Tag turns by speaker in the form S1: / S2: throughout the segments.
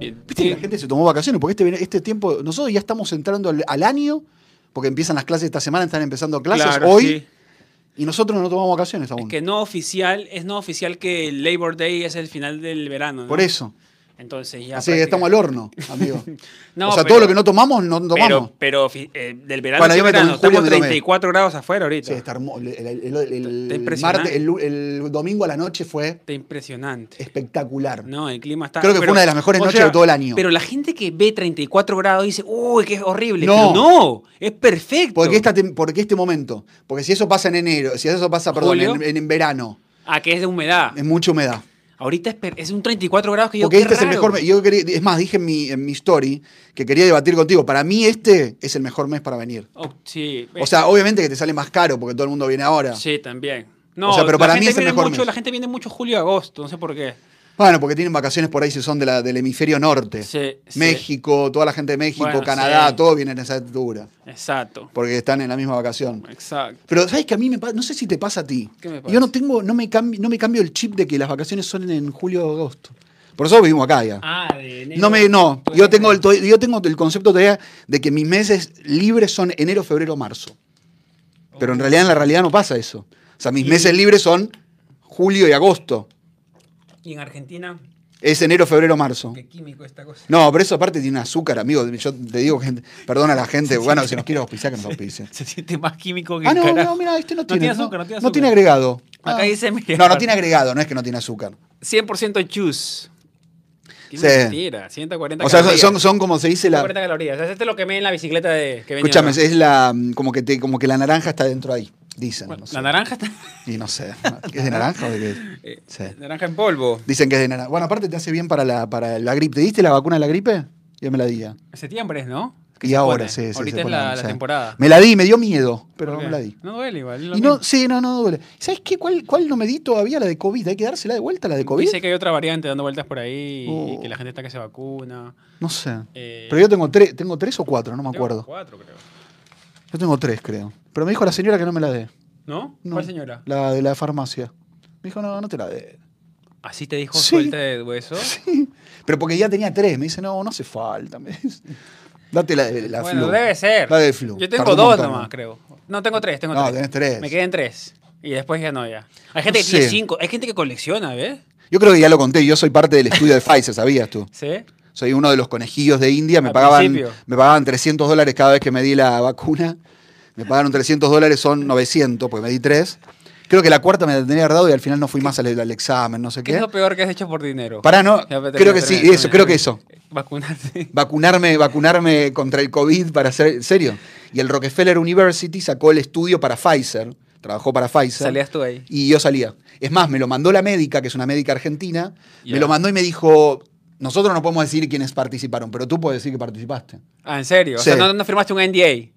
S1: Eh,
S2: Viste que la gente se tomó vacaciones, porque este, este tiempo, nosotros ya estamos entrando al, al año, porque empiezan las clases esta semana, están empezando clases
S1: Claro,
S2: hoy,
S1: sí.
S2: y nosotros no tomamos vacaciones aún.
S1: Es que no oficial, es no oficial que el Labor Day es el final del verano. ¿no?
S2: Por eso.
S1: Entonces ya.
S2: Así que estamos al horno, amigo.
S1: No,
S2: o sea,
S1: pero-
S2: todo lo que no tomamos, no tomamos.
S1: Pero, pero fi- eh, del verano,
S2: Bueno,
S1: sí,
S2: yo me tomé
S1: verano.
S2: en julio,
S1: estamos
S2: me tomé.
S1: 34 grados afuera ahorita.
S2: Sí, está hermo- el, el- el- el- el
S1: Está impresionante.
S2: martes, el, lu- el domingo a la noche fue
S1: Está impresionante.
S2: espectacular.
S1: No, el clima está.
S2: Creo que fue una de las mejores
S1: o
S2: noches de todo el año.
S1: Pero la gente que ve 34 grados dice, uy, que es horrible.
S2: No.
S1: Pero no, es perfecto.
S2: ¿Por qué, esta tem- por qué este momento? Porque si eso pasa en enero, si eso pasa, perdón,
S1: ¿Julio?
S2: en, en- en verano,
S1: Ah, que es de humedad.
S2: es mucha humedad.
S1: Ahorita es, per- es un 34 grados que yo
S2: Em. Porque
S1: qué
S2: este es el
S1: raro.
S2: mejor mes. Yo quería- es más, dije en mi, en mi story que quería debatir contigo. Para mí, este es el mejor mes para venir.
S1: Oh, sí.
S2: O sea, obviamente que te sale más caro porque todo el mundo viene ahora.
S1: Sí, también. No,
S2: O sea, pero
S1: la
S2: para mí
S1: gente
S2: es el
S1: viene
S2: mejor
S1: mucho,
S2: mes.
S1: La gente viene mucho julio y agosto, no sé por qué.
S2: Bueno, porque tienen vacaciones por ahí si son de la- del hemisferio norte.
S1: Sí, sí.
S2: México, toda la gente de México,
S1: Bueno,
S2: Canadá,
S1: sí.
S2: todos vienen en esa altura.
S1: Exacto,
S2: Porque están en la misma vacación.
S1: exacto.
S2: Pero sabes que a mí me pasa, no sé si te pasa a ti.
S1: ¿Qué me pasa?
S2: Yo no tengo, no me cambio, no me cambio el chip de que las vacaciones son en julio o agosto. Por eso vivimos acá ya.
S1: Ah, de enero.
S2: No me, no. Yo tengo el, to- yo tengo el concepto todavía de que mis meses libres son enero, febrero, marzo. Pero en realidad, en la realidad no pasa eso. O sea, mis
S1: Y-
S2: meses libres son julio y agosto.
S1: Y en Argentina,
S2: Es enero, febrero, marzo.
S1: qué químico esta cosa.
S2: No, pero eso aparte tiene azúcar, amigo. Yo te digo, gente, perdona a la gente. Bueno, si nos quiere auspiciar, que nos auspicie.
S1: Se siente más químico que
S2: Ah, no,
S1: carajo.
S2: no, mira, este no tiene.
S1: azúcar, no tiene azúcar.
S2: agregado.
S1: Acá
S2: Ah.
S1: dice, mira.
S2: No, no tiene agregado, no es que no tiene azúcar.
S1: 100% juice. Qué
S2: Sí.
S1: mentira, 140
S2: O sea,
S1: calorías.
S2: son, son como se dice la.
S1: 140 calorías. O sea, este es lo que me en la bicicleta de que venía
S2: Escúchame,
S1: acá.
S2: es la. mm, Como que, te, como que la naranja está dentro ahí, dicen.
S1: Bueno,
S2: no sé.
S1: La naranja está
S2: Y no sé. ¿Es de naranja o de qué? es?
S1: eh,
S2: Sí.
S1: naranja en polvo.
S2: Dicen que es de naranja. Bueno, aparte te hace bien para la, para la gripe. ¿Te diste la vacuna de la gripe? Yo me la di ya.
S1: Septiembre es, ¿no? Que
S2: Y
S1: se
S2: ahora,
S1: pone.
S2: sí, sí.
S1: Ahorita
S2: se
S1: es
S2: pone,
S1: la, la
S2: sí.
S1: temporada.
S2: Me la di, me dio miedo, pero no
S1: ¿Por qué?
S2: me la di.
S1: No duele igual. es lo
S2: Y no,
S1: mismo.
S2: sí, no, no duele. ¿Sabes qué? ¿Cuál, ¿Cuál no me di todavía la de COVID? ¿Hay que dársela de vuelta la de COVID?
S1: Dice que hay otra variante dando vueltas por ahí y
S2: Oh.
S1: que la gente está que se vacuna.
S2: No sé.
S1: Eh,
S2: Pero yo tengo, tres tengo tres o cuatro, no me
S1: tengo
S2: acuerdo.
S1: Cuatro, creo.
S2: Yo tengo tres, creo. Pero me dijo la señora que no me la dé.
S1: ¿No?
S2: No,
S1: ¿Cuál señora?
S2: La de la farmacia. Me dijo, no, no te la dé.
S1: ¿Así te dijo
S2: Sí.
S1: suelta de hueso?
S2: Sí. Pero porque ya tenía tres. Me dice, no, no hace falta. Me dice. Date la de la
S1: bueno,
S2: flu.
S1: debe ser.
S2: La de flu.
S1: Yo tengo
S2: Tardó un
S1: dos
S2: montón,
S1: nomás,
S2: ¿no?
S1: creo. No, tengo tres, tengo
S2: No,
S1: tres.
S2: tenés tres.
S1: Me quedan tres. Y después ya no, ya. Hay gente
S2: No
S1: que tiene
S2: sé.
S1: cinco. Hay gente que colecciona, ¿ves?
S2: Yo creo que ya lo conté. Yo soy parte del estudio de Pfizer, ¿sabías tú?
S1: ¿Sí?
S2: Soy uno de los conejillos de India. Me
S1: Al
S2: pagaban,
S1: principio.
S2: me pagaban 300 dólares cada vez que me di la vacuna. Me pagaron 300 dólares, son 900, porque me di tres. Creo que la cuarta me la tenía dardado y al final no fui más al, al examen, no sé
S1: ¿Qué es
S2: qué.
S1: lo peor que has hecho por dinero?
S2: Pará, no.
S1: Ya, pero
S2: Creo
S1: termina,
S2: que sí,
S1: termina,
S2: eso,
S1: termina.
S2: creo que eso.
S1: Vacunarse.
S2: Vacunarme, vacunarme contra el COVID para ser. ¿Serio? Y el Rockefeller University sacó el estudio para Pfizer. Trabajó para Pfizer.
S1: Salías tú ahí.
S2: Y yo salía. Es más, me lo mandó la médica, que es una médica argentina,
S1: Ya.
S2: me lo mandó y me dijo, nosotros no podemos decir quiénes participaron, pero tú puedes decir que participaste.
S1: Ah, ¿en serio? O sea,
S2: Sí.
S1: no, no firmaste un NDA.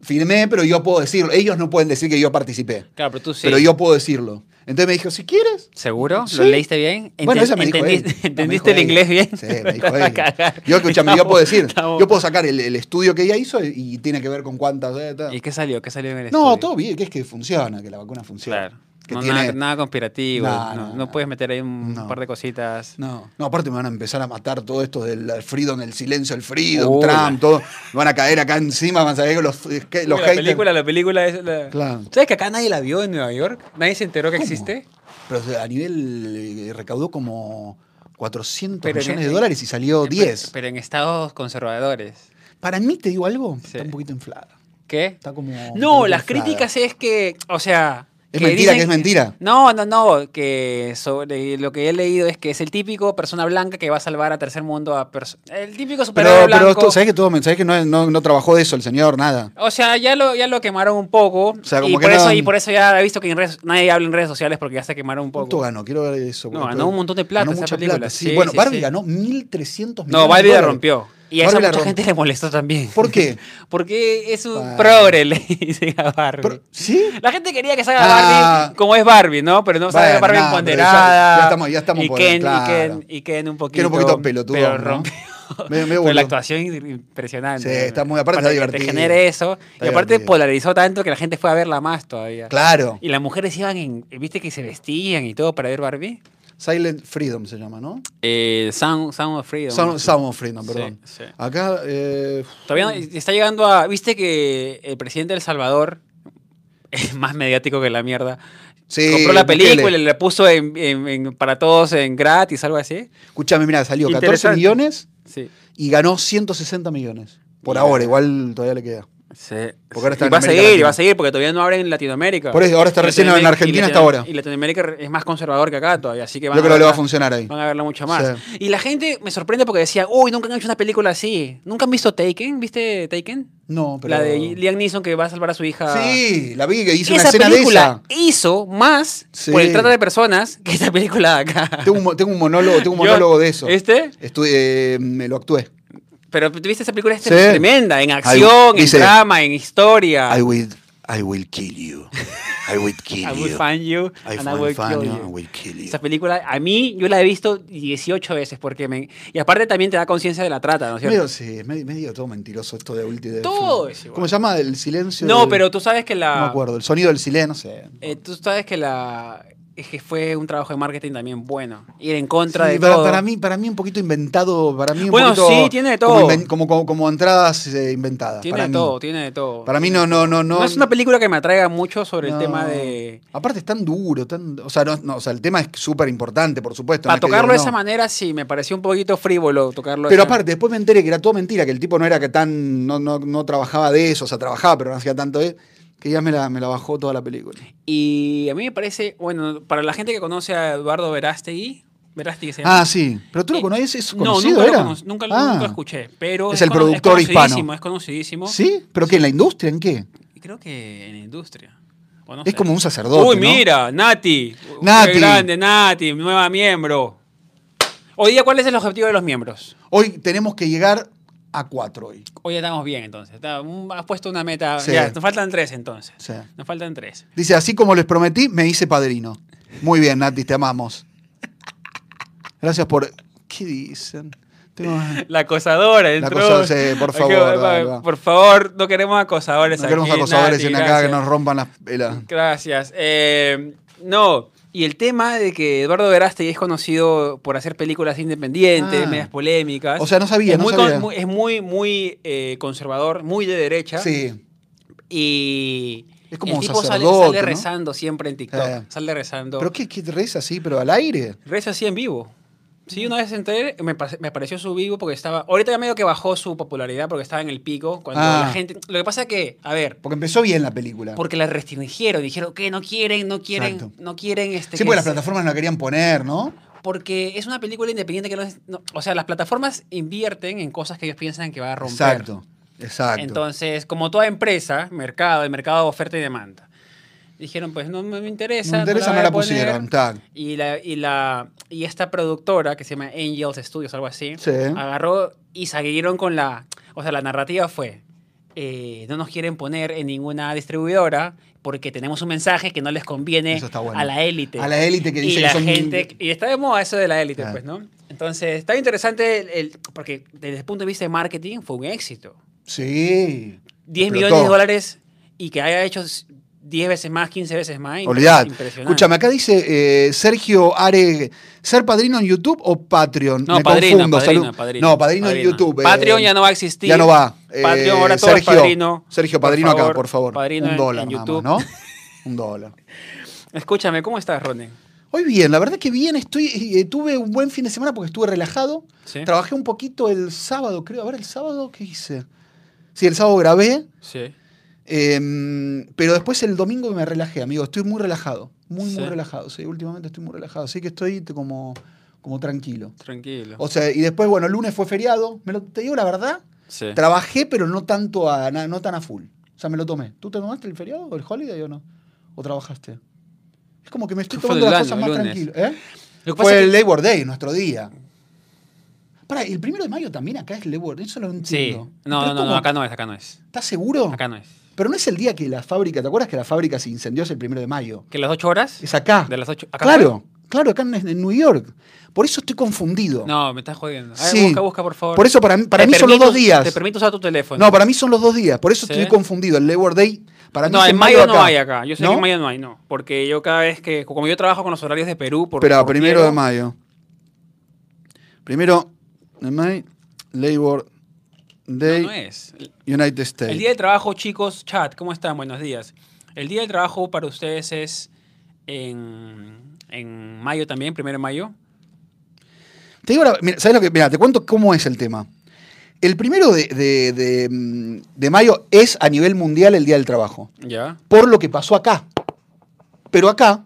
S2: Firmé, pero yo puedo decirlo. Ellos no pueden decir que yo participé,
S1: Claro, pero tú sí.
S2: pero yo puedo decirlo. Entonces me dijo, si quieres.
S1: ¿Seguro?
S2: Sí.
S1: ¿Lo leíste bien?
S2: bueno,
S1: Enten-
S2: esa me dijo él.
S1: ¿Entendiste,
S2: No, me
S1: entendiste
S2: dijo
S1: el
S2: ella.
S1: inglés bien?
S2: Sí, me dijo
S1: Te vas a
S2: ella.
S1: cagar.
S2: Yo, escúchame, yo puedo decir,
S1: Está
S2: yo
S1: bueno.
S2: puedo sacar el, el estudio que ella hizo y, y tiene que ver con cuántas... eh, ta.
S1: ¿Y qué salió? ¿Qué salió en el
S2: No,
S1: estudio?
S2: todo bien, que es que funciona, que la vacuna funciona.
S1: Claro.
S2: Que
S1: No,
S2: tiene-
S1: nada, nada conspirativo.
S2: No,
S1: No,
S2: no,
S1: no
S2: no.
S1: puedes meter ahí un
S2: No.
S1: par de cositas.
S2: No, no, aparte me van a empezar a matar todo esto del Freedom, el silencio, el Freedom,
S1: Uy,
S2: Trump, todo. Me van a caer acá encima, van a saber los, eh, los
S1: Uy, la
S2: haters.
S1: película, la película es la-
S2: Claro.
S1: ¿Sabes que acá nadie la vio en Nueva York? Nadie se enteró que
S2: ¿Cómo?
S1: existe.
S2: Pero a nivel eh, recaudó como 400
S1: Pero en-
S2: millones de dólares y salió
S1: Eh,
S2: 10.
S1: Pero, pero en estados conservadores.
S2: Para mí, te digo algo,
S1: Sí.
S2: está un poquito inflada.
S1: ¿Qué?
S2: Está como. un
S1: No,
S2: poquito
S1: las
S2: inflada.
S1: críticas es que, o sea,
S2: Es mentira, que es mentira.
S1: No, no, no, que sobre lo que he leído es que es el típico persona blanca que va a salvar a tercer mundo a perso- el típico
S2: Pero,
S1: superhéroe
S2: pero
S1: blanco.
S2: tú, ¿sabes que, todo, ¿sabes que no, no, no trabajó de eso el señor? Nada.
S1: O sea, ya lo, ya lo quemaron un poco.
S2: sea, como
S1: y,
S2: que
S1: por
S2: no-
S1: eso, y por eso ya he visto que en redes- nadie habla en redes sociales porque ya se quemaron un
S2: ¿Cuánto
S1: poco.
S2: ganó? Quiero ver eso.
S1: No,
S2: porque-
S1: ganó un montón de plata
S2: ganó
S1: esa
S2: mucha
S1: película,
S2: sí.
S1: sí,
S2: bueno,
S1: sí,
S2: Barbie
S1: sí.
S2: ganó 1.300 millones.
S1: No, Barbie
S2: Barbie
S1: la rompió. Y a esa
S2: Barbie la
S1: mucha
S2: romp-
S1: gente le molestó también.
S2: ¿Por qué?
S1: Porque es un
S2: Ah.
S1: progre, le dicen a Barbie.
S2: Pero- ¿Sí?
S1: La gente quería que salga
S2: Ah.
S1: Barbie como es Barbie, ¿no? Pero no salga
S2: Bueno,
S1: Barbie
S2: no, pero ya-
S1: empoderada.
S2: ya estamos- ya estamos
S1: y
S2: por-
S1: Ken, y
S2: claro.
S1: Ken, y Ken un poquito.
S2: Que era un poquito pelotudo.
S1: Pero
S2: ¿no?
S1: rompió.
S2: Medio- medio
S1: Pero la
S2: boludo.
S1: actuación es impresionante.
S2: Sí, está muy- aparte está
S1: que
S2: divertido.
S1: Te genere eso.
S2: Está
S1: y aparte
S2: divertido.
S1: polarizó tanto que la gente fue a verla más todavía.
S2: Claro.
S1: Y las mujeres iban en. ¿Viste que se vestían y todo para ver Barbie?
S2: Silent Freedom se llama, ¿no?
S1: Eh, Sound, Sound of Freedom.
S2: Sound, Sound of Freedom,
S1: Sí,
S2: perdón.
S1: sí.
S2: Acá, eh,
S1: Todavía no- está llegando a. ¿Viste que el presidente de El Salvador es más mediático que la mierda?
S2: sí,
S1: Compró la
S2: Bukele.
S1: película y la puso en- en- en- para todos en gratis, algo así.
S2: Escuchame, mira, salió 14
S1: Interesante.
S2: millones
S1: Sí.
S2: y ganó 160 millones. Por
S1: Bien.
S2: ahora, igual todavía le queda.
S1: Sí.
S2: Porque ahora está
S1: y
S2: en
S1: va a
S2: América
S1: seguir, y
S2: Latina.
S1: va a seguir, porque todavía no abre en Latinoamérica.
S2: Por eso, ahora está
S1: Y
S2: recién en
S1: Latinoamérica-
S2: Argentina
S1: y
S2: hasta
S1: Latino-
S2: ahora.
S1: Y Latinoamérica es más conservador que acá todavía, así que
S2: Yo
S1: van
S2: creo que le va a
S1: verla-
S2: funcionar ahí.
S1: Van a verla mucho más.
S2: Sí.
S1: Y la gente me sorprende porque decía, uy, nunca han hecho una película así. ¿Nunca han visto Taken? ¿Viste Taken?
S2: No, pero.
S1: La de Liam Neeson que va a salvar a su hija.
S2: Sí, la vi que hizo una
S1: esa
S2: escena de
S1: película
S2: esa.
S1: hizo más
S2: Sí.
S1: por el trata de personas que esta película de acá.
S2: Tengo un, mo- tengo un monólogo, tengo un
S1: Yo-
S2: monólogo de eso.
S1: ¿Este?
S2: Estu- eh, me lo actué.
S1: Pero viste esa película esta
S2: Sí.
S1: es tremenda, en acción, en
S2: dice,
S1: drama, en historia.
S2: I will, I will kill you. I will kill
S1: Ah. I will
S2: you.
S1: find you
S2: I
S1: and I
S2: will
S1: will
S2: find
S1: kill
S2: you.
S1: you.
S2: I will kill you.
S1: Esa película, a mí, yo la he visto 18 veces porque me... Y aparte también te da conciencia de la trata, ¿no es cierto?
S2: Medio, sí, medio, medio todo mentiroso esto de Ulti. De
S1: Todo es igual.
S2: ¿Cómo se llama? El silencio.
S1: no,
S2: del-
S1: pero tú sabes que
S2: No me
S1: la...
S2: acuerdo. El sonido del silencio. no sé.
S1: eh, tú sabes que la... Es que fue un trabajo de marketing también bueno. Ir en contra
S2: Sí,
S1: de
S2: para,
S1: todo.
S2: para mí, para mí un poquito inventado. Para mí un
S1: Bueno,
S2: poquito
S1: sí, tiene de
S2: Como,
S1: todo.
S2: inven- como, como- como entradas eh, inventadas.
S1: tiene
S2: para
S1: de
S2: mí.
S1: todo, tiene de todo.
S2: Para mí no, no, no, no.
S1: No es una película que me atraiga mucho sobre el tema
S2: no.
S1: de...
S2: Aparte es tan duro, tan. O sea, no, no, o sea el tema es súper importante, por supuesto. no
S1: Para
S2: es que
S1: tocarlo
S2: digo,
S1: de
S2: no.
S1: esa manera sí, me pareció un poquito frívolo tocarlo de
S2: Pero
S1: esa-
S2: aparte, después me enteré que era todo mentira, que el tipo no era que tan. no, no, no trabajaba de eso, o sea, trabajaba, pero no hacía tanto de. Que ya me la, me la bajó toda la película.
S1: Y a mí me parece, bueno, para la gente que conoce a Eduardo Verástegui, Verástegui se llama.
S2: Ah, sí. Pero tú lo
S1: Eh,
S2: conoces, es
S1: no,
S2: conocido,
S1: nunca, lo
S2: era.
S1: conoc- nunca, lo-
S2: Ah.
S1: nunca lo escuché, pero
S2: Es el
S1: cono-
S2: productor hispano.
S1: conocidísimo, Es conocidísimo,
S2: ¿Sí? ¿Pero qué? ¿En la industria? ¿En qué?
S1: Y Creo que en la industria. o no
S2: Es
S1: sé.
S2: como un sacerdote.
S1: Uy,
S2: ¿no?
S1: mira, Nati. Qué
S2: Nati.
S1: grande, Nati, nueva miembro. Hoy día, ¿cuál es el objetivo de los miembros?
S2: Hoy tenemos que llegar a cuatro hoy.
S1: Hoy ya estamos bien, entonces. Está- un- has puesto una meta.
S2: Sí.
S1: Ya, nos faltan tres, entonces.
S2: Sí.
S1: Nos faltan tres.
S2: Dice, así como les prometí, me hice padrino. Muy bien, Nati, te amamos. Gracias por. ¿Qué dicen? Tengo-
S1: La acosadora,
S2: La
S1: entró.
S2: acosadora, sí, por
S1: Aquí,
S2: favor,
S1: va,
S2: dale,
S1: va.
S2: va.
S1: por favor, no queremos acosadores
S2: No queremos
S1: Pues aquí,
S2: acosadores
S1: Nati,
S2: en acá
S1: gracias.
S2: que nos rompan las. la-
S1: Gracias. Eh, no, y el tema de que Eduardo Verástegui es conocido por hacer películas independientes,
S2: Ah.
S1: medias polémicas.
S2: O sea, no sabía,
S1: es
S2: no
S1: muy,
S2: sabía.
S1: con- muy- es muy, muy, eh, conservador, muy de derecha.
S2: Sí.
S1: Y
S2: Es como
S1: el
S2: un
S1: tipo sale,
S2: sacerdote,
S1: sale
S2: ¿no?
S1: rezando siempre en TikTok.
S2: Eh.
S1: Sale rezando.
S2: ¿Pero qué, qué reza así? ¿Pero al aire?
S1: Reza así en vivo. Sí, una vez entré, me, pas- me apareció su vivo porque estaba. Ahorita ya medio que bajó su popularidad porque estaba en el pico. Cuando
S2: Ah.
S1: la gente. Lo que pasa es que, a ver,
S2: Porque empezó bien la película.
S1: porque la restringieron. Dijeron que no quieren, no quieren,
S2: Exacto.
S1: no quieren este. que
S2: sí, porque las
S1: se-
S2: plataformas no la querían poner, ¿no?
S1: Porque es una película independiente que no es. no- o sea, las plataformas invierten en cosas que ellos piensan que va a romper.
S2: Exacto. Exacto.
S1: Entonces, como toda empresa, mercado, el mercado de oferta y demanda. Dijeron, pues no me me interesa.
S2: no me interesa, no
S1: voy a
S2: la
S1: poner.
S2: pusieron. tal.
S1: Y, la, y, la, y esta productora, que se llama Angels Studios, algo así,
S2: Sí.
S1: agarró y siguieron con la... O sea, la narrativa fue, eh, no nos quieren poner en ninguna distribuidora porque tenemos un mensaje que no les conviene
S2: Eso está bueno.
S1: a la élite.
S2: A la élite que
S1: y
S2: dice
S1: la
S2: que son.
S1: gente... Y está de moda eso de la élite,
S2: Claro.
S1: pues, ¿no? Entonces, está interesante el- el- porque desde el punto de vista de marketing fue un éxito.
S2: Sí.
S1: 10
S2: Explotó.
S1: millones de dólares y que haya hecho 10 veces más, 15 veces más. impre-
S2: Olvidad.
S1: impresionante.
S2: Escúchame, acá dice eh, Sergio Are, ¿ser padrino en YouTube o Patreon?
S1: No,
S2: Me
S1: padrino,
S2: confundo.
S1: padrino,
S2: salud.
S1: padrino.
S2: No, padrino, en
S1: Padrino.
S2: YouTube. eh,
S1: Patreon ya no va a existir.
S2: ya no va. Eh,
S1: Patreon, ahora todo es padrino.
S2: Sergio,
S1: Por
S2: padrino acá,
S1: favor,
S2: por favor.
S1: padrino
S2: Un
S1: en-
S2: dólar
S1: en
S2: nada más,
S1: YouTube.
S2: ¿no? Un dólar.
S1: Escúchame, ¿cómo estás, Ronen?
S2: Hoy bien, la verdad que bien, estoy, eh, tuve un buen fin de semana porque estuve relajado.
S1: Sí.
S2: Trabajé un poquito el sábado, creo. A ver, el sábado, ¿qué hice? Sí, el sábado grabé,
S1: Sí.
S2: eh, pero después el domingo me relajé, amigo. Estoy muy relajado, muy,
S1: Sí.
S2: muy relajado. Sí, últimamente estoy muy relajado, así que estoy te- como, como tranquilo.
S1: Tranquilo.
S2: O sea, y después, bueno, el lunes fue feriado. Me lo- te digo la verdad,
S1: Sí.
S2: trabajé, pero no tanto a, na- no tan a full. O sea, me lo tomé. ¿Tú te tomaste el feriado o el holiday o no? ¿O trabajaste? Es como que me estoy
S1: Fue
S2: tomando
S1: el
S2: las
S1: lunes,
S2: cosas más
S1: el lunes.
S2: tranquilo. ¿eh?
S1: Lo que pasa
S2: Fue
S1: es
S2: el
S1: que-
S2: Labor Day, nuestro día. Para, el primero de mayo también acá es Labor Day, eso lo
S1: Sí.
S2: entiendo.
S1: No,
S2: Pero
S1: no, no,
S2: ¿cómo?
S1: no, acá no es, acá no es.
S2: ¿Estás seguro?
S1: Acá no es.
S2: Pero no es el día que la fábrica, ¿te acuerdas que la fábrica se incendió es el primero de mayo?
S1: ¿Que las 8 horas?
S2: Es acá.
S1: De las 8.
S2: claro, Claro, acá en, en New York. Por eso estoy confundido.
S1: No, me estás jodiendo. A ver,
S2: Sí.
S1: busca, busca, por favor.
S2: Por eso para, mí- para
S1: Te
S2: mí son los
S1: permito-
S2: dos días.
S1: Te permito usar tu teléfono.
S2: No, para mí son los dos días. Por eso
S1: Sí.
S2: estoy confundido. El Labor Day, para mí
S1: No,
S2: es
S1: en mayo no hay acá. Yo sé
S2: ¿No?
S1: que en mayo no hay, no. Porque yo cada vez que. Como yo trabajo con los horarios de Perú. Por,
S2: Espera,
S1: por
S2: primero
S1: Diego,
S2: de mayo. Primero de mayo, Labor Day,
S1: No, no es.
S2: United States.
S1: El día del trabajo, chicos, chat, ¿cómo están? Buenos días. El día del trabajo para ustedes es en, en mayo también, primero de mayo.
S2: Te digo, la- mira, ¿sabes lo que? Mira, te cuento cómo es el tema. El primero de, de- de, mm, de mayo es a nivel mundial el Día del Trabajo,
S1: Ya.
S2: por lo que pasó acá. Pero acá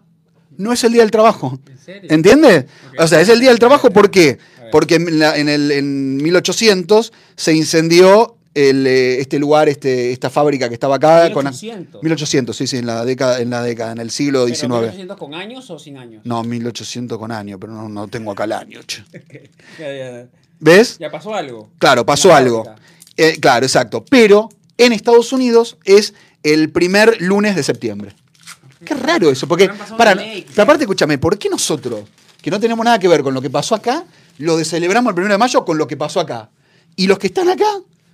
S2: no es el Día del Trabajo.
S1: ¿En serio?
S2: ¿Entiendes?
S1: Ok.
S2: O sea, es el Día del Trabajo, ¿por qué?
S1: A ver.
S2: Porque en, la- en el, en 1800 se incendió el, eh, este lugar, este, esta fábrica que estaba acá. con-
S1: 1800.
S2: 1800, sí, sí, en la década, en la década, en el siglo XIX.
S1: con años o sin años?
S2: No, 1800 con año, pero no, no tengo acá el año. che.
S1: Ya, ya,
S2: ¿Ves?
S1: ya pasó algo.
S2: Claro, pasó
S1: Una
S2: algo.
S1: fábrica.
S2: Eh, claro, exacto. Pero en Estados Unidos es el primer lunes de septiembre. Qué raro eso, porque
S1: Habrán pasado
S2: para,
S1: una ley.
S2: pero aparte escúchame, ¿por qué nosotros, que no tenemos nada que ver con lo que pasó acá, lo de celebramos el primero de mayo con lo que pasó acá? Y los que están acá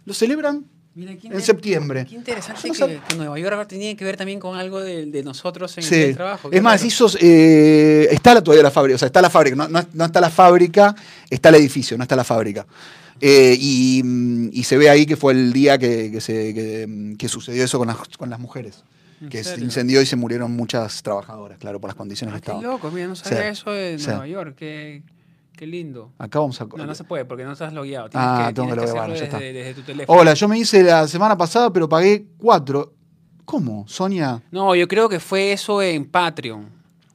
S2: lo celebran
S1: Mira, qué
S2: en
S1: inter-
S2: septiembre. Ah,
S1: Qué interesante
S2: Yo no
S1: que,
S2: sab-
S1: que Nueva York ahora tenía que ver también con algo de, de nosotros en
S2: Sí.
S1: el trabajo.
S2: Es más,
S1: Claro.
S2: hizo, eh, está la- todavía la fábrica, o sea, está la fábrica, no, no- no está la fábrica, está el edificio, no está la fábrica. Eh, y, mm, y se ve ahí que fue el día que, que se- que, mm, que sucedió eso con las, con las mujeres,
S1: ¿En
S2: que se
S1: serio?
S2: incendió y se murieron muchas trabajadoras, claro, por las condiciones que
S1: Ah, qué
S2: estaban.
S1: loco, mira, no sabía
S2: Sí,
S1: eso de
S2: sí.
S1: Nueva York. Qué, qué lindo.
S2: Acá vamos a...
S1: No, no se puede porque no estás logueado. Tienes
S2: Ah,
S1: que,
S2: tengo que
S1: tienes
S2: loguearme,
S1: hacerlo
S2: ya
S1: desde, desde tu teléfono.
S2: Hola, yo me hice la semana pasada, pero pagué cuatro. ¿Cómo? Sonia.
S1: No, yo creo que fue eso en Patreon.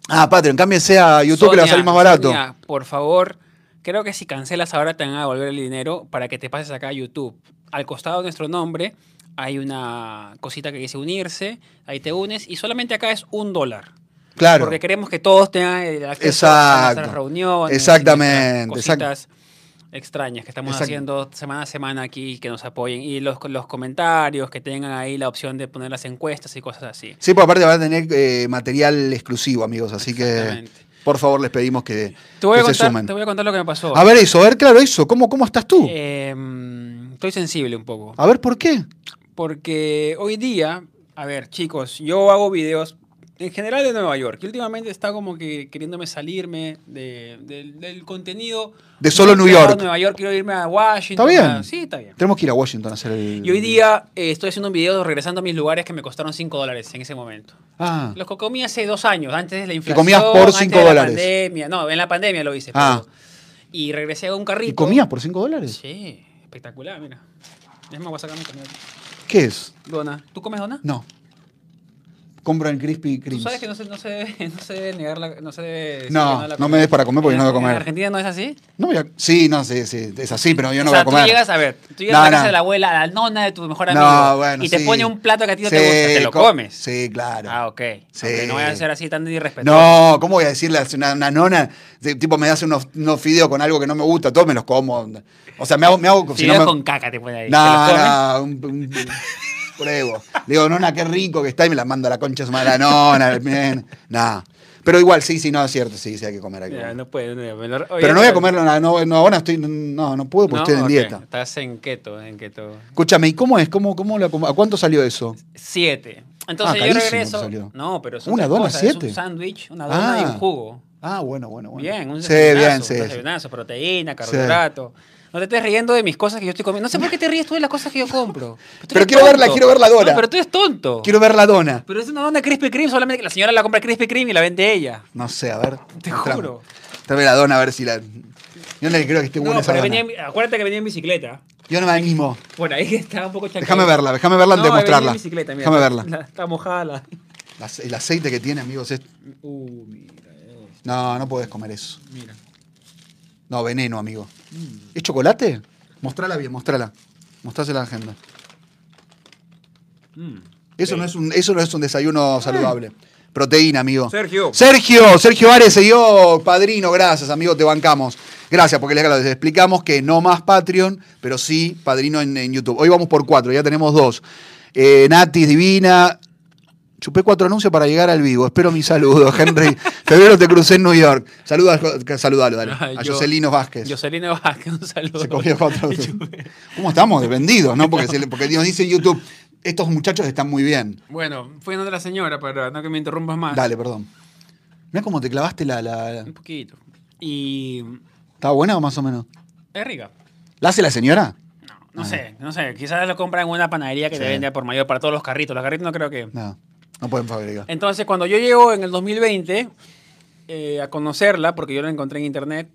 S2: Ah, Patreon, cámbiense a YouTube que le va a
S1: Sonia,
S2: salir más barato.
S1: Sonia, por favor, creo que si cancelas ahora te van a devolver el dinero para que te pases acá a YouTube. Al costado de nuestro nombre hay una cosita que dice unirse, ahí te unes y solamente acá es un dólar.
S2: Claro.
S1: Porque queremos que todos tengan el acceso a
S2: Exacto.
S1: nuestras reuniones.
S2: Exactamente,
S1: y nuestras Cositas extrañas que estamos
S2: Exacto.
S1: haciendo semana a semana aquí, que nos apoyen. Y los, los comentarios, que tengan ahí la opción de poner las encuestas y cosas así.
S2: Sí, pues aparte van a tener eh, material exclusivo, amigos, así que
S1: Exactamente.
S2: por favor les pedimos que,
S1: Te voy, a
S2: que se
S1: contar,
S2: sumen.
S1: te voy a contar lo que me pasó.
S2: A ver eso, a ver, claro, eso, ¿cómo, cómo estás tú?
S1: Eh,
S2: Ah.
S1: Em, estoy sensible un poco.
S2: a ver, ¿por qué?
S1: Porque hoy día, a ver, chicos, yo hago videos en general de Nueva York. Y últimamente está como que queriéndome salirme de- del- del contenido.
S2: De solo New
S1: Quiero
S2: York.
S1: Nueva York, quiero irme a Washington.
S2: ¿Está bien?
S1: a- Sí, está bien.
S2: Tenemos que ir a Washington a hacer el...
S1: Y hoy día eh, estoy haciendo un video regresando a mis lugares que me costaron 5 dólares en ese momento.
S2: Ah,
S1: Los que comí hace dos años, antes de la inflación.
S2: comías por
S1: antes
S2: cinco
S1: de la
S2: dólares.
S1: pandemia. No, en la pandemia lo hice.
S2: Ah.
S1: pero- Y regresé a un carrito.
S2: ¿y comías por 5 dólares?
S1: Sí, espectacular, mira. Es más, voy a sacar mi comida.
S2: ¿Qué es?
S1: Dona. ¿Tú comes dona?
S2: No. Compran Krispy
S1: Tú
S2: Kreme.
S1: sabes que no se, no se debe, no se debe negar la... No, se debe decir
S2: No,
S1: que la
S2: no me
S1: comes.
S2: des para comer porque
S1: En-
S2: no voy a comer.
S1: ¿En Argentina no es así?
S2: No voy a- Sí, no, sí, sí, es así, pero yo no
S1: o sea,
S2: voy a comer.
S1: tú llegas a ver, tú llegas
S2: No,
S1: a la casa
S2: no.
S1: de la abuela, a la nona de tu mejor amigo,
S2: no, bueno,
S1: y te
S2: sí.
S1: pone un plato que a ti no te
S2: Sí,
S1: gusta, te lo
S2: co-
S1: comes.
S2: Sí, claro.
S1: Ah, pues ok.
S2: Sí.
S1: Ok, no voy a ser así tan irrespetuoso.
S2: No, ¿cómo voy a decirle a una, una nona? de- tipo, me hace unos, unos fideos con algo que no me gusta, todos me los como. O sea, me hago. Me hago
S1: No,
S2: si no me-
S1: con caca te pone ahí.
S2: No,
S1: Eh, ¿Te los comes?
S2: no, un, un- pruebo. Le digo, nona, qué rico que está y me la mando a la concha de su madre. la Nona, bien. No. Pero igual, sí, sí, no, es cierto, sí, sí, hay que comer algo.
S1: Ya, no puede, no, me lo- oye,
S2: Pero no voy a comerlo, no, no, no, ahora estoy, no, no puedo porque estoy en
S1: ok,
S2: dieta.
S1: Estás en keto, en keto.
S2: Escúchame, ¿y cómo es? ¿Cómo, cómo la com- ¿A cuánto salió eso?
S1: Siete. Entonces yo
S2: Ah, carísimo te
S1: regreso.
S2: salió.
S1: No, pero son
S2: Una
S1: tres
S2: dona,
S1: cosas, Es
S2: siete.
S1: un sándwich, una dona y
S2: Ah.
S1: un jugo.
S2: Ah, bueno, bueno, bueno.
S1: Bien, un
S2: sí, bien,
S1: desayunazo,
S2: sí.
S1: un
S2: sí.
S1: desayunazo, proteína, carbohidrato. No te estés riendo de mis cosas que yo estoy comiendo. No sé por qué te ríes tú de las cosas que yo compro. tú
S2: Pero
S1: eres
S2: quiero verla, quiero verla ahora.
S1: No, pero tú eres tonto.
S2: Quiero ver la dona.
S1: Pero es una dona Krispy Kreme, solamente que la señora la compra Krispy Kreme y la vende ella.
S2: No sé, a ver.
S1: Te
S2: mostrame.
S1: juro.
S2: Tráeme la dona a ver si la. Yo no le creo que esté buena
S1: No,
S2: esa
S1: pero
S2: dona.
S1: venía, en- acuérdate que venía en bicicleta.
S2: Yo no me animo.
S1: Bueno, ahí estaba un poco chacado.
S2: Déjame verla, déjame verla antes de mostrarla. déjame verla.
S1: Está mojada la...
S2: La- el aceite que tiene, amigos, es.
S1: Uh, mira, eh,
S2: No, no podés comer eso.
S1: mira.
S2: No, veneno, amigo. ¿Es chocolate? Mostrala bien, mostrala. Mostrásela a la agenda.
S1: Mm.
S2: Eso, no es un, eso no es un desayuno saludable. Proteína, amigo.
S1: Sergio.
S2: Sergio, Sergio Ares, se dio padrino, gracias, amigo, te bancamos. Gracias, porque les, claro, les explicamos que no más Patreon, pero sí padrino en, en YouTube. Hoy vamos por cuatro, ya tenemos dos. Eh, Natis Divina, Chupé cuatro anuncios para llegar al vivo. Espero mi saludo, Henry. Febrero te crucé en New York. Saluda, a- saludalo, dale.
S1: Ay,
S2: A
S1: yo-
S2: Joselino Vázquez.
S1: Jocelyn Vázquez, un saludo.
S2: Se comió cuatro
S1: Y
S2: anuncios.
S1: chupé.
S2: ¿Cómo estamos? Vendidos, ¿no? Porque, se le- porque nos dice YouTube, estos muchachos están muy bien.
S1: Bueno, fui a otra señora para no que me interrumpas más.
S2: Dale, perdón. Mira cómo te clavaste la, la...
S1: Un poquito. Y.
S2: ¿Está buena o más o menos?
S1: Es rica.
S2: ¿La hace la señora?
S1: No, no sé, no sé. Quizás lo compran en una panadería que te
S2: Sí.
S1: vende por mayor para todos los carritos. Los carritos no creo que.
S2: No, no pueden fabricar.
S1: Entonces, cuando yo llego en el 2020 eh, a conocerla, porque yo la encontré en internet,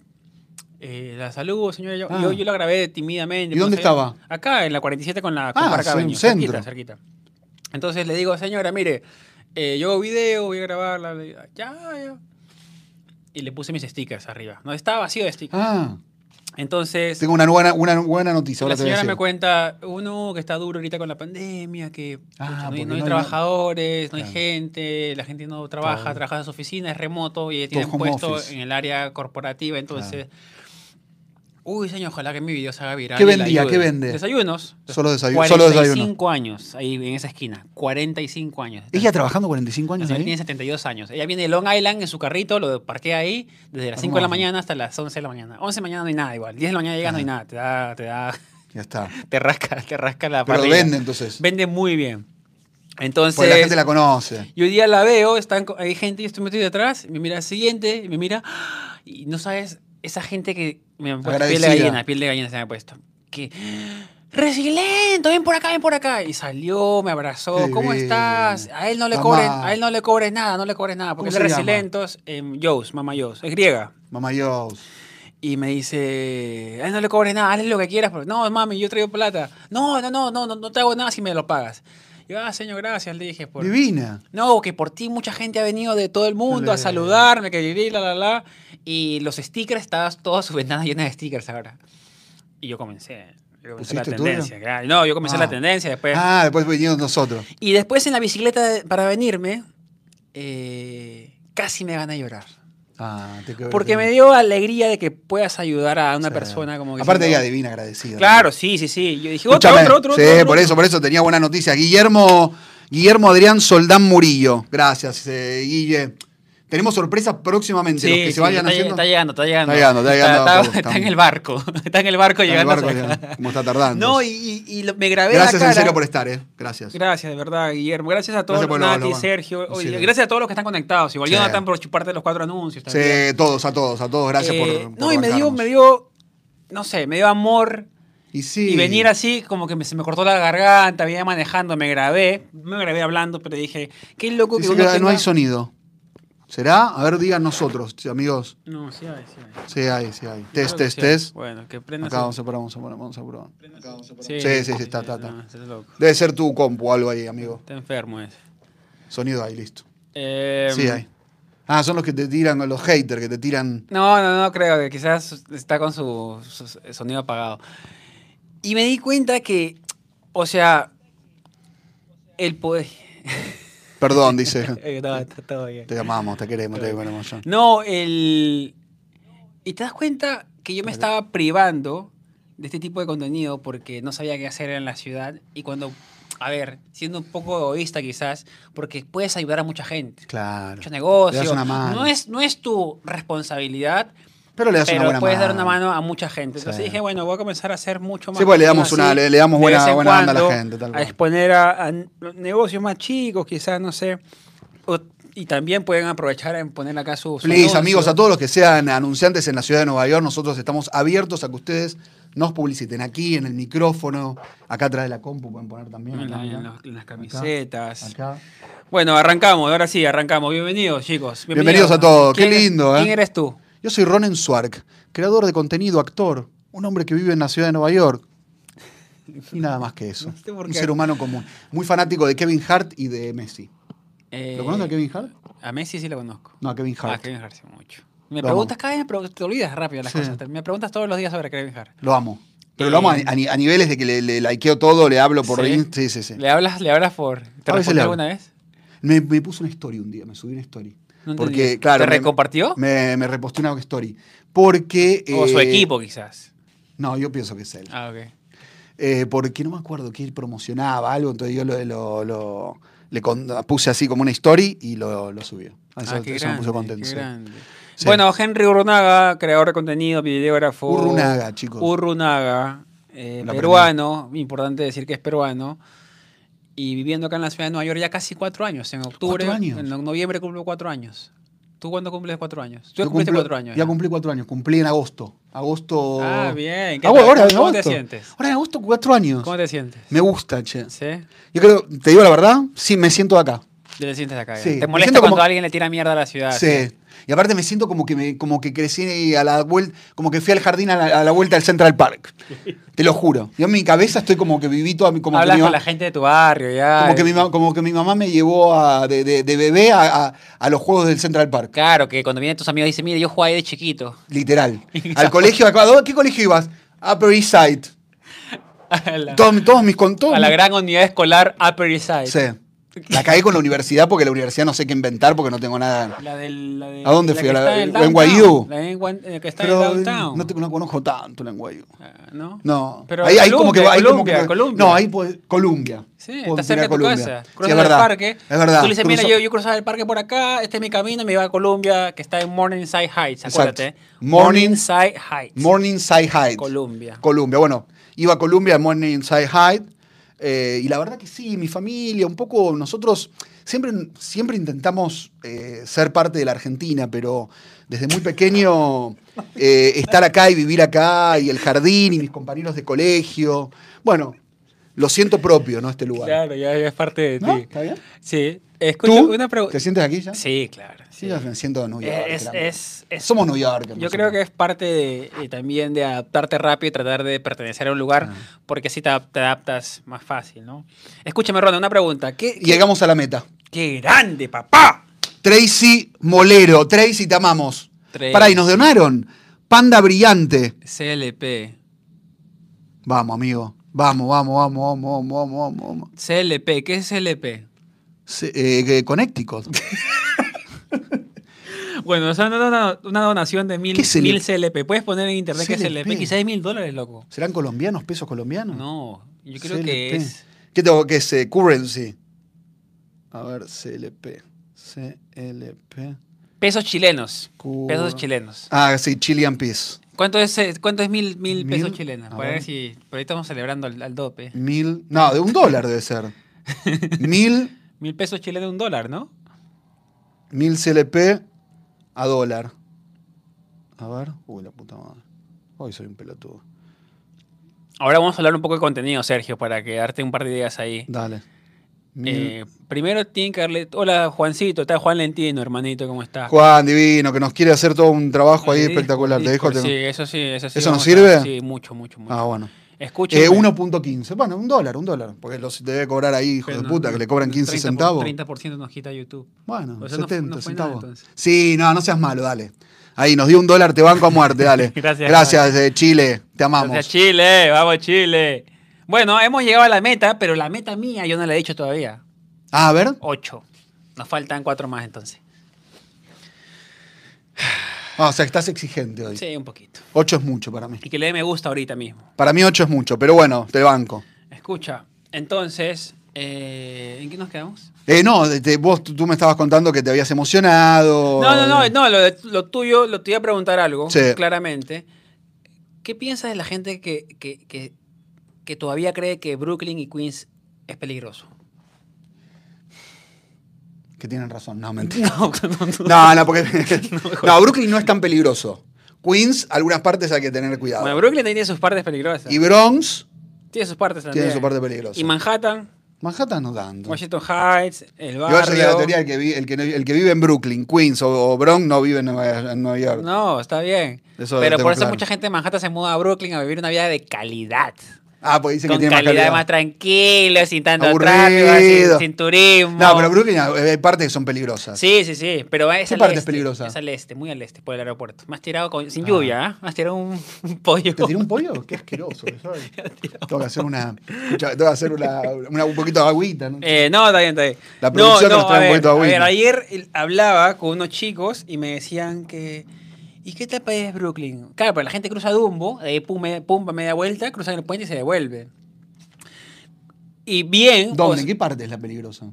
S1: eh, la saludo, señora. Yo,
S2: Ah.
S1: yo, yo la grabé tímidamente.
S2: ¿Y dónde
S1: no sé,
S2: estaba?
S1: Acá, en la 47 con la con
S2: Ah,
S1: Parque
S2: sí, en
S1: Avenue,
S2: centro.
S1: Cerquita, cerquita. Entonces le digo, señora, mire, eh, yo hago video, voy a grabarla. le digo, Ya, ya. Y le puse mis stickers arriba. No, estaba vacío de stickers.
S2: Ah,
S1: Entonces,
S2: tengo una buena, una buena noticia.
S1: la
S2: Ahora te voy a
S1: señora me
S2: decir.
S1: cuenta, uno que está duro ahorita con la pandemia, que
S2: Ah,
S1: pucha, no,
S2: porque
S1: hay,
S2: no
S1: no hay
S2: hay
S1: trabajadores, no hay
S2: Claro.
S1: gente, la gente no trabaja,
S2: Claro.
S1: trabaja en su oficina, es remoto y ella tiene
S2: home
S1: un puesto
S2: office.
S1: en el área corporativa, entonces... Uy, señor, ojalá que mi video se haga viral.
S2: ¿Qué
S1: y la
S2: vendía?
S1: ayude".
S2: ¿Qué vende?
S1: Desayunos.
S2: Solo desayuno. Solo desayuno.
S1: 45 años ahí en esa esquina. 45 años.
S2: ¿Ella trabajando 45
S1: La
S2: años ¿eh?
S1: señora tiene
S2: ahí?
S1: 72 años. Ella viene de Long Island en su carrito, lo parquea ahí desde las 5 de la
S2: Hermoso.
S1: mañana hasta las 11 de la mañana. 11 de la mañana no hay nada igual. 10 de la mañana llegas, no hay
S2: Ajá.
S1: nada. Te da, te da,
S2: Ya está.
S1: te rasca, te rasca la
S2: Pero
S1: parrilla.
S2: vende entonces.
S1: Vende muy bien.
S2: Porque la gente
S1: Entonces,
S2: la conoce.
S1: yo hoy día la veo, están, co- hay gente, yo estoy metido detrás, me mira el siguiente, me mira, y no sabes, esa gente que me ha puesto piel de
S2: Agradecida.
S1: gallina, piel de gallina se me ha puesto. Que, resiliente, ven por acá, ven por acá. Y salió, me abrazó,
S2: Qué
S1: ¿cómo
S2: bien.
S1: estás? A él no le
S2: Mamá.
S1: cobren, a él no le cobres nada, no le cobres nada, porque él
S2: ¿Cómo
S1: es
S2: se llama?
S1: resilientos, em, Yous, mamá Yous, es griega.
S2: Mamá Dios.
S1: Y me dice, "Ay, no le cobres nada, hazle lo que quieras. pero- no, mami, yo traigo plata. No, no, no, no, no, no te hago nada si me lo pagas. Y yo, ah, señor, gracias, le dije. Por...
S2: Divina.
S1: No, que por ti mucha gente ha venido de todo el mundo a
S2: Le-
S1: saludarme, que viví, la, la, la. Y los stickers, estaban todas sus ventanas llenas de stickers ahora. Y yo comencé. Yo comencé la
S2: ¿Pusiste tuyo?
S1: tendencia, claro. No, yo comencé
S2: Ah.
S1: la tendencia después.
S2: Ah, después venimos nosotros.
S1: Y después en la bicicleta de- para venirme, eh, casi me van a llorar.
S2: Ah, te quebré.
S1: Porque me dio alegría de que puedas ayudar a una
S2: Sí.
S1: persona como que...
S2: Aparte ella
S1: diciendo,
S2: divina agradecida.
S1: Claro, sí, sí, sí. Yo dije, otro,
S2: Escúchame.
S1: otro, otro.
S2: sí,
S1: otro, otro,
S2: por
S1: otro.
S2: eso, por eso tenía buena noticia. Guillermo, Guillermo Adrián Soldán Murillo. Gracias, eh, Guille. Tenemos sorpresas próximamente.
S1: Sí,
S2: los que se
S1: sí,
S2: vayan
S1: está,
S2: haciendo.
S1: está llegando, está llegando.
S2: Está llegando, está llegando,
S1: Está,
S2: poco,
S1: está
S2: está-
S1: en el barco. Está en el barco
S2: Está en el
S1: llegando.
S2: barco,
S1: hasta acá.
S2: ya, como está tardando.
S1: No, y, y- y lo- me grabé
S2: Gracias
S1: la cara.
S2: en serio por estar, eh. Gracias.
S1: Gracias, de verdad, Guillermo. Gracias a todos,
S2: Gracias por lo-
S1: Nati,
S2: lo-
S1: Sergio.
S2: lo
S1: Oye,
S2: sirve.
S1: gracias a todos los que están conectados. Igual
S2: Sí.
S1: Jonathan por chuparte los cuatro anuncios. también.
S2: Sí, todos, a todos, a todos. Gracias
S1: Eh,
S2: por, por
S1: No, y me dio,
S2: bancarnos.
S1: me dio, no sé, me dio amor.
S2: Y sí.
S1: Y venir así, como que me- se me cortó la garganta, venía manejando, me grabé. Me grabé hablando, pero dije, qué loco que
S2: Dice
S1: uno
S2: que no
S1: tenga-
S2: hay sonido. ¿Será? A ver, digan nosotros, amigos.
S1: No, sí hay, sí hay.
S2: Sí, hay, sí hay.
S1: Claro
S2: Test,
S1: que
S2: test,
S1: sí.
S2: test.
S1: Bueno, que prenda
S2: Acá
S1: su-
S2: vamos a probar, vamos a probar, vamos a probar.
S1: Sí,
S2: Sí, sí, sí, está, está, está.
S1: no, estás loco.
S2: Debe ser tu compu o algo ahí, amigo.
S1: Está enfermo ese.
S2: Sonido ahí, listo.
S1: Em,
S2: Sí, hay. Ah, son los que te tiran, los haters que te tiran.
S1: No, no, no creo. que Quizás está con su, su sonido apagado. Y me di cuenta que, o sea, el poder...
S2: Perdón, dice.
S1: Eh, no, está todo bien.
S2: Te amamos, te queremos, te queremos. John.
S1: No, el... Y te das cuenta que yo me estaba privando de este tipo de contenido porque no sabía qué hacer en la ciudad y cuando, a ver, siendo un poco egoísta quizás, porque puedes ayudar a mucha gente,
S2: Claro.
S1: mucho
S2: Le das
S1: negocio.
S2: una mano.
S1: No es, no es tu responsabilidad,
S2: Pero le das una
S1: pero
S2: buena
S1: puedes
S2: mano.
S1: dar una mano a mucha gente. Entonces
S2: Sí.
S1: dije, bueno, voy a comenzar a hacer mucho más.
S2: Sí, pues le damos,
S1: contenido
S2: una,
S1: así,
S2: le, le damos
S1: de vez
S2: buena,
S1: en
S2: buena onda a la
S1: cuando,
S2: gente. Tal
S1: a
S2: cual.
S1: exponer a, a negocios más chicos, quizás, no sé. O- y también pueden aprovechar en poner acá sus.
S2: Please, amigos, a todos los que sean anunciantes en la ciudad de Nueva York, nosotros estamos abiertos a que ustedes nos publiciten aquí, en el micrófono, acá atrás de la compu pueden poner también.
S1: En, la-
S2: acá,
S1: en
S2: mirá.
S1: los- en las camisetas.
S2: Acá.
S1: Bueno, arrancamos, ahora sí, arrancamos. Bienvenidos, chicos.
S2: Bienvenidos a todos, qué
S1: ¿Quién-
S2: lindo, ¿eh?
S1: ¿Quién eres tú?
S2: Yo soy Ronen Swark, creador de contenido, actor, un hombre que vive en la ciudad de Nueva York. Y nada más que eso.
S1: No sé por
S2: un
S1: qué.
S2: ser humano común. Muy fanático de Kevin Hart y de Messi.
S1: Eh,
S2: ¿Lo conoces a Kevin Hart?
S1: A Messi sí lo conozco.
S2: No, a Kevin
S1: Ah,
S2: Hart.
S1: Kevin Hart sí, mucho. Me
S2: Lo
S1: preguntas cada vez, pero te olvidas rápido las
S2: Sí.
S1: cosas. Te- Me preguntas todos los días sobre Kevin Hart.
S2: Lo amo. Pero lo amo a, a ni- a niveles de que le, le likeo todo, le hablo por
S1: Sí.
S2: Insta. Sí, sí, sí.
S1: ¿Le hablas, le hablas por. ¿Te
S2: A veces le
S1: respondió
S2: hablo.
S1: alguna vez?
S2: Me, me puse una story un día, me subí una story.
S1: No
S2: porque,
S1: entendí.
S2: claro.
S1: ¿Te
S2: me-
S1: recompartió?
S2: Me, me reposté una story. Porque.
S1: o su
S2: eh,
S1: equipo, quizás.
S2: No, yo pienso que es él.
S1: Ah, ok.
S2: Eh, porque no me acuerdo que él promocionaba algo, entonces yo lo, lo, lo- le con- puse así como una story y lo, lo subí. Eso,
S1: Ah, qué
S2: eso me puso
S1: grande,
S2: contento.
S1: qué
S2: sí.
S1: grande.
S2: Sí.
S1: Bueno, Henry Urrunaga, creador de contenido, videógrafo.
S2: Urrunaga, chicos.
S1: Urrunaga, eh,
S2: La
S1: peruano, importante decir que es peruano. Y viviendo acá en la ciudad de Nueva York ya casi cuatro años. En octubre,
S2: ¿Cuatro años?
S1: en no- noviembre cumplo cuatro años. ¿Tú cuándo cumples cuatro años? Tú
S2: Yo
S1: ya cumpliste
S2: cumplo-
S1: cuatro años.
S2: Ya
S1: ya.
S2: cumplí cuatro años. Cumplí en agosto. Agosto.
S1: Ah, bien. ¿Qué
S2: Ah,
S1: tal?
S2: ahora en
S1: ¿Cómo te
S2: agosto.
S1: sientes?
S2: Ahora en agosto, cuatro años.
S1: ¿Cómo te sientes?
S2: Me gusta, che.
S1: ¿Sí?
S2: Yo creo, te digo la verdad, sí, me siento acá.
S1: Yo te sientes acá. ya.
S2: Sí,
S1: Te
S2: me
S1: molesta
S2: siento
S1: cuando
S2: como-
S1: alguien le tira mierda a la ciudad.
S2: sí. Y aparte me siento como que, me, como que crecí a la vuelta, como que fui al jardín a la, a la vuelta del Central Park. Te lo juro. Yo en mi cabeza estoy como que viví toda mi. Como que
S1: Hablas
S2: mi
S1: con
S2: ma-
S1: la gente de tu barrio, ya.
S2: Como que, mi, ma- como que mi mamá me llevó a- de, de- de bebé a, a- a los juegos del Central Park.
S1: Claro, que cuando vienen tus amigos dicen, mire, yo jugaba ahí de chiquito.
S2: Literal. Al colegio de acá. ¿dó- ¿Qué colegio ibas? Upper East Side.
S1: A la,
S2: Todos, todos mis con todos
S1: a la
S2: mis-
S1: gran unidad escolar Upper East Side.
S2: Sí. La cagué con la universidad porque la universidad no sé qué inventar porque no tengo nada.
S1: La del, la de-
S2: ¿A dónde fui?
S1: que
S2: ¿A la-
S1: está en
S2: o en
S1: downtown.
S2: Guayú?
S1: La en Guan- eh, que está
S2: Pero
S1: en Downtown.
S2: no, te- no conozco tanto lenguayo.
S1: Ah, ¿No?
S2: No.
S1: Pero
S2: ahí, ahí como que
S1: Colombia,
S2: ahí como
S1: Colombia,
S2: que-
S1: Colombia.
S2: No, ahí pues, Colombia.
S1: Sí,
S2: Puedo
S1: está cerca
S2: tirar
S1: de tu
S2: Colombia.
S1: casa.
S2: Sí,
S1: Cruzas
S2: es verdad.
S1: el parque.
S2: Es verdad.
S1: Tú le dices, mira,
S2: Cruzo-
S1: yo, yo cruzaba el parque por acá, este es mi camino, me iba a Colombia, que está en Morningside Heights,
S2: Exacto.
S1: acuérdate.
S2: Morning-
S1: Morningside Heights.
S2: Morningside Heights.
S1: Colombia.
S2: Colombia. Bueno, iba a Colombia, a Morningside Heights. eh, y la verdad que sí, mi familia, un poco nosotros siempre, siempre intentamos eh, ser parte de la Argentina, pero desde muy pequeño eh, estar acá y vivir acá, y el jardín, y mis compañeros de colegio. Bueno, lo siento propio, ¿no? Este lugar.
S1: Claro, ya, ya es parte de
S2: ¿No?
S1: ti.
S2: ¿Está bien?
S1: Sí. Escucha
S2: ¿Tú?
S1: una
S2: ¿Te
S1: pregunta.
S2: sientes aquí ya?
S1: Sí, claro.
S2: Sí,
S1: sí.
S2: yo me siento en New York.
S1: Es-
S2: gran-
S1: es- es-
S2: Somos New York.
S1: Yo creo que es parte de, eh, también de adaptarte rápido y tratar de pertenecer a un lugar,
S2: Ah.
S1: porque así te, adap- te adaptas más fácil, ¿no? Escúchame, Ronda, una pregunta. ¿Qué, qué,
S2: Llegamos a la meta.
S1: qué grande, papá!
S2: Tracy Molero. Tracy, te amamos.
S1: Tracy.
S2: Pará, y nos donaron. Panda Brillante.
S1: CLP.
S2: Vamos, amigo. Vamos, vamos, vamos, vamos, vamos, vamos, vamos, vamos.
S1: CLP, ¿qué es CLP?
S2: Se- eh, que- Connecticut.
S1: Bueno, o sea, una, dona- una donación de mil,
S2: ¿Qué es
S1: mil CLP. Puedes poner en internet que es CLP,
S2: CLP.
S1: quizás es mil dólares, loco.
S2: ¿Serán colombianos, pesos colombianos?
S1: No, yo creo que
S2: CLP.
S1: es.
S2: ¿Qué tengo que es eh, currency? A ver, CLP. CLP.
S1: Pesos chilenos.
S2: Cu-
S1: Pesos chilenos.
S2: Ah, sí, Chilean Peace.
S1: ¿Cuánto es, eh, cuánto es mil, mil
S2: Mil,
S1: pesos chilenos?
S2: a
S1: Para ver
S2: ver.
S1: si. Por ahí estamos celebrando al, al dope.
S2: Mil. No, de un dólar debe ser. Mil.
S1: Mil pesos chilenos, un dólar, ¿no?
S2: 1000 CLP a dólar. A ver. Uy, la puta madre. Hoy soy un pelotudo.
S1: Ahora vamos a hablar un poco de contenido, Sergio, para que darte un par de ideas ahí.
S2: Dale. Mil-
S1: Eh, primero tienen que darle. Hola, Juancito, está Juan Lentino, hermanito, ¿cómo estás?
S2: Juan Divino, que nos quiere hacer todo un trabajo ahí
S1: El disco,
S2: espectacular.
S1: el
S2: Te dijo
S1: disco,
S2: que-
S1: Sí, eso sí, eso sí.
S2: ¿Eso nos
S1: vamos a-
S2: sirve?
S1: Sí, mucho, mucho, mucho.
S2: Ah, bueno.
S1: Escuchen.
S2: Eh, 1.15. Bueno, un dólar, un dólar. Porque los debe cobrar ahí, hijo de puta, que le cobran 15 centavos.
S1: 30% nos quita YouTube.
S2: Bueno,
S1: O sea, no fue-
S2: 70
S1: no fue nada,
S2: centavos.
S1: entonces.
S2: sí, no, no seas malo, dale. Ahí, nos dio un dólar, te banco a muerte, dale.
S1: Gracias,
S2: Gracias, eh, Chile. Te
S1: Vamos.
S2: amamos.
S1: a Chile, vamos Chile. Bueno, hemos llegado a la meta, pero la meta mía yo no la he dicho todavía.
S2: Ah, a ver.
S1: Ocho. Nos faltan cuatro más entonces.
S2: Ah, o sea, estás exigente hoy.
S1: Sí, un poquito.
S2: 8 es mucho para mí.
S1: Y que le dé me gusta ahorita mismo.
S2: Para mí 8 es mucho, pero bueno, te banco.
S1: Escucha, entonces, eh, ¿en qué nos quedamos?
S2: Eh, no, de- de- vos tú tú me estabas contando que te habías emocionado.
S1: No, no, no, no, lo, de- lo tuyo, lo te iba a preguntar algo,
S2: Sí.
S1: claramente. ¿Qué piensas de la gente que, que, que, que todavía cree que Brooklyn y Queens es peligroso?
S2: Que tienen razón, no, mentira.
S1: No, no, no.
S2: No, no, porque. no, Brooklyn no es tan peligroso. Queens, algunas partes hay que tener cuidado.
S1: Bueno, Brooklyn tiene sus partes peligrosas.
S2: y Bronx
S1: tiene sus partes también.
S2: tiene su parte peligrosa.
S1: Y Manhattan,
S2: Manhattan no tanto.
S1: Washington Heights, el
S2: Yo soy de la teoría
S1: barrio.
S2: el que, vi- el, que, no- el que vive en Brooklyn, Queens o, o Bronx no vive en Nueva, en Nueva York.
S1: No, está bien.
S2: Eso
S1: Pero
S2: tengo
S1: por eso
S2: claro.
S1: mucha gente de Manhattan se muda a Brooklyn a vivir una vida de calidad.
S2: Ah, porque dicen
S1: con
S2: que tiene
S1: calidad,
S2: más
S1: más
S2: calidad.
S1: tranquilo, sin tanto
S2: Aburrido.
S1: tráfico, sin, sin turismo.
S2: No, pero Brooklyn eh, hay hay partes que son peligrosas.
S1: Sí, sí, sí, pero es
S2: ¿Qué
S1: al
S2: parte es
S1: este,
S2: peligrosa?
S1: Es al este, muy al este, por el aeropuerto. Más tirado con, sin
S2: Ah.
S1: lluvia, ¿ah? Más tirado un, un pollo.
S2: ¿Te tiré un pollo? Qué asqueroso que soy. Tengo que hacer una. Tengo que hacer una, una- un poquito de agüita. ¿no?
S1: Eh, no, está bien, está bien.
S2: La producción nos
S1: a
S2: trae un
S1: ver,
S2: poquito de
S1: a ver,
S2: agüita.
S1: ayer el- hablaba con unos chicos y me decían que. ¿Y qué tal país es Brooklyn? Claro, pero la gente cruza Dumbo, de ahí pum, me- pumba, media vuelta, cruzan el puente y se devuelve. Y bien.
S2: ¿Dónde?
S1: o
S2: ¿En
S1: sea,
S2: qué parte es la peligrosa?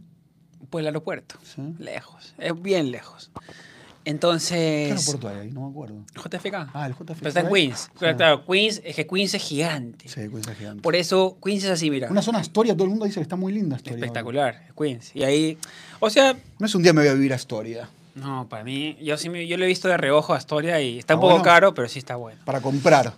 S1: Por el aeropuerto.
S2: Sí.
S1: Lejos. Es bien lejos.
S2: ¿Qué
S1: Entonces.
S2: aeropuerto hay ahí? No me acuerdo.
S1: JFK.
S2: Ah, el JFK.
S1: Pero está en Queens. Claro,
S2: Sí.
S1: claro, Queens, es que Queens es gigante.
S2: Sí, Queens es gigante.
S1: Por eso Queens es así, mira.
S2: Una zona de Astoria, todo el mundo dice que está muy linda Astoria. ahora.
S1: espectacular, Queens. Y ahí, o sea,
S2: No es un día me voy a vivir a Astoria.
S1: no, para mí, yo sí me- yo lo he visto de reojo a Astoria y está
S2: Ah,
S1: un poco
S2: bueno.
S1: caro, pero sí está bueno.
S2: Para comprar.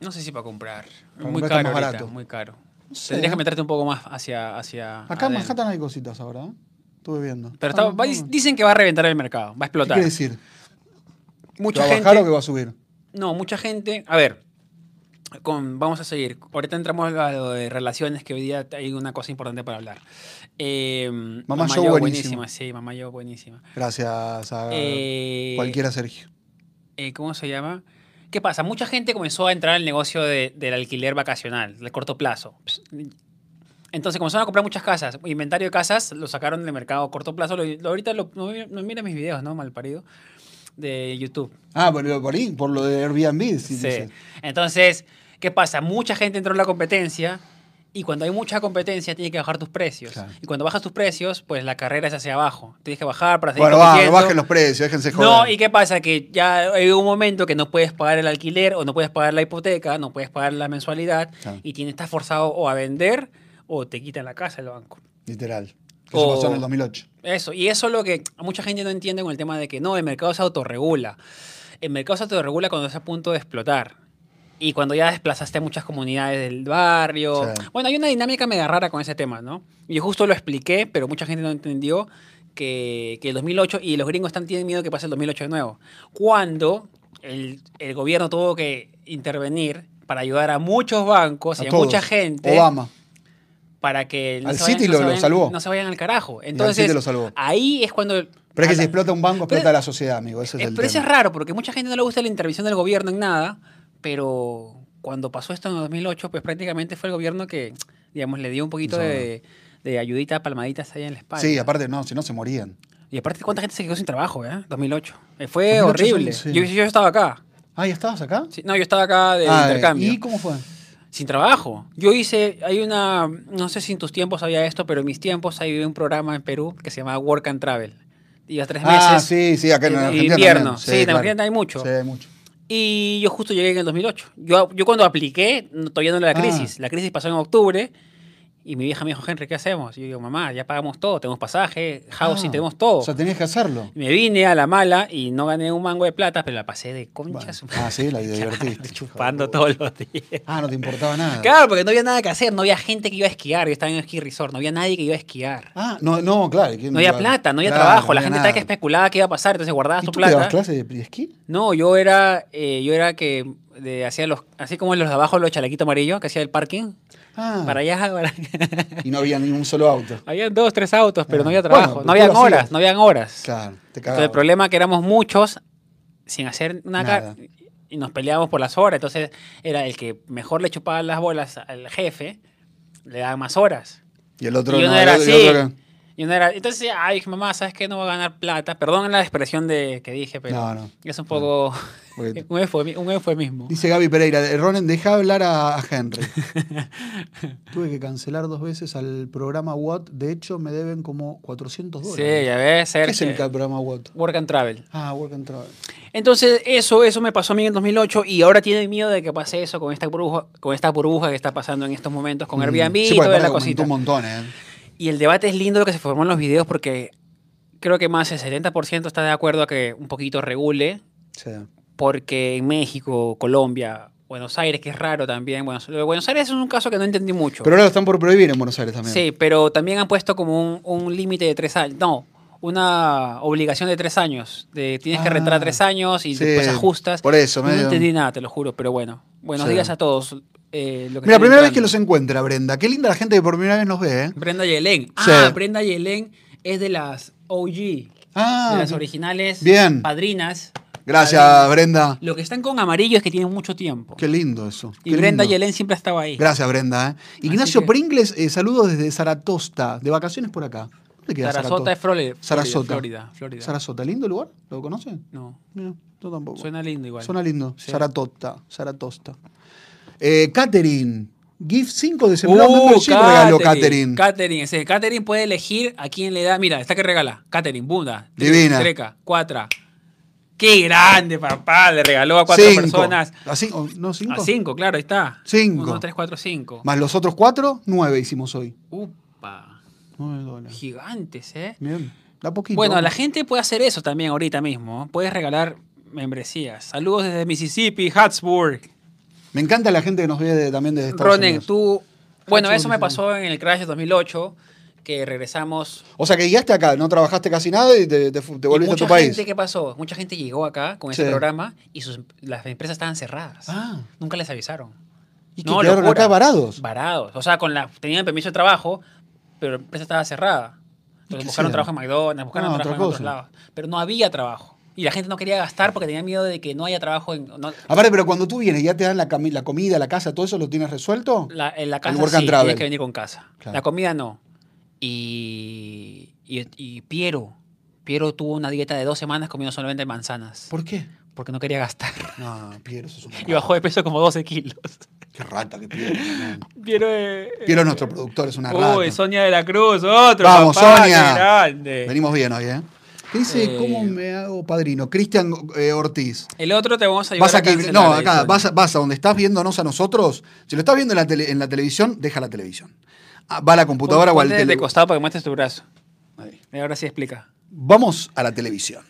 S1: No sé si para comprar.
S2: Para
S1: muy
S2: comprar está
S1: caro
S2: más
S1: ahorita,
S2: barato.
S1: muy caro.
S2: sé.
S1: Tendrías que meterte un poco más hacia hacia
S2: Acá en
S1: adentro.
S2: Manhattan hay cositas ahora, ¿eh? Estuve viendo.
S1: Pero está-
S2: Ah,
S1: va-
S2: no.
S1: dicen que va a reventar el mercado, va a
S2: ¿Qué
S1: explotar.
S2: quiere decir? ¿Que
S1: Mucha
S2: va a
S1: gente
S2: bajar o que va a subir?
S1: No, mucha gente. A ver, con, vamos a seguir. Ahorita entramos a lo de relaciones, que hoy día hay una cosa importante para hablar. Eh,
S2: Mamá Yo
S1: Yo
S2: buenísima.
S1: Sí, mamá yo buenísima.
S2: Gracias a
S1: Eh,
S2: cualquiera Sergio.
S1: eh, ¿Cómo se llama? ¿Qué pasa? Mucha gente comenzó a entrar al negocio de- del alquiler vacacional, del corto plazo. Ps- Entonces comenzaron a comprar muchas casas. Inventario de casas lo sacaron del mercado a corto plazo. Lo- lo- ahorita lo, no, no mira mis videos, ¿no? Malparido. De YouTube.
S2: Ah, pero por ahí, por lo de Airbnb. Sí,
S1: Sí.
S2: dice.
S1: Entonces, ¿qué pasa? Mucha gente entró en la competencia y cuando hay mucha competencia tienes que bajar tus precios.
S2: Claro.
S1: Y cuando bajas tus precios, pues la carrera es hacia abajo. Tienes que bajar para seguir
S2: Bueno, va,
S1: compitiendo.
S2: bajen los precios, déjense joder.
S1: No, ¿y qué pasa? Que ya hay un momento que no puedes pagar el alquiler o no puedes pagar la hipoteca, no puedes pagar la mensualidad
S2: Claro.
S1: y tienes, estás forzado o a vender o te quitan la casa del banco.
S2: Literal. Que
S1: Oh. O-
S2: Eso pasó en el 2008.
S1: Eso, y eso es lo que a mucha gente no entiende con el tema de que no, el mercado se autorregula. El mercado se autorregula cuando está a punto de explotar. Y cuando ya desplazaste a muchas comunidades del barrio.
S2: Sí.
S1: Bueno, hay una dinámica mega rara con ese tema, ¿no? Yo justo lo expliqué, pero mucha gente no entendió que, que el 2008, y los gringos están, tienen miedo que pase el 2008 de nuevo. Cuando el, el gobierno tuvo que intervenir para ayudar a muchos bancos
S2: A
S1: y a
S2: todos.
S1: mucha gente
S2: Obama.
S1: para que
S2: Al
S1: se
S2: City
S1: no
S2: lo-
S1: se
S2: lo salvó.
S1: No se vayan al carajo.
S2: al
S1: Entonces,
S2: City lo salvó.
S1: ahí es cuando...
S2: Pero es que si
S1: Ala.
S2: explota un banco, explota
S1: Pero-
S2: la sociedad, amigo. Ese es
S1: Eh,
S2: el
S1: pero eso es
S2: tema.
S1: raro, porque mucha gente no le gusta la intervención del gobierno en nada, pero cuando pasó esto en el 2008, pues prácticamente fue el gobierno que, digamos, le dio un poquito
S2: No.
S1: de, de ayudita, palmaditas ahí en la espalda.
S2: Sí, aparte, no, si no se morían.
S1: Y aparte, ¿cuánta gente se quedó sin trabajo, eh? 2008. Eh, fue
S2: 2008
S1: horrible.
S2: sí.
S1: Yo, yo estaba acá.
S2: Ah, ¿y estabas acá?
S1: Sí, no, yo estaba acá de
S2: Ah,
S1: intercambio.
S2: ¿Y cómo fue?
S1: Sin trabajo. Yo hice, hay una, no sé si en tus tiempos había esto, pero en mis tiempos hay un programa en Perú que se llamaba Work and Travel. Ibas tres meses.
S2: Ah, sí, sí, acá en
S1: en
S2: Argentina.
S1: invierno.
S2: también.
S1: Sí, en
S2: claro.
S1: Argentina hay mucho.
S2: Sí, hay mucho.
S1: Y yo justo llegué en el 2008. Yo, yo cuando apliqué, no- todavía no era la
S2: Ah.
S1: crisis. La crisis pasó en octubre y mi vieja me dijo, Henry, ¿qué hacemos? Y yo digo, mamá, ya pagamos todo, tenemos pasaje, housing,
S2: Ah,
S1: tenemos todo.
S2: O sea, tenías que hacerlo.
S1: me vine a la mala y no gané un mango de plata, pero la pasé de concha
S2: Bueno.
S1: su
S2: Ah,
S1: madre,
S2: sí, la divertiste.
S1: chupando todos los días.
S2: Ah, no te importaba nada.
S1: Claro, porque no había nada que hacer, no había gente que iba a esquiar, yo estaba en un esquí resort, no había nadie que iba a esquiar.
S2: Ah, no, no, claro. ¿quién-
S1: No había
S2: claro,
S1: plata, no había
S2: claro,
S1: trabajo,
S2: no
S1: la
S2: había
S1: gente
S2: nada.
S1: estaba que especulaba qué iba a pasar, entonces guardabas
S2: ¿Y
S1: tu
S2: tú te dabas
S1: plata.
S2: clases de de esquí?
S1: No, yo era, eh, yo era que de- hacía los, así como los de abajo, los chalequitos amarillos, que hacía el parking,
S2: Ah,
S1: para allá, para-
S2: y no había ni un solo auto.
S1: habían dos, tres autos, pero no había
S2: Ah,
S1: trabajo,
S2: bueno,
S1: no
S2: pero
S1: habían
S2: tú lo
S1: horas,
S2: hacías.
S1: no habían horas.
S2: Claro, te
S1: Entonces el
S2: cagabas.
S1: problema es que éramos muchos sin hacer una
S2: Nada.
S1: cara y nos peleábamos por las horas, entonces era el que mejor le chupaba las bolas al jefe, le daba más horas.
S2: Y el otro
S1: y uno
S2: no,
S1: era
S2: el otro-
S1: así.
S2: el otro que-
S1: Y uno era, entonces, ay, dije, mamá, ¿sabes qué? No voy a ganar plata. Perdón la expresión de, que dije, pero
S2: No, no.
S1: es un poco
S2: porque-
S1: un, eufemi- un eufemismo.
S2: Dice Gaby Pereira, "Eh, Ronen, deja hablar a a Henry. Tuve que cancelar dos veces al programa Watt. De hecho, me deben como 400
S1: Sí,
S2: dólares.
S1: ya ves,
S2: ¿Qué es el
S1: Sergio.
S2: ca- programa Watt?
S1: Work and Travel.
S2: Ah, Work and Travel.
S1: Entonces, eso, eso me pasó a mí en el 2008 y ahora tiene miedo de que pase eso con esta burbuja, con esta burbuja que está pasando en estos momentos con Airbnb
S2: Mm, Sí,
S1: y
S2: porque
S1: toda
S2: aparte
S1: la
S2: aumentó
S1: cosita.
S2: un montón, ¿eh?
S1: Y el debate es lindo que se formó en los videos porque creo que más del 70% está de acuerdo a que un poquito regule,
S2: Sí.
S1: porque en México, Colombia, Buenos Aires, que es raro también, Buenos, lo de Buenos Aires es un caso que no entendí mucho.
S2: Pero ahora lo están por prohibir en Buenos Aires también.
S1: Sí, pero también han puesto como un, un límite de tres años. No, una obligación de tres años. De, tienes que rentar a
S2: Ah,
S1: tres años y
S2: sí,
S1: después ajustas.
S2: por eso,
S1: no
S2: medio-
S1: entendí nada, te lo juro, pero bueno. Buenos
S2: Sí.
S1: días a todos. eh, lo que
S2: Mira,
S1: están
S2: primera vez que
S1: entrando.
S2: los encuentra, Brenda. Qué linda la gente que por primera vez nos ve, ¿eh?
S1: Brenda Yelén.
S2: Sí.
S1: Ah, Brenda Yelén es de las OG.
S2: Ah,
S1: de las originales.
S2: bien.
S1: Padrinas.
S2: gracias,
S1: Padrinas.
S2: Brenda.
S1: Lo que están con amarillo es que tienen mucho tiempo.
S2: Qué lindo eso.
S1: y
S2: qué
S1: Brenda
S2: lindo.
S1: Yelén siempre estaba ahí.
S2: Gracias, Brenda. ¿eh? Ignacio
S1: que-
S2: Pringles, eh, saludos desde Zaratosta, de vacaciones por acá. ¿Dónde queda
S1: Sarasota es Florida.
S2: Sarasota.
S1: Florida. Florida.
S2: Sarasota, lindo lugar, ¿lo conocen?
S1: no,
S2: No, yo tampoco.
S1: suena lindo igual.
S2: Suena lindo.
S1: Sí.
S2: Saratosta, Saratosta. Eh, Catherine, GIF 5 de Sembrado Membership regaló Catherine.
S1: Uh, Catherine, ese, Catherine puede elegir a quién le da. Mira, está que regala. Catherine, Bunda.
S2: Divina.
S1: Treca, cuatra. ¡Qué grande, papá! Le regaló a cuatro
S2: Cinco.
S1: personas.
S2: ¿A cinco? ¿No, cinco?
S1: A cinco, claro, ahí está.
S2: Cinco.
S1: Uno, tres, cuatro, cinco.
S2: Más los otros cuatro, nueve hicimos hoy.
S1: Upa.
S2: Nueve dólares.
S1: Gigantes, ¿eh?
S2: Bien. Da poquito.
S1: Bueno, la gente puede hacer eso también ahorita mismo. ¿eh? Puedes regalar membresías. Saludos desde Mississippi, Hattsburg.
S2: Me encanta la gente que nos ve de- también desde Estados
S1: Ronen,
S2: Unidos.
S1: tú... Bueno,
S2: Hattsburg,
S1: eso me
S2: sí.
S1: pasó en el crash de 2008, que regresamos
S2: O sea, que llegaste acá, no trabajaste casi nada y te, te fu- te
S1: Y
S2: volviste a
S1: mucha
S2: tu país.
S1: gente, ¿qué pasó? Mucha gente llegó acá con ese
S2: Sí.
S1: programa y sus, las empresas estaban cerradas.
S2: Ah. Pues
S1: Nunca les avisaron.
S2: Y que quedaron
S1: locura.
S2: acá varados.
S1: Varados. O sea, con la, tenían permiso de trabajo, pero la empresa estaba cerrada.
S2: qué
S1: Entonces buscaron
S2: hacían?
S1: trabajo en McDonald's, buscaron
S2: Ah,
S1: trabajo
S2: otra
S1: en otros
S2: cosa.
S1: lados. Pero no había trabajo. Y la gente no quería gastar porque tenía miedo de que no haya trabajo en... no-
S2: Aparte, pero cuando tú vienes, ¿ya te dan la, cami- la comida, la casa, todo eso lo tienes resuelto?
S1: La, en la casa
S2: work and
S1: sí,
S2: travel.
S1: tienes que venir con casa.
S2: Claro.
S1: La comida no. Y, y, y Piero. Piero tuvo una dieta de dos semanas comiendo solamente manzanas.
S2: ¿Por qué?
S1: Porque no quería gastar.
S2: No, Piero, sos un
S1: Y bajó de peso como 12 kilos.
S2: Qué rata que Piero. man.
S1: Piero, eh,
S2: Piero es nuestro productor, es una rata.
S1: Uy, Sonia de la Cruz, otro.
S2: Vamos,
S1: papá,
S2: Sonia.
S1: qué grande.
S2: Venimos bien hoy, ¿eh? ¿Qué dice?
S1: Eh.
S2: ¿Cómo me hago padrino? Cristian eh, Ortiz.
S1: El otro te vamos a ayudar
S2: Vas a que-
S1: cancelar,
S2: no,
S1: eh,
S2: acá,
S1: Sonia.
S2: vas a, vas a donde estás viéndonos a nosotros. Si lo estás viendo en la, tele- en la televisión, deja la televisión. Ah, Va a la computadora o al
S1: Ponte de
S2: tele-
S1: costado para que muestres tu brazo.
S2: Ahí.
S1: Y ahora sí explica.
S2: Vamos a la televisión.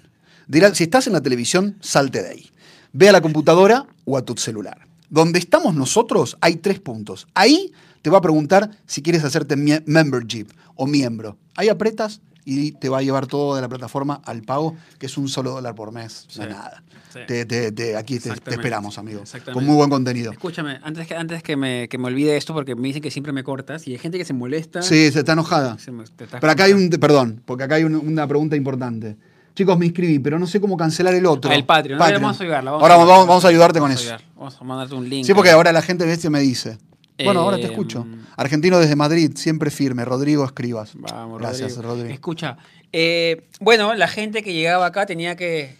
S2: Dirá, si estás en la televisión, salte de ahí. Ve a la computadora o a tu celular. Donde estamos nosotros hay tres puntos. Ahí te va a preguntar si quieres hacerte mie- membership o miembro. Ahí apretas y te va a llevar todo de la plataforma al pago, que es un solo dólar por mes. No es
S1: Sí.
S2: nada.
S1: Sí.
S2: Te- te- te- aquí te, te
S1: Exactamente.
S2: esperamos, amigo. Con
S1: Exactamente.
S2: muy buen contenido.
S1: Escúchame, antes que, antes que, me, que me olvide esto, porque me dicen que siempre me cortas y hay gente que se molesta.
S2: Sí, se está enojada.
S1: Se me- te estás
S2: Pero acá hay
S1: cortando.
S2: un, perdón, porque acá hay un- una pregunta importante. Chicos, me inscribí, pero no sé cómo cancelar el otro.
S1: Ah, el Patreon. No,
S2: Patreon.
S1: Vamos a ayudarla.
S2: ahora
S1: a ayudarla.
S2: vamos, vamos a ayudarte con
S1: Vamos a
S2: eso.
S1: ayudar. Vamos a mandarte un link.
S2: Sí, porque ahora la gente bestia me dice. Bueno, ahora te
S1: Eh,
S2: escucho. Argentino desde Madrid, siempre firme. Rodrigo Escribas.
S1: Vamos,
S2: Gracias,
S1: Rodrigo.
S2: Rodrigo.
S1: Escucha, eh, bueno, la gente que llegaba acá tenía que...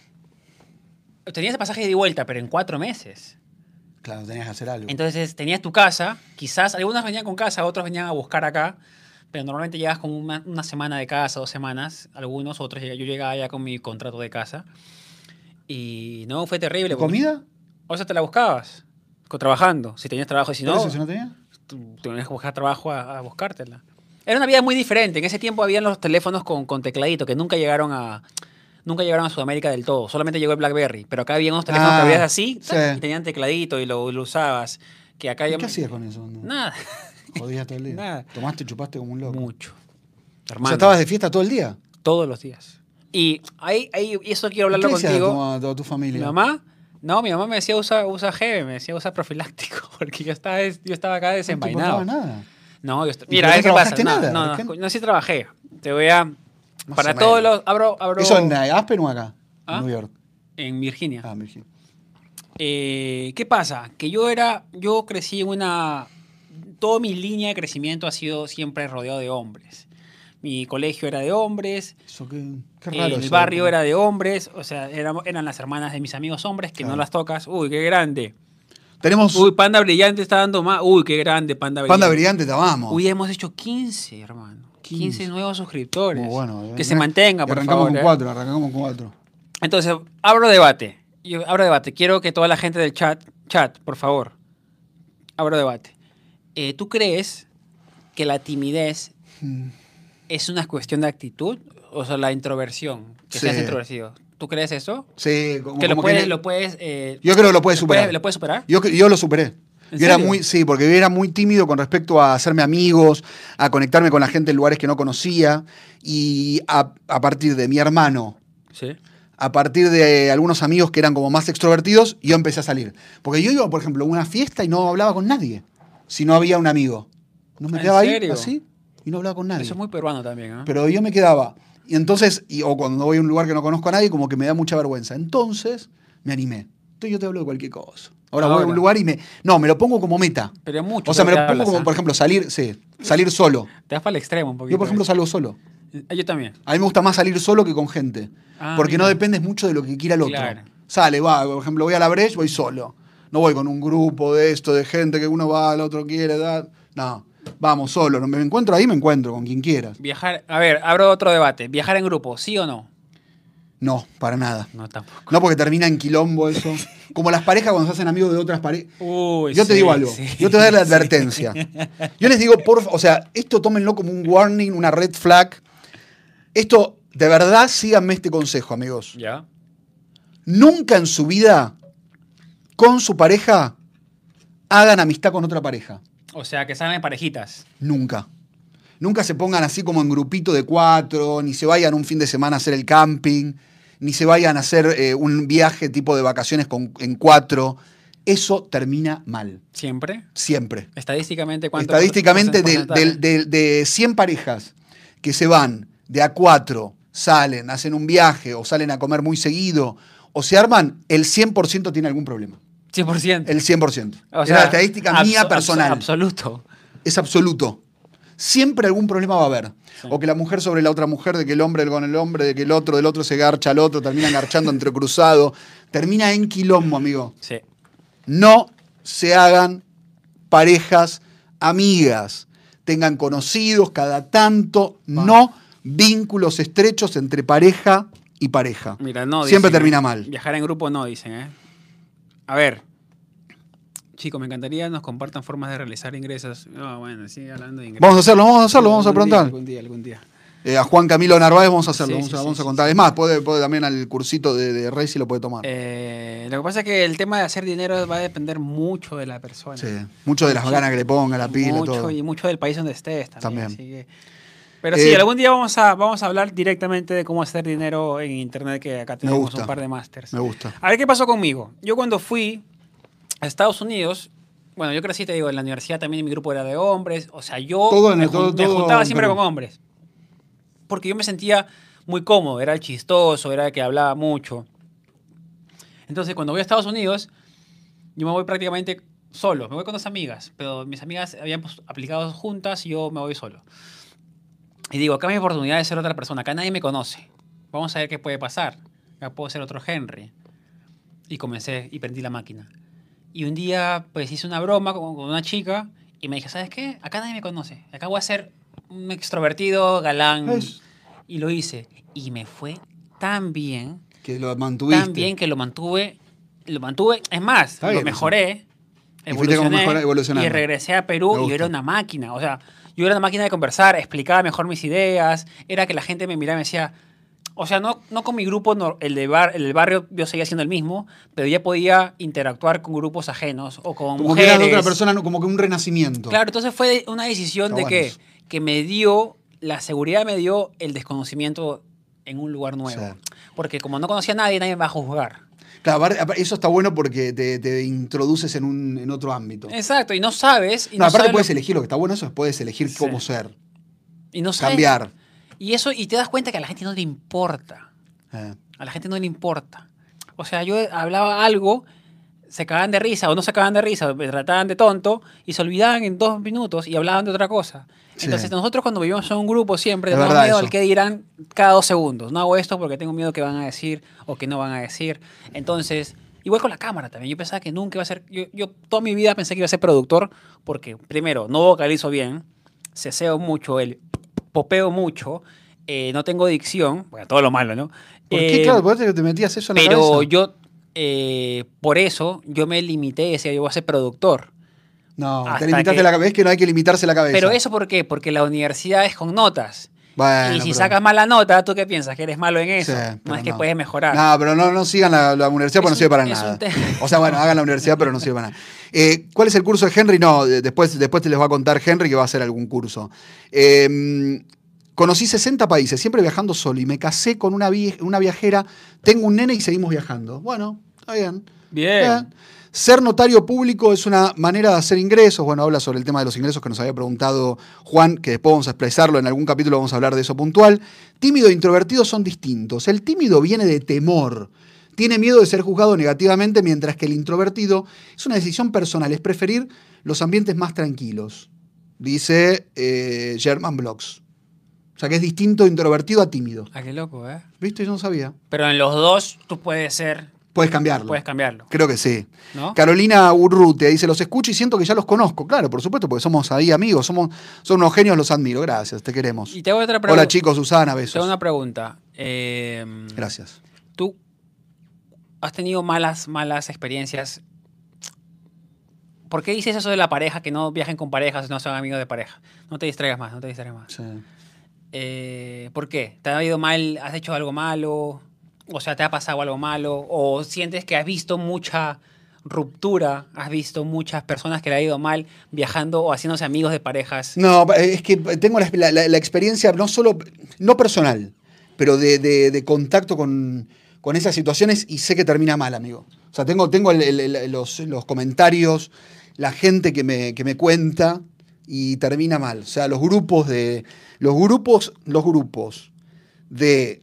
S1: Tenías el pasaje de vuelta, pero en cuatro meses.
S2: Claro, tenías que hacer algo.
S1: Entonces tenías tu casa, quizás algunas venían con casa, otros venían a buscar acá, pero normalmente llegas con una, una semana de casa, dos semanas, algunos, otros. Yo llegaba ya con mi contrato de casa. Y no, fue terrible.
S2: ¿Y
S1: porque-
S2: ¿Comida?
S1: O sea, te la buscabas, co- trabajando, si tenías trabajo y si
S2: ¿Por
S1: no
S2: eso, si no tenía?
S1: tú tenías que buscar trabajo a, a buscártela. Era una vida muy diferente. En ese tiempo habían los teléfonos con, con tecladito que nunca llegaron a nunca llegaron a Sudamérica del todo. Solamente llegó el BlackBerry. Pero acá había unos teléfonos
S2: Ah,
S1: que abrías así
S2: sí.
S1: tac, y tenían tecladito y lo, lo usabas. Que acá
S2: ¿Y
S1: ya-
S2: ¿Qué hacías con eso? No.
S1: Nada.
S2: Jodías todo el día.
S1: Nada.
S2: Tomaste, chupaste como un loco.
S1: Mucho.
S2: o
S1: Hermano,
S2: sea, estabas de fiesta todo el día.
S1: todos los días. Y ahí, ahí y eso quiero
S2: ¿Y
S1: hablarlo
S2: ¿Qué hacías
S1: contigo.
S2: como a toda tu
S1: Mi
S2: familia?
S1: mamá, no, mi mamá me decía usa, usa gel, me decía usa profiláctico, porque yo estaba, des- yo estaba acá
S2: no te importaba
S1: desenvainado.
S2: nada.
S1: No, yo est-
S2: ¿Y
S1: mira,
S2: por
S1: a
S2: qué
S1: ver qué
S2: no
S1: pasa. No,
S2: trabajaste nada?
S1: no,
S2: ¿Por qué
S1: no,
S2: no?
S1: no, sí trabajé. Te voy a.
S2: Más o
S1: para
S2: menos.
S1: todos los. Abro, abro
S2: ¿Eso en eh, Aspen o acá?
S1: ¿Ah?
S2: En New York.
S1: en Virginia.
S2: Ah, en Virginia.
S1: Eh, ¿Qué pasa? Que yo era. Yo crecí en una. Toda mi línea de crecimiento ha sido siempre rodeado de hombres. Mi colegio era de hombres,
S2: Eso qué, qué raro.
S1: el
S2: eso. eh.
S1: barrio era de hombres, o sea, éramos- eran las hermanas de mis amigos hombres que no
S2: Claro.
S1: las tocas. Uy, qué grande.
S2: Tenemos
S1: Uy, Panda Brillante está dando más. Uy, qué grande, Panda Brillante.
S2: Panda Brillante, te amamos.
S1: Hoy hemos hecho 15, hermano. 15,
S2: 15.
S1: nuevos suscriptores.
S2: Muy bueno. eh.
S1: que se mantenga, por
S2: arrancamos
S1: favor.
S2: Con
S1: ¿eh?
S2: cuatro, arrancamos con cuatro.
S1: Entonces, abro debate. Yo abro debate. Quiero que toda la gente del chat, chat, por favor, abro debate. Eh, ¿Tú crees que la timidez
S2: Mm.
S1: es una cuestión de actitud? O sea, la introversión, que seas
S2: Sí.
S1: introvertido. ¿Tú crees eso?
S2: Sí, como,
S1: que lo
S2: como
S1: puedes,
S2: que-
S1: lo puedes... eh,
S2: Yo creo que lo puedes
S1: ¿lo
S2: superar.
S1: ¿Lo puedes superar?
S2: Yo, yo lo superé.
S1: ¿En
S2: Yo era
S1: serio?
S2: muy, sí, porque yo era muy tímido con respecto a hacerme amigos, a conectarme con la gente en lugares que no conocía y a, a partir de mi hermano,
S1: Sí.
S2: a partir de algunos amigos que eran como más extrovertidos, yo empecé a salir. Porque yo iba, por ejemplo, a una fiesta y no hablaba con nadie, si no había un amigo. No me
S1: ¿En
S2: quedaba ahí
S1: serio?
S2: así y no hablaba con nadie.
S1: Eso es muy peruano también, ¿ah?
S2: Pero yo me quedaba. Y entonces, y- o cuando voy a un lugar que no conozco a nadie, como que me da mucha vergüenza. Entonces, me animé. Entonces yo te hablo de cualquier cosa. Ahora, voy a un
S1: Ahora.
S2: lugar y me. No, me lo pongo como meta.
S1: Pero es mucho.
S2: O sea,
S1: lo
S2: me lo
S1: que
S2: pongo
S1: hablas,
S2: como,
S1: ¿ah?
S2: por ejemplo, salir, sí, salir solo.
S1: Te vas para el extremo un poquito.
S2: Yo, por ejemplo, salgo solo.
S1: Ah, Yo también.
S2: A mí me gusta más salir solo que con gente.
S1: Ah,
S2: porque no
S1: mira.
S2: dependes mucho de lo que quiera el otro.
S1: Claro.
S2: Sale, va, por ejemplo, voy a la Breche, voy solo. No voy con un grupo de esto, de gente que uno va, el otro quiere, da- no. Vamos solo, me encuentro ahí, me encuentro con quien quieras.
S1: Viajar, a ver, abro otro debate. ¿Viajar en grupo, sí o no?
S2: No, para nada.
S1: No, tampoco.
S2: No porque termina en quilombo eso. Como las parejas cuando se hacen amigos de otras parejas.
S1: Uy,
S2: Yo
S1: Pues
S2: te
S1: sí,
S2: digo algo,
S1: sí.
S2: yo te voy a dar la advertencia. Yo les digo, por, fa- o sea, esto tómenlo como un warning, una red flag. Esto, de verdad, síganme este consejo, amigos.
S1: Ya.
S2: Nunca en su vida, con su pareja, hagan amistad con otra pareja.
S1: O sea, que salen en parejitas.
S2: Nunca. Nunca se pongan así como en grupito de cuatro, ni se vayan un fin de semana a hacer el camping, ni se vayan a hacer eh, un viaje tipo de vacaciones con- en cuatro. Eso termina mal,
S1: Siempre.
S2: siempre.
S1: Estadísticamente, ¿cuánto?
S2: Estadísticamente, de,
S1: porcentaje?
S2: de- de- de 100 parejas que se van de a cuatro, salen, hacen un viaje o salen a comer muy seguido o se arman, el 100% tiene algún problema.
S1: 100%.
S2: El 100%.
S1: O
S2: es
S1: sea,
S2: la estadística
S1: abso-
S2: mía
S1: abso-
S2: personal.
S1: Absoluto.
S2: es absoluto. Siempre algún problema va a haber. O que la mujer sobre la otra mujer, de que el hombre con el hombre, de que el otro del otro se garcha al otro, termina garchando entrecruzado. Termina en quilombo, amigo.
S1: Sí.
S2: No se hagan parejas amigas. Tengan conocidos cada tanto, no vínculos estrechos entre pareja y pareja.
S1: Mira, no.
S2: Siempre
S1: dicen, ¿eh?
S2: termina mal.
S1: Viajar en grupo no, dicen, ¿eh? A ver. Chicos, me encantaría nos compartan formas de realizar ingresos. No, bueno, sigue hablando de ingresos.
S2: Vamos a hacerlo, vamos a hacerlo, vamos a
S1: Algún día,
S2: preguntar.
S1: Algún día, algún día.
S2: Eh, a Juan Camilo Narváez vamos a hacerlo,
S1: Sí,
S2: vamos,
S1: sí,
S2: a,
S1: sí,
S2: vamos a
S1: sí,
S2: contar.
S1: sí.
S2: Es más, puede, puede también al cursito de, de Rey si lo puede tomar.
S1: Eh, lo que pasa es que el tema de hacer dinero va a depender mucho de la persona.
S2: Sí. Mucho de las
S1: mucho-
S2: ganas que le ponga, la pila,
S1: mucho,
S2: todo.
S1: Y mucho del país donde estés también.
S2: También.
S1: así que- Pero sí,
S2: Eh,
S1: algún día vamos a, vamos a hablar directamente de cómo hacer dinero en Internet, que acá tenemos
S2: gusta.
S1: un par de másters.
S2: Me gusta.
S1: A ver qué pasó conmigo. Yo cuando fui a Estados Unidos, bueno, yo crecí, te digo, en la universidad también mi grupo era de hombres. O sea, yo
S2: Todo en
S1: me,
S2: el- todo-
S1: jun- me
S2: todo
S1: juntaba
S2: en
S1: siempre
S2: Perú.
S1: con hombres. Porque yo me sentía muy cómodo, era el chistoso, era el que hablaba mucho. Entonces, cuando voy a Estados Unidos, yo me voy prácticamente solo, me voy con dos amigas, pero mis amigas habíamos aplicado juntas y yo me voy solo. Y digo, acá mi oportunidad de ser otra persona, acá nadie me conoce. Vamos a ver qué puede pasar. Acá puedo ser otro Henry. Y comencé y prendí la máquina. Y un día, pues hice una broma con, con una chica y me dije, ¿sabes qué? Acá nadie me conoce. Acá voy a ser un extrovertido, galán.
S2: Es
S1: Y lo hice. Y me fue tan bien
S2: que lo mantuviste.
S1: tan bien que lo mantuve. Lo mantuve. Es más,
S2: Está
S1: lo
S2: bien eso.
S1: mejoré.
S2: Y fuiste como
S1: Evolucioné,
S2: mejor- evolucionando.
S1: y regresé a
S2: Me
S1: Perú y
S2: gusta.
S1: yo era una máquina. O sea, yo era una máquina de conversar, explicaba mejor mis ideas. Era que la gente me miraba y me decía. O sea, no, no con mi grupo, no- el, de bar, el del barrio, yo seguía siendo el mismo, pero ya podía interactuar con grupos ajenos o con
S2: como
S1: mujeres.
S2: que eras otra persona, no, como que un renacimiento.
S1: Claro, entonces fue una decisión
S2: Está
S1: de
S2: bueno
S1: que,
S2: eso.
S1: que me dio, la seguridad me dio el desconocimiento en un lugar nuevo.
S2: Sí.
S1: Porque como no conocía a nadie, nadie me va a juzgar.
S2: Claro, apar- apar- eso está bueno porque te, te introduces en, un, en otro ámbito.
S1: Exacto, y no sabes. Y
S2: no,
S1: no,
S2: aparte
S1: sabes
S2: puedes
S1: lo-
S2: elegir lo que está bueno, eso es puedes elegir
S1: Sí.
S2: cómo ser,
S1: y no sabes-
S2: cambiar.
S1: Y eso, y te das cuenta que a la gente no le importa.
S2: Eh,
S1: A la gente no le importa. O sea, yo hablaba algo, se cagaban de risa o no se cagaban de risa, me trataban de tonto y se olvidaban en dos minutos y hablaban de otra cosa.
S2: Sí.
S1: Entonces, nosotros cuando vivimos en un grupo siempre
S2: Es
S1: tenemos
S2: verdad
S1: miedo
S2: eso.
S1: al que dirán cada dos segundos. No hago esto porque tengo miedo que van a decir o que no van a decir. Entonces, igual con la cámara también. Yo pensaba que nunca iba a ser. Yo, yo toda mi vida pensé que iba a ser productor porque, primero, no vocalizo bien, ceseo mucho, el popeo mucho, eh, no tengo dicción, bueno, todo lo malo, ¿no?
S2: ¿Por qué?
S1: Eh,
S2: Claro, por qué te metías eso en la
S1: pero
S2: cabeza?
S1: yo, eh, por eso, yo me limité, decía, yo voy a ser productor.
S2: No, te
S1: hasta
S2: limitaste
S1: que-
S2: la cabeza. Es que no hay que limitarse la cabeza.
S1: Pero eso, ¿por qué? Porque la universidad es con notas.
S2: Bueno,
S1: y si
S2: pero-
S1: sacas mala nota, ¿tú qué piensas? Que eres malo en eso.
S2: Sí,
S1: no
S2: pero
S1: es que
S2: no.
S1: puedes mejorar.
S2: No, pero no, no sigan la, la universidad porque
S1: Es
S2: no sirve
S1: un-
S2: para
S1: es un
S2: nada.
S1: tema.
S2: O sea, bueno, hagan la universidad, pero no sirve para nada. Eh, ¿Cuál es el curso de Henry? No, de- después, después te les va a contar Henry que va a hacer algún curso. Eh, conocí 60 países, siempre viajando solo, y me casé con una, vie- una viajera. Tengo un nene y seguimos viajando. Bueno, está bien.
S1: Bien.
S2: Bien. Ser notario público es una manera de hacer ingresos. Bueno, habla sobre el tema de los ingresos que nos había preguntado Juan, que después vamos a expresarlo en algún capítulo, vamos a hablar de eso puntual. Tímido e introvertido son distintos. El tímido viene de temor. Tiene miedo de ser juzgado negativamente, mientras que el introvertido es una decisión personal, es preferir los ambientes más tranquilos, dice eh, German Blocks. O sea que es distinto introvertido a tímido.
S1: Ah, qué loco, ¿eh?
S2: ¿Viste? Yo no sabía.
S1: Pero en los dos tú puedes ser
S2: Puedes cambiarlo.
S1: Puedes cambiarlo,
S2: Creo que sí.
S1: ¿no?
S2: Carolina Urrutia dice, los escucho y siento que ya los conozco. Claro, por supuesto, porque somos ahí amigos, somos, son unos genios, los admiro. Gracias, te queremos.
S1: Y te hago otra pregunta.
S2: Hola chicos, Susana,
S1: Te hago
S2: besos.
S1: una pregunta. Eh,
S2: Gracias.
S1: ¿Tú has tenido malas, malas experiencias? ¿Por qué dices eso de la pareja, que no viajen con parejas, no sean amigos de pareja? No te distraigas más, no te distraigas más. Eh, ¿Por qué? ¿Te ha ido mal? ¿Has hecho algo malo? O sea, ¿te ha pasado algo malo? ¿O sientes que has visto mucha ruptura? ¿Has visto muchas personas que le ha ido mal viajando o haciéndose amigos de parejas?
S2: No, es que tengo la, la- la- la experiencia no solo, no personal, pero de, de- de contacto con, con esas situaciones y sé que termina mal, amigo. O sea, tengo, tengo el- el- el- los, los comentarios, la gente que me, que me cuenta y termina mal. O sea, los grupos de. Los grupos, los grupos de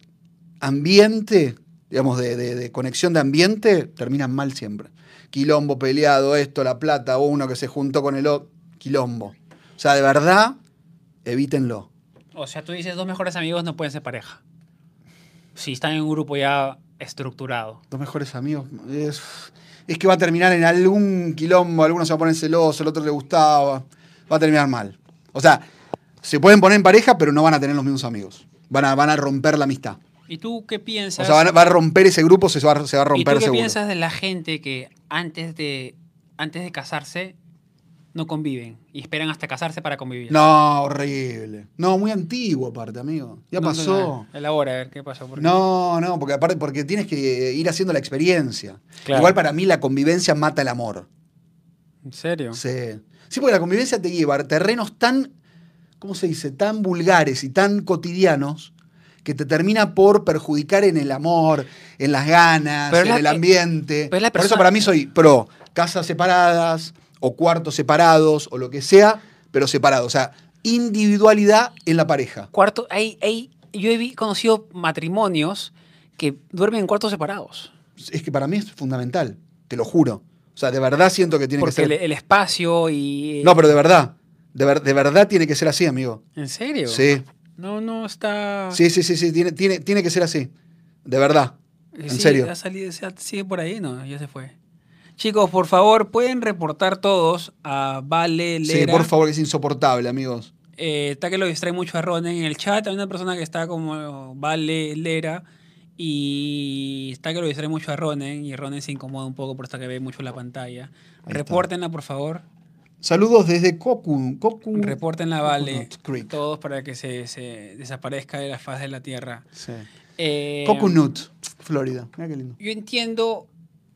S2: ambiente, digamos, de, de- de conexión de ambiente, terminan mal siempre. Quilombo peleado, esto, la plata, uno que se juntó con el otro. Quilombo. O sea, de verdad, evítenlo.
S1: O sea, tú dices, dos mejores amigos no pueden ser pareja. Si están en un grupo ya estructurado.
S2: Los mejores amigos. Es, es que va a terminar en algún quilombo, alguno se va a poner celoso, el otro le gustaba. Va a terminar mal. O sea, se pueden poner en pareja, pero no van a tener los mismos amigos. Van a, van a romper la amistad.
S1: ¿Y tú qué
S2: O
S1: piensas?
S2: sea, van a- va a romper ese grupo, se va, se va a romper
S1: ¿Y tú qué
S2: seguro.
S1: piensas de la gente que antes de, antes de casarse no conviven y esperan hasta casarse para convivir?
S2: No, horrible. No, muy antiguo aparte, amigo. Ya
S1: No, no,
S2: pasó.
S1: no. Elabora, a ver qué pasó. porque-
S2: No, no, porque aparte porque tienes que ir haciendo la experiencia.
S1: Claro.
S2: Igual para mí la convivencia mata el amor.
S1: ¿En serio?
S2: Sí. Sí, porque la convivencia te lleva a terrenos tan, ¿cómo se dice? Tan vulgares y tan cotidianos que te termina por perjudicar en el amor, en las ganas,
S1: Pero
S2: en
S1: la-
S2: el ambiente.
S1: pero la
S2: Por eso
S1: persona-
S2: para mí soy pro casas separadas o cuartos separados o lo que sea, pero separados. O sea, individualidad en la pareja.
S1: Cuarto, hay, hay, yo he vi- conocido matrimonios que duermen en cuartos separados.
S2: Es que para mí es fundamental, te lo juro. O sea, de verdad siento que tiene
S1: porque
S2: que ser.
S1: el, el espacio y... eh,
S2: No, pero de verdad. De, ver- de verdad tiene que ser así, amigo.
S1: ¿En serio?
S2: Sí.
S1: No, no, está...
S2: Sí, sí, sí, sí, tiene, tiene, tiene que ser así. De verdad. En
S1: Eh, Sí,
S2: serio.
S1: ha salido- se ha- sigue por ahí, no, ya se fue. Chicos, por favor, pueden reportar todos a Vale
S2: Sí,
S1: Lera.
S2: por favor, que es insoportable, amigos.
S1: Eh, está que lo distrae mucho a Ronen en el chat. Hay una persona que está como Vale Lera. Y está que lo distrae mucho a Ronen. Y Ronen se incomoda un poco por esto que ve mucho la pantalla.
S2: está.
S1: Repórtenla, por favor.
S2: Saludos desde Cocu. Cocu.
S1: Repórtenla, Vale.
S2: Coconut Creek.
S1: Todos para que se, se desaparezca de la faz de la tierra.
S2: Sí.
S1: Eh,
S2: Coconut, Florida. Mira qué lindo.
S1: Yo entiendo.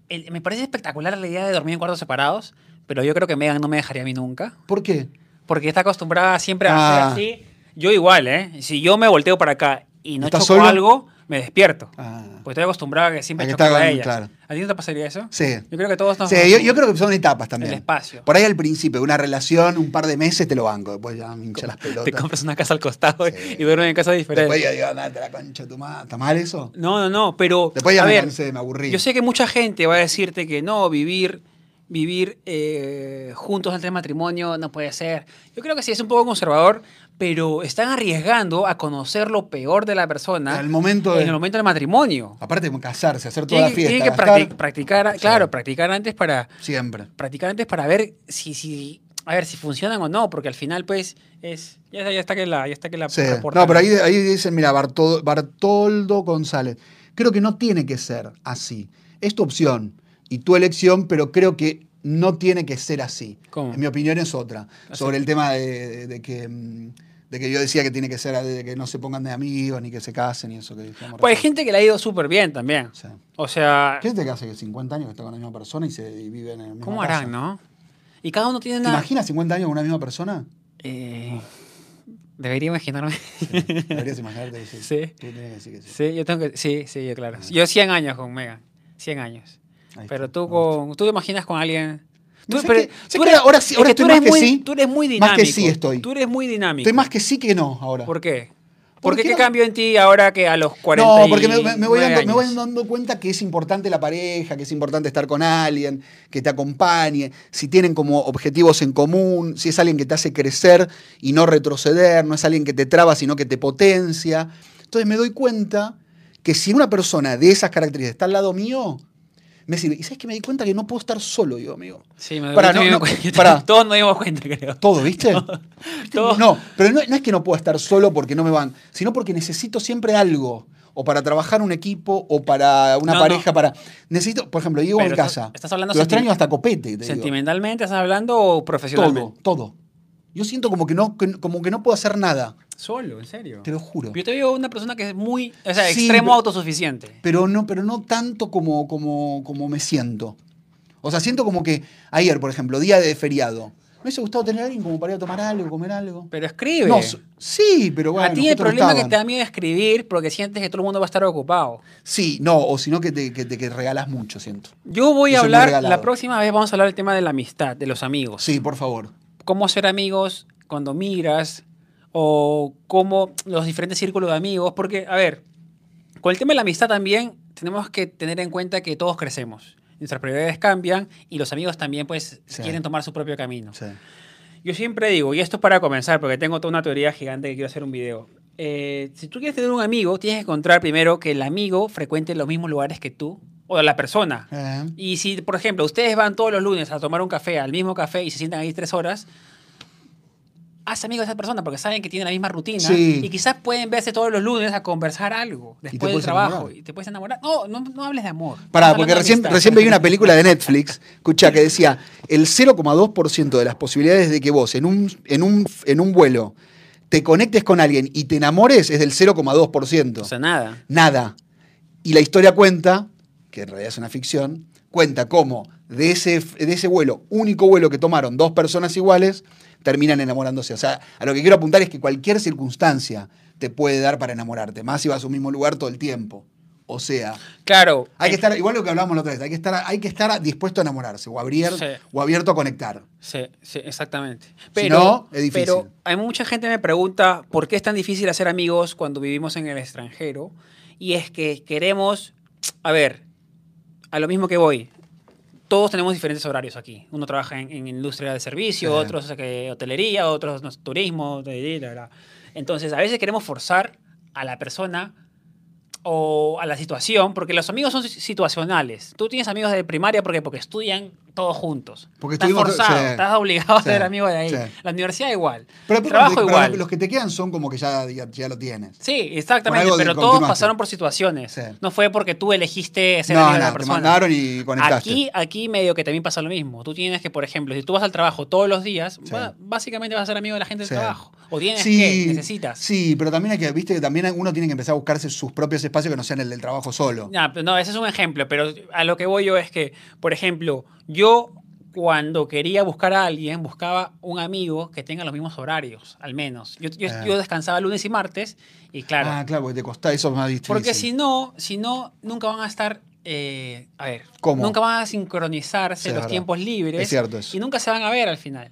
S1: el- me parece espectacular la idea de dormir en cuartos separados. Pero yo creo que Megan no me dejaría a mí nunca.
S2: ¿Por qué?
S1: Porque está acostumbrada siempre a
S2: Ah.
S1: hacer así. Yo igual, ¿eh? Si yo me volteo para acá y no
S2: ¿Estás
S1: choco
S2: solo?
S1: algo, me despierto.
S2: Ah.
S1: Porque estoy acostumbrada a que siempre
S2: A que
S1: choco
S2: está-
S1: a ella.
S2: claro.
S1: ¿A ti no te pasaría eso?
S2: Sí.
S1: Yo creo que todos nos...
S2: Sí, yo, yo creo que son etapas también.
S1: El espacio.
S2: Por ahí al principio, una relación, un par de meses, te lo banco. Después ya me hincha las
S1: Te
S2: pelotas.
S1: compras una casa al costado
S2: Sí.
S1: y duermes en casa diferente.
S2: Después ya digo, andate a la concha de tu madre. ¿Está mal eso?
S1: No, no, no, pero...
S2: Después ya
S1: a
S2: me
S1: ver,
S2: cansé, me aburrí.
S1: yo sé que mucha gente va a decirte que no, vivir... Vivir eh, juntos antes del matrimonio no puede ser. Yo creo que sí, es un poco conservador, pero están arriesgando a conocer lo peor de la persona
S2: Al momento de-
S1: en el momento del matrimonio.
S2: Aparte de casarse, hacer toda
S1: Tiene,
S2: la
S1: que-
S2: fiesta.
S1: tiene que
S2: gastar,
S1: practi- practicar, claro, practicar antes para
S2: Siempre.
S1: practicar antes para ver si, si a ver si funcionan o no, porque al final pues es ya, está- ya está que la ya está que la
S2: Sí.
S1: reportan.
S2: No, pero ahí, ahí dicen, mira, Bartol- Bartoldo González, creo que no tiene que ser así. Es tu opción y tu elección, pero creo que no tiene que ser así.
S1: ¿Cómo?
S2: En mi opinión es otra.
S1: Así.
S2: Sobre el tema de, de- de que, mm, de que yo decía que tiene que ser de que no se pongan de amigos, ni que se casen y eso que dijimos.
S1: Pues hay
S2: recién.
S1: gente que le ha ido súper bien también.
S2: Sí.
S1: O sea,
S2: ¿Qué te que hace 50 años que está con la misma persona y, se, y viven en el mismo
S1: ¿cómo harán, no? Y cada uno tiene
S2: ¿Te
S1: una
S2: imaginas 50 años con una misma persona?
S1: Eh, debería imaginarme.
S2: Deberías imaginarte que sí.
S1: Sí.
S2: Tú tienes que decir que sí.
S1: sí, yo tengo que sí, sí, yo claro. Yo 100 años con Megan, 100 años.
S2: Ahí
S1: Pero
S2: está.
S1: tú
S2: Me gusta.
S1: con tú te imaginas con alguien
S2: No
S1: Tú-
S2: sé
S1: pero
S2: que- sé
S1: tú
S2: que
S1: eres-
S2: ahora sí-
S1: es
S2: ahora
S1: que
S2: estoy
S1: tú eres
S2: más que
S1: muy,
S2: sí,
S1: Tú eres muy dinámico.
S2: más que sí estoy.
S1: Tú eres muy dinámico.
S2: Estoy más que sí que no ahora.
S1: ¿Por qué? ¿Por,
S2: ¿Por
S1: qué,
S2: qué
S1: qué
S2: no?
S1: cambio en ti ahora que a los 40
S2: no, porque me, me- me voy dando, me voy
S1: años?
S2: dando cuenta que es importante la pareja, que es importante estar con alguien, que te acompañe, si tienen como objetivos en común, si es alguien que te hace crecer y no retroceder, no es alguien que te traba, sino que te potencia. Entonces me doy cuenta que si una persona de esas características está al lado mío, me sirve. Y sabes que me di cuenta que no puedo estar solo yo, amigo.
S1: Sí, me
S2: Para,
S1: yo
S2: no,
S1: me
S2: no,
S1: doy cuenta.
S2: para.
S1: Todos nos dimos cuenta, creo.
S2: Todo, ¿viste? ¿Viste?
S1: todo.
S2: No, pero no, no es que no pueda estar solo porque no me van, sino porque necesito siempre algo. O para trabajar un equipo, o para una
S1: No, no.
S2: pareja, para. Necesito, por ejemplo, Diego
S1: Pero
S2: en
S1: estás-
S2: casa.
S1: estás hablando
S2: Lo
S1: senti-
S2: extraño hasta copete. te digo.
S1: ¿Sentimentalmente estás hablando o
S2: Todo,
S1: profesionalmente?
S2: todo. Yo siento como que no, que- como que no puedo hacer nada.
S1: Solo, en serio.
S2: Te lo juro.
S1: Yo te veo una persona que es muy, o sea,
S2: Sí,
S1: extremo
S2: pero-
S1: autosuficiente.
S2: pero no, pero no tanto como, como, como me siento. O sea, siento como que ayer, por ejemplo, día de feriado, me hubiese gustado tener a alguien como para ir a tomar algo, comer algo.
S1: Pero escribe.
S2: No, s- sí, pero bueno.
S1: a ti el
S2: justo no
S1: problema es que
S2: estaban.
S1: te da miedo escribir porque sientes que todo el mundo va a estar ocupado.
S2: Sí, no, o si no que te, que te que regalás mucho, siento.
S1: Yo voy
S2: Yo
S1: a
S2: soy muy
S1: hablar,
S2: regalado.
S1: la próxima vez vamos a hablar del tema de la amistad, de los amigos.
S2: Sí, por favor.
S1: Cómo ser amigos cuando migras o cómo los diferentes círculos de amigos. Porque, a ver, con el tema de la amistad también tenemos que tener en cuenta que todos crecemos. Nuestras prioridades cambian y los amigos también pues
S2: Sí.
S1: quieren tomar su propio camino.
S2: Sí.
S1: Yo siempre digo, y esto es para comenzar, porque tengo toda una teoría gigante que quiero hacer un video. Eh, si tú quieres tener un amigo, tienes que encontrar primero que el amigo frecuente los mismos lugares que tú o la persona.
S2: Eh,
S1: Y si, por ejemplo, ustedes van todos los lunes a tomar un café, al mismo café, y se sientan ahí tres horas, haz amigos de esa persona porque saben que tienen la misma rutina
S2: Sí.
S1: y quizás pueden verse todos los lunes a conversar algo después del
S2: puedes
S1: trabajo
S2: enamorar.
S1: y te puedes enamorar. No, no, no hables de amor.
S2: Pará,
S1: Estamos
S2: porque
S1: hablando de
S2: recién,
S1: amistad.
S2: recién veía una película de Netflix, escucha, que decía, el 0,2% de las posibilidades de que vos en un, en, un, en un vuelo te conectes con alguien y te enamores es del 0,2%.
S1: O sea, nada.
S2: nada. Y la historia cuenta, que en realidad es una ficción, cuenta cómo de ese, de ese vuelo, único vuelo que tomaron dos personas iguales, terminan enamorándose. O sea, a lo que quiero apuntar es que cualquier circunstancia te puede dar para enamorarte, más si vas a un mismo lugar todo el tiempo. O sea,
S1: Claro.
S2: hay que estar, igual lo que hablábamos la otra vez, hay que estar, hay que estar dispuesto a enamorarse o, abier-
S1: Sí.
S2: o abierto a conectar.
S1: Sí, sí, exactamente.
S2: no, es difícil.
S1: Pero hay mucha gente que me pregunta por qué es tan difícil hacer amigos cuando vivimos en el extranjero. Y es que queremos, a ver, a lo mismo que voy. Todos tenemos diferentes horarios aquí. Uno trabaja en, en industria de servicio,
S2: Sí.
S1: otros que hotelería, otros no sé, turismo. de- de- de- de- Entonces, a veces queremos forzar a la persona o a la situación, porque los amigos son situacionales. Tú tienes amigos de primaria porque, porque estudian todos juntos.
S2: Porque
S1: estás
S2: estuvimos-
S1: forzado,
S2: sí.
S1: estás obligado a
S2: Sí.
S1: ser amigo de ahí.
S2: Sí.
S1: La universidad igual.
S2: Pero,
S1: Trabajo
S2: pero
S1: igual.
S2: los que te quedan son como que ya, ya, ya lo tienes.
S1: Sí, exactamente,
S2: algo de-
S1: pero todos
S2: continuaste.
S1: pasaron por situaciones.
S2: Sí.
S1: No fue porque tú elegiste ser
S2: No,
S1: amigo de la
S2: no, te
S1: persona.
S2: mandaron y conectaste.
S1: Aquí, aquí medio que también pasa lo mismo. Tú tienes que, por ejemplo, si tú vas al trabajo todos los días,
S2: Sí.
S1: va- básicamente vas a ser amigo de la gente del
S2: Sí.
S1: trabajo. O tienes
S2: Sí,
S1: que, necesitas.
S2: Sí, pero también hay que, viste, que también uno tiene que empezar a buscarse sus propios espacios que no sean el del trabajo solo.
S1: Ya, pero Ah, pues no, ese es un ejemplo, pero a lo que voy yo es que, por ejemplo, yo cuando quería buscar a alguien, buscaba un amigo que tenga los mismos horarios, al menos. Yo, yo-
S2: Ah.
S1: yo descansaba lunes y martes, y claro,
S2: Ah, claro, porque te costó, eso es más difícil.
S1: porque si no, si no, nunca van a estar, eh, a ver,
S2: ¿Cómo?
S1: nunca van a sincronizarse
S2: Sí, es
S1: los
S2: verdad.
S1: tiempos libres
S2: Es cierto eso.
S1: y nunca se van a ver al final.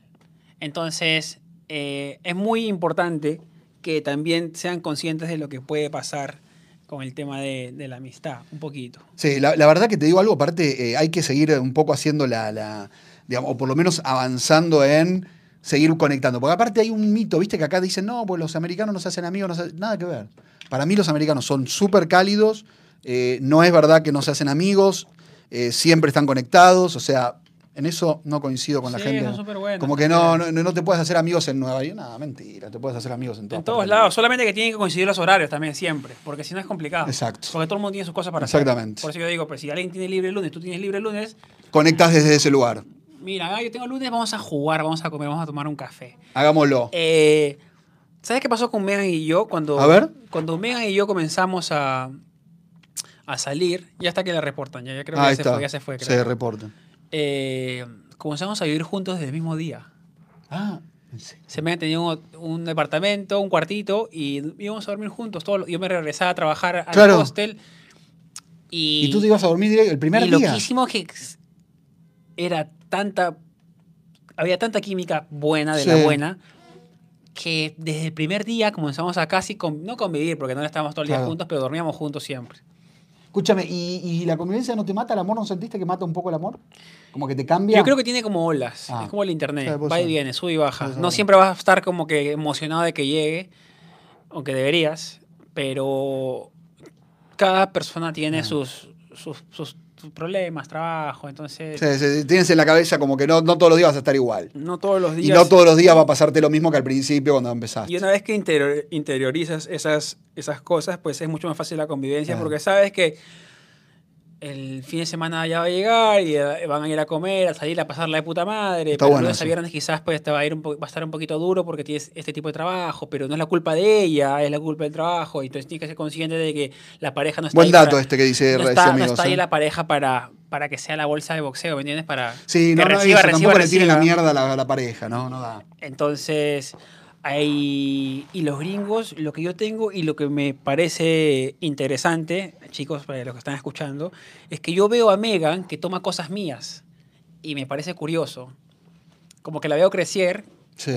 S1: Entonces, eh, es muy importante que también sean conscientes de lo que puede pasar con el tema de, de la amistad, un poquito.
S2: Sí, la, la verdad que te digo algo, aparte eh, hay que seguir un poco haciendo la, la- digamos, o por lo menos avanzando en seguir conectando. Porque aparte hay un mito, viste, que acá dicen, no, pues los americanos no se hacen amigos, no se hacen-". nada que ver. Para mí los americanos son súper cálidos, eh, no es verdad que no se hacen amigos, eh, siempre están conectados, o sea, en eso no coincido con la
S1: Sí,
S2: gente.
S1: son superbuenos.
S2: Como que no, no, no te puedes hacer amigos en Nueva York, nada, mentira, te puedes hacer amigos en,
S1: En
S2: todas
S1: todos
S2: partes.
S1: lados, solamente que tienen que coincidir los horarios también siempre, porque si no es complicado.
S2: Exacto.
S1: Porque todo el mundo tiene sus cosas para hacer.
S2: Exactamente.
S1: Por eso yo digo, pues si alguien tiene libre el lunes, tú tienes libre el lunes,
S2: Conectas desde ese lugar,
S1: mira, ah, yo tengo lunes, vamos a jugar, vamos a comer, vamos a tomar un café.
S2: hagámoslo.
S1: Eh, ¿Sabes qué pasó con Megan y yo? Cuando,
S2: A ver.
S1: Cuando Megan y yo comenzamos a, a salir, ya hasta que la reportan, ya, ya creo que ya
S2: Ahí
S1: se
S2: está,
S1: fue, ya se fue,
S2: se
S1: creo.
S2: reporta.
S1: Eh, comenzamos a vivir juntos desde el mismo día.
S2: Ah, en serio.
S1: Se me tenía un, un departamento, un cuartito, y íbamos a dormir juntos. Todo, lo- yo me regresaba a trabajar al
S2: Claro.
S1: hostel. Y,
S2: Y tú te ibas a dormir directo el primer
S1: y
S2: día.
S1: loquísimo que ex- era tanta. Había tanta química buena de la
S2: Sí.
S1: buena que desde el primer día comenzamos a casi con- no convivir porque no estábamos todo el día
S2: Claro.
S1: juntos, pero dormíamos juntos siempre.
S2: Escúchame, ¿y, y la convivencia no te mata el amor? ¿No sentiste que mata un poco el amor? Como que te cambia.
S1: Yo creo que tiene como olas,
S2: Ah.
S1: es como el internet,
S2: Sí, puede
S1: va y
S2: ser.
S1: viene, sube y baja.
S2: Puede ser.
S1: No siempre vas a estar como que emocionado de que llegue, aunque deberías, pero cada persona tiene
S2: Ah.
S1: sus, sus, sus- sus problemas, trabajo, entonces
S2: Se- se- Tienes en la cabeza como que no, no todos los días vas a estar igual.
S1: no todos los días.
S2: Y no todos los días va a pasarte lo mismo que al principio cuando empezaste.
S1: Y una vez que interior- interiorizas esas, esas cosas, pues es mucho más fácil la convivencia
S2: Claro.
S1: porque sabes que el fin de semana ya va a llegar y eh, van a ir a comer, a salir, a pasarla de puta madre.
S2: Está
S1: pero
S2: bueno
S1: lunes a
S2: eso.
S1: viernes quizás pues te va a, ir un po- va a estar un poquito duro porque tienes este tipo de trabajo, pero no es la culpa de ella, es la culpa del trabajo. Y entonces tienes que ser consciente de que la pareja no está
S2: Buen
S1: ahí
S2: dato
S1: para-
S2: este que dice
S1: no
S2: ese
S1: está, no
S2: amigo.
S1: está
S2: ¿sí?
S1: ahí la pareja para, para que sea la bolsa de boxeo, ¿me entiendes? Para que
S2: Sí, no, no,
S1: reciba,
S2: eso,
S1: reciba,
S2: tampoco le tiren la
S1: reciba.
S2: mierda a la, a la pareja, ¿no? No da.
S1: Entonces, hay. Y los gringos, lo que yo tengo y lo que me parece interesante, chicos, para los que están escuchando, es que yo veo a Megan que toma cosas mías y me parece curioso. Como que la veo crecer,
S2: Sí.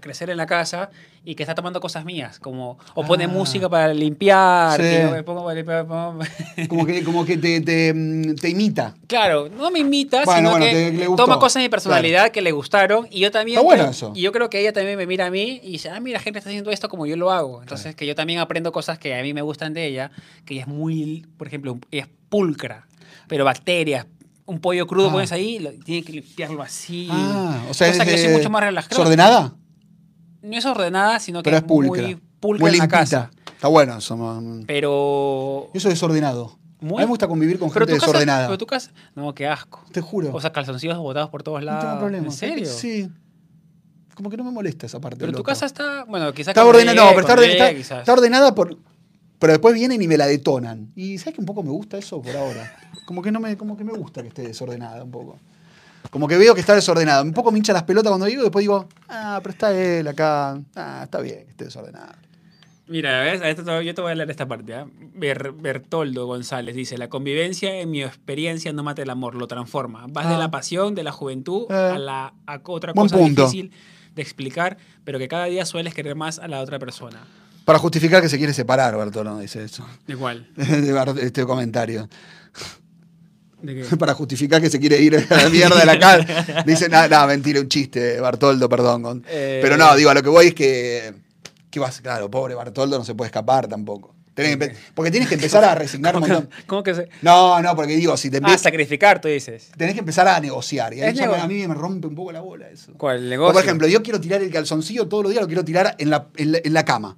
S1: crecer en la casa y que está tomando cosas mías, como o pone
S2: Ah.
S1: música para limpiar,
S2: Sí.
S1: que yo me pongo para limpiar, pongo-
S2: Como que, como que te, te, mm, te imita.
S1: Claro, no me imita,
S2: Bueno,
S1: sino
S2: bueno,
S1: que
S2: te- le gustó.
S1: toma cosas de mi personalidad que le gustaron y yo también
S2: Está bueno
S1: creo-
S2: eso.
S1: y yo creo que ella también me mira a mí y dice, "Ah, mira, gente está haciendo esto como yo lo hago." Entonces, que yo también aprendo cosas que a mí me gustan de ella, que ella es muy, por ejemplo, ella es pulcra, pero bacterias un pollo crudo
S2: Ah.
S1: pones ahí, lo- tiene que limpiarlo así.
S2: Ah, o sea,
S1: Cosa
S2: es
S1: que yo soy
S2: de-
S1: mucho más relajado.
S2: ¿Es ordenada?
S1: No es ordenada, sino que
S2: Pero es pulcra.
S1: muy pulcra
S2: Muy
S1: en la
S2: limpita.
S1: casa.
S2: Está bueno eso. mm.
S1: Pero
S2: Yo soy desordenado.
S1: Muy-
S2: A mí me gusta convivir con
S1: pero
S2: gente
S1: tu casa,
S2: desordenada.
S1: pero tu casa, no, qué asco.
S2: Te juro.
S1: O sea, calzoncillos botados por todos
S2: no
S1: lados.
S2: tengo problema.
S1: ¿En serio?
S2: Sí. Como que no me molesta esa parte.
S1: Pero
S2: del
S1: tu
S2: otro.
S1: casa está, bueno, quizás
S2: Está
S1: cuando
S2: ordenada, no,
S1: llegue,
S2: pero está,
S1: cuando
S2: orden- está-
S1: llegue, quizás.
S2: está ordenada por. Pero después vienen y me la detonan. Y sabes que un poco me gusta eso por ahora. Como que no me, como que me gusta que esté desordenada un poco. Como que veo que está desordenada. Un poco me hincha las pelotas cuando digo, después digo, ah, pero está él acá. Ah, está bien que esté desordenada.
S1: Mira, ¿ves? A esto te- yo te voy a leer esta parte. ¿ah? Ber- Bertoldo González dice, la convivencia en mi experiencia no mata el amor, lo transforma. Vas de
S2: Ah.
S1: la pasión, de la juventud,
S2: Eh.
S1: a la a otra
S2: Buen
S1: cosa
S2: punto.
S1: difícil de explicar, pero que cada día sueles querer más a la otra persona.
S2: Para justificar que se quiere separar, Bartolo dice eso.
S1: Igual.
S2: De Bar- este comentario.
S1: ¿De qué?
S2: Para justificar que se quiere ir a la mierda de la casa. Dice, nada, mentira, un chiste, Bartoldo, perdón. con-
S1: Eh,
S2: Pero no, digo, a lo que voy es que. que vas, claro, pobre Bartoldo no se puede escapar tampoco. Tenés que empe- porque tienes que empezar a resignar un
S1: ¿Cómo que-
S2: montón.
S1: ¿Cómo que se...?
S2: No, no, porque digo, si
S1: Ah,
S2: te empiezas.
S1: sacrificar, tú dices.
S2: Tenés que empezar a negociar. Y a
S1: Es
S2: mí, ya me-
S1: nego-
S2: a mí me rompe un poco la bola eso.
S1: ¿Cuál? ¿El
S2: Como,
S1: negocio?
S2: Por ejemplo, yo quiero tirar el calzoncillo todos los días, lo quiero tirar en la, en la, en la cama.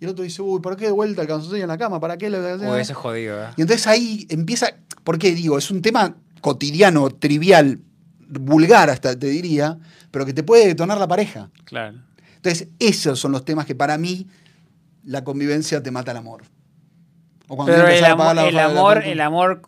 S2: Y el otro dice, uy, ¿para qué de vuelta el calzoncillo en la cama? ¿Para qué?
S1: O eso es jodido, ¿ah?
S2: Y entonces ahí empieza, porque digo, es un tema cotidiano, trivial, vulgar hasta te diría, pero que te puede detonar la pareja.
S1: Claro.
S2: Entonces, esos son los temas que para mí la convivencia te mata el amor. O cuando
S1: Pero
S2: tenés que
S1: el
S2: empezar a
S1: amor,
S2: pagar la-
S1: el
S2: la- la-
S1: amor,
S2: la-
S1: el amor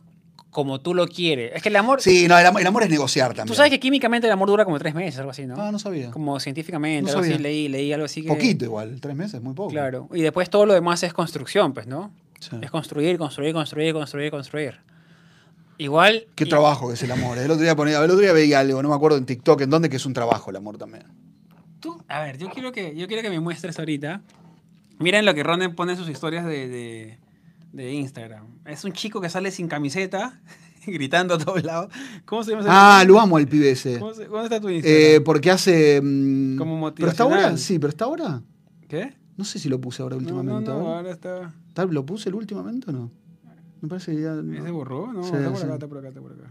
S1: como tú lo quieres. Es que el amor...
S2: Sí, no, el amor, el amor es negociar también.
S1: Tú sabes que químicamente el amor dura como tres meses, algo así, ¿no?
S2: Ah, no sabía.
S1: Como científicamente,
S2: No
S1: algo así,
S2: sabía.
S1: leí, leí algo así que...
S2: Poquito igual, tres meses, muy poco.
S1: Claro. Y después todo lo demás es construcción, pues, ¿no?
S2: Sí.
S1: Es construir, construir, construir, construir, construir. Igual...
S2: Qué
S1: y-
S2: trabajo que es el amor. ¿eh? El otro día ponía, el otro día veía algo, no me acuerdo en TikTok, en dónde que es un trabajo el amor también.
S1: Tú, a ver, yo quiero que, yo quiero que me muestres ahorita. Miren lo que Ronen pone en sus historias de, de- de Instagram. Es un chico que sale sin camiseta, gritando a todos lados. ¿Cómo se llama? ese-
S2: Ah, lo amo al pibe ese.
S1: ¿Cómo se- ¿Dónde está tu
S2: Eh,
S1: Instagram?
S2: porque hace. mm,
S1: Como
S2: Pero está ahora,
S1: motivacional.
S2: sí, pero está ahora.
S1: ¿Qué?
S2: No sé si lo puse ahora
S1: No, no,
S2: últimamente. a
S1: no,
S2: ver.
S1: ahora está...
S2: ¿Tal- ¿Lo puse el últimamente o no? Me parece que ya.
S1: ¿Ese
S2: No,
S1: borró? No,
S2: Sí,
S1: está por
S2: sí.
S1: acá, está por acá, está por acá.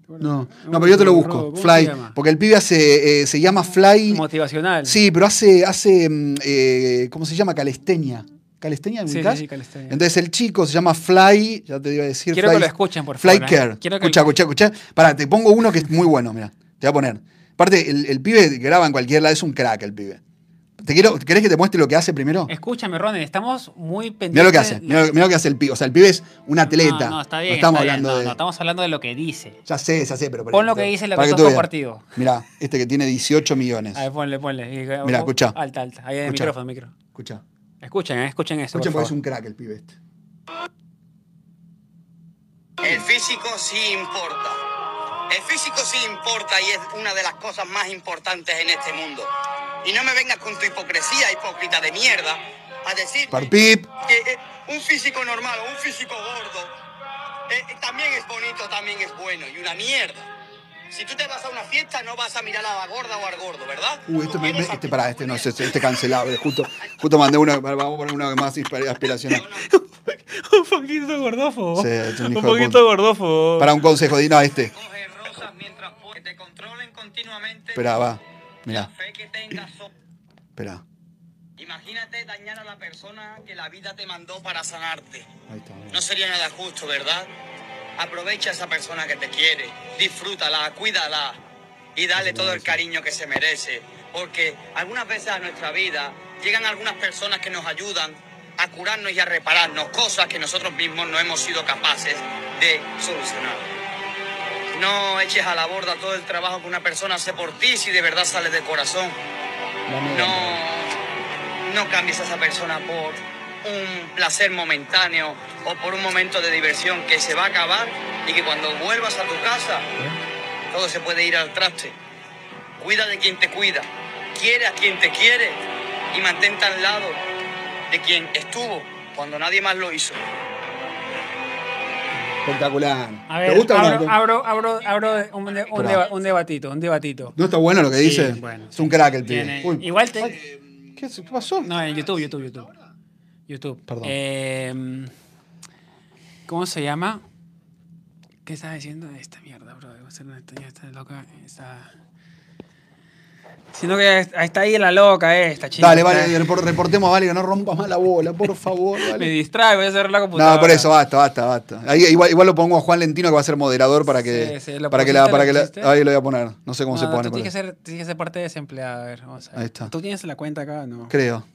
S1: Está por
S2: no.
S1: acá.
S2: No, pero yo te lo
S1: borró.
S2: busco.
S1: ¿Cómo se
S2: Fly.
S1: llama?
S2: Porque el pibe hace, eh, se llama Fly.
S1: Motivacional.
S2: Sí, pero hace. hace mm, eh, ¿Cómo se llama? Calesteña. ¿Calesteña en
S1: sí,
S2: mi
S1: sí, sí, calistenia.
S2: Entonces el chico se llama Fly. Ya te iba a decir.
S1: Quiero
S2: Fly,
S1: que lo escuchen, por favor.
S2: Fly
S1: ¿eh?
S2: Care.
S1: Quiero que
S2: Escucha, escucha, escucha. Pará, te pongo uno que es muy bueno, mira. Te voy a poner. Aparte, el, el pibe graba en cualquier lado, es un crack el pibe. ¿Te quiero, ¿Querés que te muestre lo que hace primero?
S1: Escúchame, Ronen, estamos muy pendientes.
S2: Mira lo que hace,
S1: de-
S2: mira lo que hace el pibe. O sea, el pibe es un atleta.
S1: este No, no, está bien.
S2: estamos
S1: está bien,
S2: hablando
S1: no,
S2: de.
S1: no, estamos hablando de lo que dice.
S2: Ya sé, ya sé, pero.
S1: Pon lo que dice lo
S2: para
S1: que
S2: tú
S1: tú has
S2: veas.
S1: compartido.
S2: Mirá, este que tiene 18 millones.
S1: A ver, ponle, ponle. Y- uh,
S2: Mira, escucha.
S1: Alta, alta. Ahí hay
S2: Escucha.
S1: micrófono, micro.
S2: Escucha.
S1: Escuchen, eh, escuchen eso.
S2: Escuchen
S1: por
S2: porque es
S1: favor.
S2: un crack el pibe este.
S3: El físico sí importa. El físico sí importa y es una de las cosas más importantes en este mundo. Y no me vengas con tu hipocresía, hipócrita de mierda, a decir
S2: Para el pip.
S3: que eh, un físico normal o un físico gordo eh, eh, también es bonito, también es bueno y una mierda. Si tú te vas a una fiesta no vas a mirar a la gorda o al gordo, ¿verdad?
S2: Uh, este,
S3: Tú
S2: me- me-
S3: quieres a-
S2: este eh, pará, este no, este, este cancelado. Justo, justo mandé uno, vamos a poner uno más aspiracional.
S3: No, no.
S1: un poquito gordófobo.
S2: Sí, es un hijo
S1: un
S2: de
S1: poquito
S2: puta.
S1: gordófobo.
S2: Para un consejo, di, no, este.
S3: Coge rosas mientras pu- que te controlen continuamente.
S2: Espera, va. Mirá,
S3: Fe que tengas so-
S2: espera.
S3: Imagínate dañar a la persona que la vida te mandó para sanarte.
S2: Ahí está. mirá.
S3: No sería nada justo, ¿verdad? Aprovecha a esa persona que te quiere, disfrútala, cuídala y dale todo el cariño que se merece. Porque algunas veces a nuestra vida llegan algunas personas que nos ayudan a curarnos y a repararnos cosas que nosotros mismos no hemos sido capaces de solucionar. No eches a la borda todo el trabajo que una persona hace por ti si de verdad sale de corazón. No, no cambies a esa persona por un placer momentáneo o por un momento de diversión que se va a acabar y que cuando vuelvas a tu casa todo se puede ir al traste. Cuida de quien te cuida, quiere a quien te quiere y mantente al lado de quien estuvo cuando nadie más lo hizo.
S2: Espectacular.
S1: A
S2: ¿Te
S1: ver,
S2: gusta o no?
S1: abro, abro, abro, abro un, de- un,
S2: Espera.
S1: deba- un debatito, un debatito.
S2: ¿No está bueno lo que
S1: Sí,
S2: dice?
S1: bueno.
S2: es un crack el pibe.
S1: Tiene-
S2: Uy,
S1: igual te-
S2: ay, ¿Qué, qué pasó?
S1: No, en YouTube, YouTube, YouTube. YouTube.
S2: Perdón.
S1: Eh, ¿Cómo se llama? ¿Qué estaba diciendo? Esta mierda, bro. Debo ser honesto, ya está loca. Está... Sino que está ahí la loca eh, esta, chica.
S2: Dale, vale, repor- reportemos a Vale que no rompa más la bola, por favor,
S1: Me
S2: Vale.
S1: distrae, voy a cerrar la computadora.
S2: No, por eso, basta, basta, basta. Ahí, igual, igual lo pongo a Juan Lentino que va a ser moderador para que.
S1: Sí, sí, lo
S2: para que la,
S1: pusiste,
S2: para
S1: lo
S2: que la-
S1: pusiste.
S2: ahí lo voy a poner. No sé cómo
S1: No,
S2: se
S1: no,
S2: pone.
S1: tú tienes que,
S2: pero-
S1: ser, tienes que ser parte desempleada, a ver, vamos a ver.
S2: Ahí está.
S1: ¿Tú tienes la cuenta acá? No.
S2: Creo.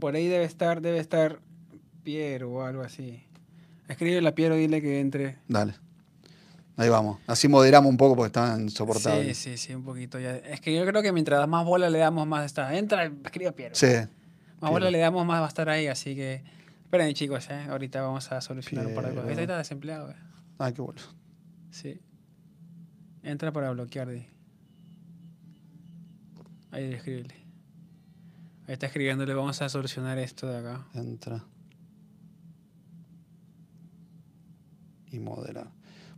S1: Por ahí debe estar, debe estar Piero o algo así. Escríbele a Piero, dile que entre.
S2: Dale. Ahí vamos. Así moderamos un poco porque está insoportable.
S1: Sí, sí, sí, un poquito ya. Es que yo creo que mientras más bola le damos, más está. Entra, escribe a Piero.
S2: Sí.
S1: más bola le damos, más va a estar ahí, así que. Esperen, chicos, ¿eh? ahorita vamos a solucionar un par de cosas. Ahí
S2: Piero.
S1: está desempleado, ¿eh?
S2: Ay, qué boludo.
S1: Sí. Entra para bloquear, di. Ahí escríbele. Ahí está escribiéndole, vamos a solucionar esto de acá.
S2: Entra. Y moderar.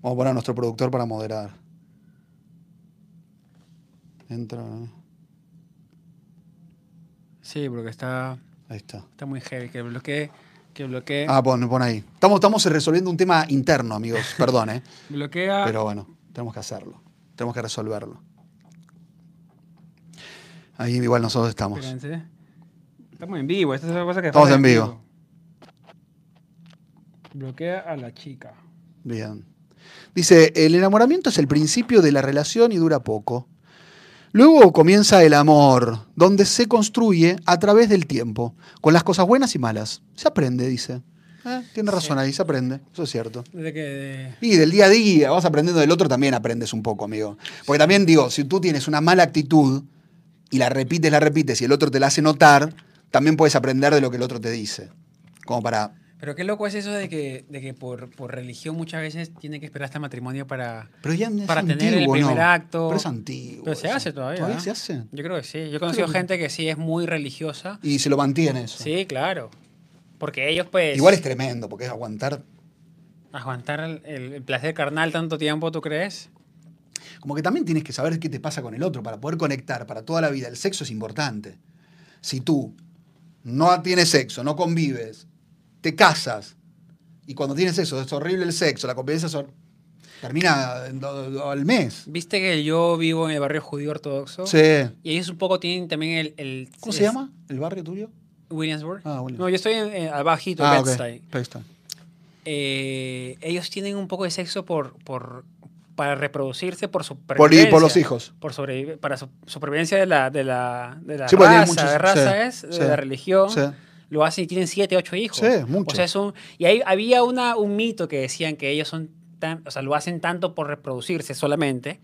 S2: Vamos a poner a nuestro productor para moderar. Entra. ¿no?
S1: Sí, porque está,
S2: Ahí está.
S1: está muy heavy. Que bloquee, que bloquee.
S2: Ah, pon, pon ahí. Estamos, estamos resolviendo un tema interno, amigos. Perdón, ¿eh?
S1: bloquea.
S2: Pero bueno, tenemos que hacerlo. Tenemos que resolverlo. Ahí igual nosotros estamos.
S1: Espérense. Estamos en vivo, esta es una cosa que
S2: Estamos
S1: pasa
S2: en vivo.
S1: Bloquea a la chica.
S2: Bien. Dice, el enamoramiento es el principio de la relación y dura poco. Luego comienza el amor, donde se construye a través del tiempo, con las cosas buenas y malas. Se aprende, dice. Eh, Tiene razón ahí, se aprende. Eso es cierto.
S1: Desde que de-
S2: Y del día a día, vas aprendiendo del otro, también aprendes un poco, amigo. Porque también digo, si tú tienes una mala actitud y la repites, la repites y el otro te la hace notar, también puedes aprender de lo que el otro te dice. Como para...
S1: Pero qué loco es eso de que, de que por, por religión muchas veces tiene que esperar hasta matrimonio para...
S2: Pero ya es
S1: Para tener el
S2: antiguo, ¿no?
S1: primer acto.
S2: Pero es antiguo.
S1: Pero se
S2: eso.
S1: hace todavía. ¿eh?
S2: se hace.
S1: Yo creo que sí. Yo he conocido gente que sí es muy religiosa.
S2: Y se lo mantiene eso.
S1: Sí, claro. Porque ellos pues...
S2: Igual es tremendo, porque es aguantar.
S1: Aguantar el, el- el placer carnal tanto tiempo, ¿tú crees?
S2: Como que también tienes que saber qué te pasa con el otro para poder conectar para toda la vida. El sexo es importante. Si tú no tienes sexo, no convives, te casas, y cuando tienes sexo es horrible el sexo, la convivencia es hor- termina en do- do- al mes.
S1: Viste que yo vivo en el barrio judío ortodoxo.
S2: Sí.
S1: Y ellos un poco tienen también el... el-
S2: ¿Cómo
S1: es-
S2: se llama? ¿El barrio tuyo?
S1: Williamsburg.
S2: Ah, Williamsburg.
S1: No, yo estoy en, en- abajito,
S2: Ah, ok.
S1: Bed-Stuy.
S2: Bed-Stuy.
S1: Eh, ellos tienen un poco de sexo por, por para reproducirse, por
S2: Por,
S1: supervivencia.
S2: y por los hijos.
S1: Por sobrevive- para su- supervivencia de la, de la, de la
S2: Sí, porque hay
S1: raza,
S2: muchos-
S1: de raza
S2: sí,
S1: es,
S2: sí,
S1: de la religión.
S2: sí.
S1: Lo hacen y tienen siete, ocho hijos.
S2: Sí, mucho.
S1: O sea, es un- y ahí había una, un mito que decían que ellos son tan, o sea, lo hacen tanto por reproducirse solamente,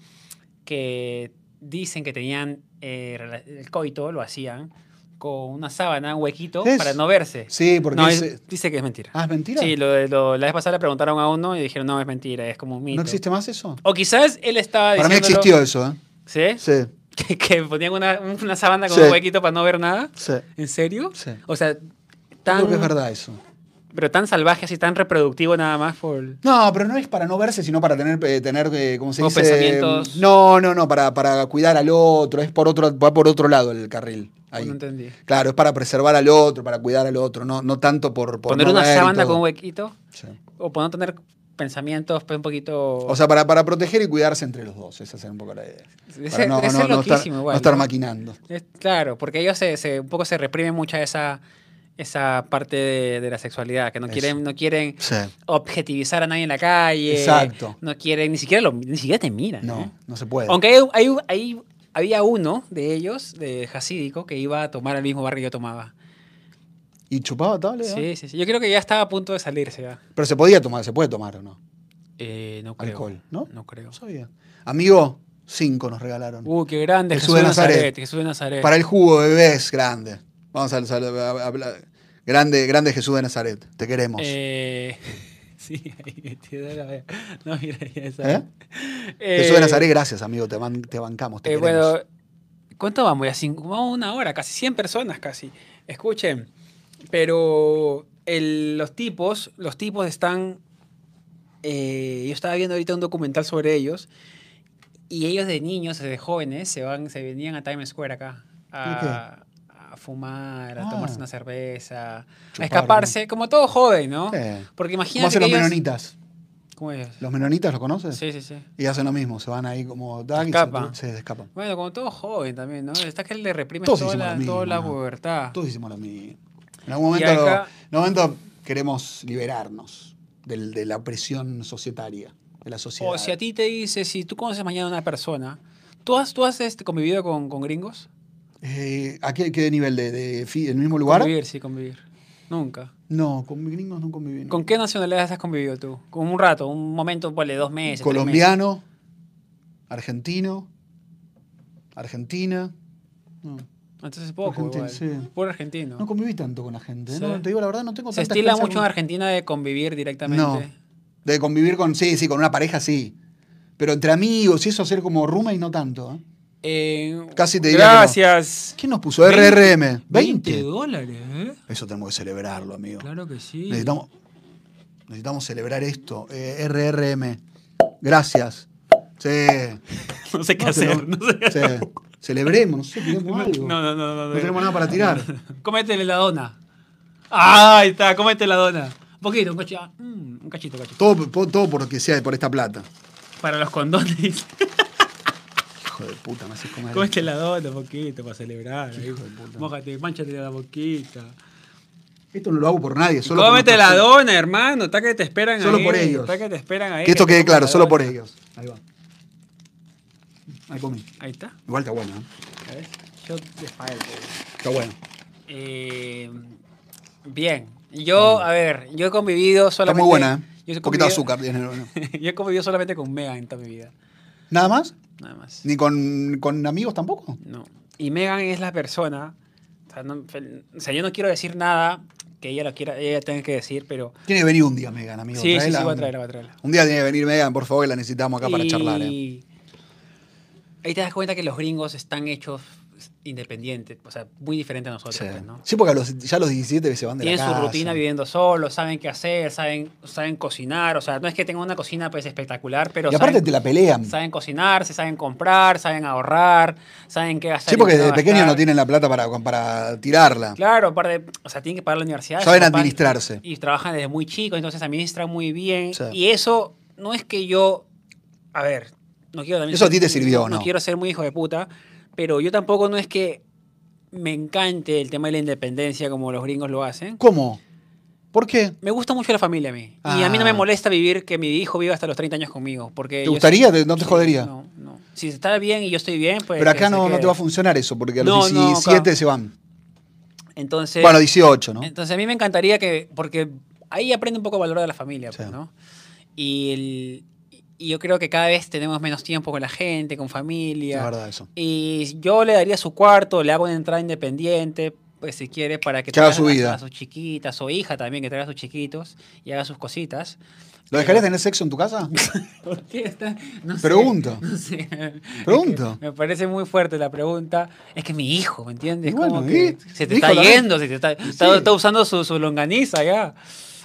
S1: que dicen que tenían eh, rela- el coito, lo hacían con una sábana, un huequito,
S2: Es-
S1: para no verse.
S2: Sí, porque
S1: No,
S2: es-
S1: es- dice que es mentira.
S2: Ah, ¿es mentira?
S1: Sí, lo, de- lo- la vez pasada le preguntaron a uno y dijeron, no, es mentira, es como un mito.
S2: ¿No existe más eso?
S1: O quizás él estaba
S2: Para mí
S1: diciéndolo-
S2: existió eso, ¿eh?
S1: ¿Sí?
S2: Sí,
S1: Que, que ponían una, una sábana con
S2: Sí.
S1: un huequito para no ver nada.
S2: sí.
S1: ¿En serio?
S2: Sí.
S1: O sea,
S2: Yo
S1: tan...
S2: Creo que es verdad eso.
S1: Pero tan salvaje, así tan reproductivo nada más por...
S2: No, pero no es para no verse, sino para tener, eh, tener eh, ¿cómo se
S1: O
S2: dice?
S1: pensamientos.
S2: No, no, no, para, para cuidar al otro, es por otro, va por otro lado el carril. Ahí.
S1: No entendí.
S2: Claro, es para preservar al otro, para cuidar al otro, no, no tanto por, por
S1: Poner
S2: no
S1: una
S2: ver y
S1: sábana
S2: todo.
S1: con un huequito
S2: Sí.
S1: o por no tener pensamientos pues, un poquito...
S2: O sea, para, para proteger y cuidarse entre los dos, esa es un poco la idea.
S1: Debe
S2: Para
S1: ser-
S2: no,
S1: debe
S2: no-
S1: ser
S2: no estar,
S1: loquísimo
S2: no
S1: igual,
S2: estar
S1: ¿no?
S2: maquinando.
S1: Es- claro, porque ellos se, se- un poco se reprimen mucha esa, esa parte de, de la sexualidad, que no
S2: Eso.
S1: quieren, no quieren
S2: Sí.
S1: objetivizar a nadie en la calle.
S2: Exacto.
S1: No quieren, ni siquiera, lo- ni siquiera te miran. ¿eh?
S2: No, no se puede.
S1: Aunque hay, hay un- hay- había uno de ellos, de Jasídico, que iba a tomar al mismo bar que yo tomaba.
S2: ¿Y chupaba tabla?
S1: Sí, sí, sí. Yo creo que ya estaba a punto de salirse. ya.
S2: Pero se podía tomar, se puede tomar o no.
S1: Eh, no creo.
S2: Alcohol, ¿no?
S1: No creo.
S2: No sabía. Amigo, cinco nos regalaron.
S1: Uh, eh. qué grande.
S2: Jesús
S1: Jesús,
S2: de
S1: de Nazaret.
S2: Nazaret.
S1: Jesús de Nazaret.
S2: Para el jugo, bebés, grande. Vamos a hablar. Grande, grande Jesús de Nazaret, te queremos.
S1: Eh, sí, ahí metido en la vea. No, mira, ya está.
S2: ¿Eh?
S1: Eh,
S2: Jesús de Nazaret, gracias, amigo, te, ban- te bancamos, te
S1: eh,
S2: queremos.
S1: bueno, ¿cuánto vamos? Ya cinco, vamos una hora, casi 100 personas casi. Escuchen, pero el- los tipos, los tipos están... eh, yo estaba viendo ahorita un documental sobre ellos y ellos de niños, de jóvenes, se, van, se venían a Times Square acá a, a fumar, a
S2: Ah.
S1: tomarse una cerveza,
S2: Chupar,
S1: a escaparse, como todo joven, ¿no?
S2: Sí.
S1: Porque
S2: Eh, ¿Cómo
S1: imagínate
S2: hacen
S1: que
S2: los
S1: ellos...
S2: menonitas?
S1: ¿Cómo ellos?
S2: ¿Los menonitas los conoces?
S1: Sí, sí, sí.
S2: Y hacen lo mismo, se van ahí como...
S1: Se escapan.
S2: Se, se escapan.
S1: Bueno, como todo joven también, ¿no? Está que le reprimes
S2: Todos
S1: toda,
S2: hicimos
S1: la,
S2: lo mismo,
S1: toda la
S2: ¿no?
S1: pubertad.
S2: Todos hicimos lo mismo. En algún momento,
S1: Y acá-
S2: lo- en algún momento queremos liberarnos del- de la presión societaria, de la sociedad.
S1: O si a ti te dice, si tú conoces mañana a una persona, ¿tú has, tú has este, convivido con, con gringos?
S2: Eh, ¿A qué, qué nivel? ¿De, de fi- ¿En el mismo lugar?
S1: Convivir, sí, convivir. Nunca.
S2: No, con gringos no conviví. no.
S1: ¿Con qué nacionalidades has convivido tú? Con un rato, un momento, ponle dos meses. tres
S2: Colombiano, argentino, argentina. No,
S1: meses. Entonces poco.
S2: Argentino,
S1: igual.
S2: sí.
S1: Puro argentino.
S2: no conviví tanto con la gente. ¿eh?
S1: Sí.
S2: No, te digo la verdad, no tengo
S1: Se
S2: tanta
S1: estila
S2: experiencia
S1: mucho en
S2: con-
S1: Argentina de convivir directamente.
S2: No. De convivir con, sí, sí, con una pareja sí. Pero entre amigos y eso, hacer como roommate no tanto. ¿eh?
S1: Eh,
S2: Casi te diría que no.
S1: Gracias.
S2: ¿Quién nos puso? RRM.
S1: 20
S2: 20.
S1: dólares, ¿eh?
S2: Eso tenemos que celebrarlo, amigo.
S1: Claro que sí.
S2: Necesitamos, necesitamos celebrar esto. Eh, RRM. Gracias. Sí.
S1: No sé qué
S2: No,
S1: hacer.
S2: tenemos-
S1: No sé qué
S2: sí.
S1: hacer.
S2: Celebremos, no sé, tiremos algo.
S1: No, no, no, no.
S2: No tenemos nada para tirar.
S1: Cómetele la dona. Ah, ahí está, cómete la dona. Un poquito, un cachito. ah, mm, un cachito, un cachito.
S2: Todo, por- todo porque sea por esta plata.
S1: Para los condones.
S2: Hijo de puta, me haces comer.
S1: cómete la dona un poquito para celebrar. ahí.
S2: Hijo de puta.
S1: Mójate, manchate la boquita.
S2: Esto no lo hago por nadie, solo
S1: cómete
S2: por
S1: la
S2: nosotros.
S1: dona, hermano. Está que te esperan
S2: Solo
S1: ahí,
S2: por ellos.
S1: Está que te esperan ahí.
S2: Que esto
S1: te
S2: quede
S1: comas
S2: claro,
S1: la
S2: solo
S1: dona.
S2: por ellos. Ahí va. Ahí comí.
S1: Ahí está.
S2: Igual está bueno, ¿eh?
S1: A ver, Yo de espalda.
S2: Está bueno.
S1: Eh, bien. Yo, a ver, yo he convivido
S2: Está
S1: solamente.
S2: muy buena,
S1: yo
S2: ¿eh?
S1: he
S2: Un poquito de
S1: convivido-
S2: azúcar tiene, bueno.
S1: yo he convivido solamente con Megan en toda mi vida.
S2: ¿Nada más?
S1: Nada más.
S2: ¿Ni con, con amigos tampoco?
S1: No. Y Megan es la persona. O sea, no- fel- o sea, yo no quiero decir nada que ella lo quiera, ella tenga que decir, pero.
S2: Tiene que venir un día, Megan, amigo.
S1: Sí, sí, sí,
S2: traela.
S1: voy a traerla, voy a traerla.
S2: Un día tiene que venir Megan, por favor, que la necesitamos acá para charlar. ¿eh?
S1: Y Ahí te das cuenta que los gringos están hechos independientes, o sea, muy diferente a nosotros,
S2: Sí.
S1: pues, ¿no?
S2: Sí, porque a los, ya a los 17 se van de la
S1: Tienen su
S2: casa.
S1: rutina viviendo solos, saben qué hacer, saben, saben cocinar, o sea, no es que tengan una cocina pues espectacular, pero
S2: Y aparte
S1: saben,
S2: te la pelean.
S1: saben cocinar, se saben comprar, saben ahorrar, saben qué hacer.
S2: Sí, porque
S1: y qué
S2: desde pequeños no
S1: gastar.
S2: tienen la plata para, para tirarla.
S1: Claro, aparte, o sea, tienen que pagar la universidad.
S2: Saben
S1: sus papás-
S2: administrarse.
S1: Y trabajan desde muy chicos, entonces administran muy bien.
S2: Sí.
S1: Y eso no es que yo. A ver, no quiero también.
S2: Eso a
S1: ser-
S2: ti te sirvió,
S1: No
S2: ¿no?
S1: quiero ser muy hijo de puta, pero yo tampoco no es que me encante el tema de la independencia como los gringos lo hacen.
S2: ¿Cómo? ¿Por qué?
S1: Me gusta mucho la familia a mí. Y a mí no
S2: Ah.
S1: me molesta vivir que mi hijo viva hasta los 30 años conmigo. Porque
S2: ¿Te
S1: yo-
S2: gustaría? ¿Te- no te jodería?
S1: No, no. Si está bien y yo estoy bien, pues.
S2: Pero
S1: que
S2: acá
S1: se
S2: no, no
S1: quede.
S2: te va a funcionar eso, porque a
S1: No,
S2: los
S1: no,
S2: 17
S1: acá.
S2: se van.
S1: Entonces.
S2: Bueno, 18, ¿no?
S1: Entonces a mí me encantaría que, porque ahí aprende un poco a valorar a la familia, pues,
S2: Sí.
S1: ¿no? Y, el- y yo creo que cada vez tenemos menos tiempo con la gente, con
S2: Es
S1: familia.
S2: verdad eso.
S1: Y yo le daría su cuarto, le hago una entrada independiente, pues si quiere, para que
S2: Que haga
S1: traiga
S2: su
S1: a-
S2: vida.
S1: A, sus chiquitas, o hija también, que traiga a sus chiquitos y haga sus cositas.
S2: ¿Lo dejarías tener sexo en tu casa?
S1: ¿Por qué está? No sé,
S2: Pregunto.
S1: no sé.
S2: Pregunto.
S1: Es que me parece muy fuerte la pregunta. Es que mi hijo, ¿me entiendes?
S2: Y bueno,
S1: Como que
S2: ¿eh?
S1: se te
S2: Hijo
S1: está
S2: también.
S1: yendo, se te está, está, está usando su, su longaniza ya.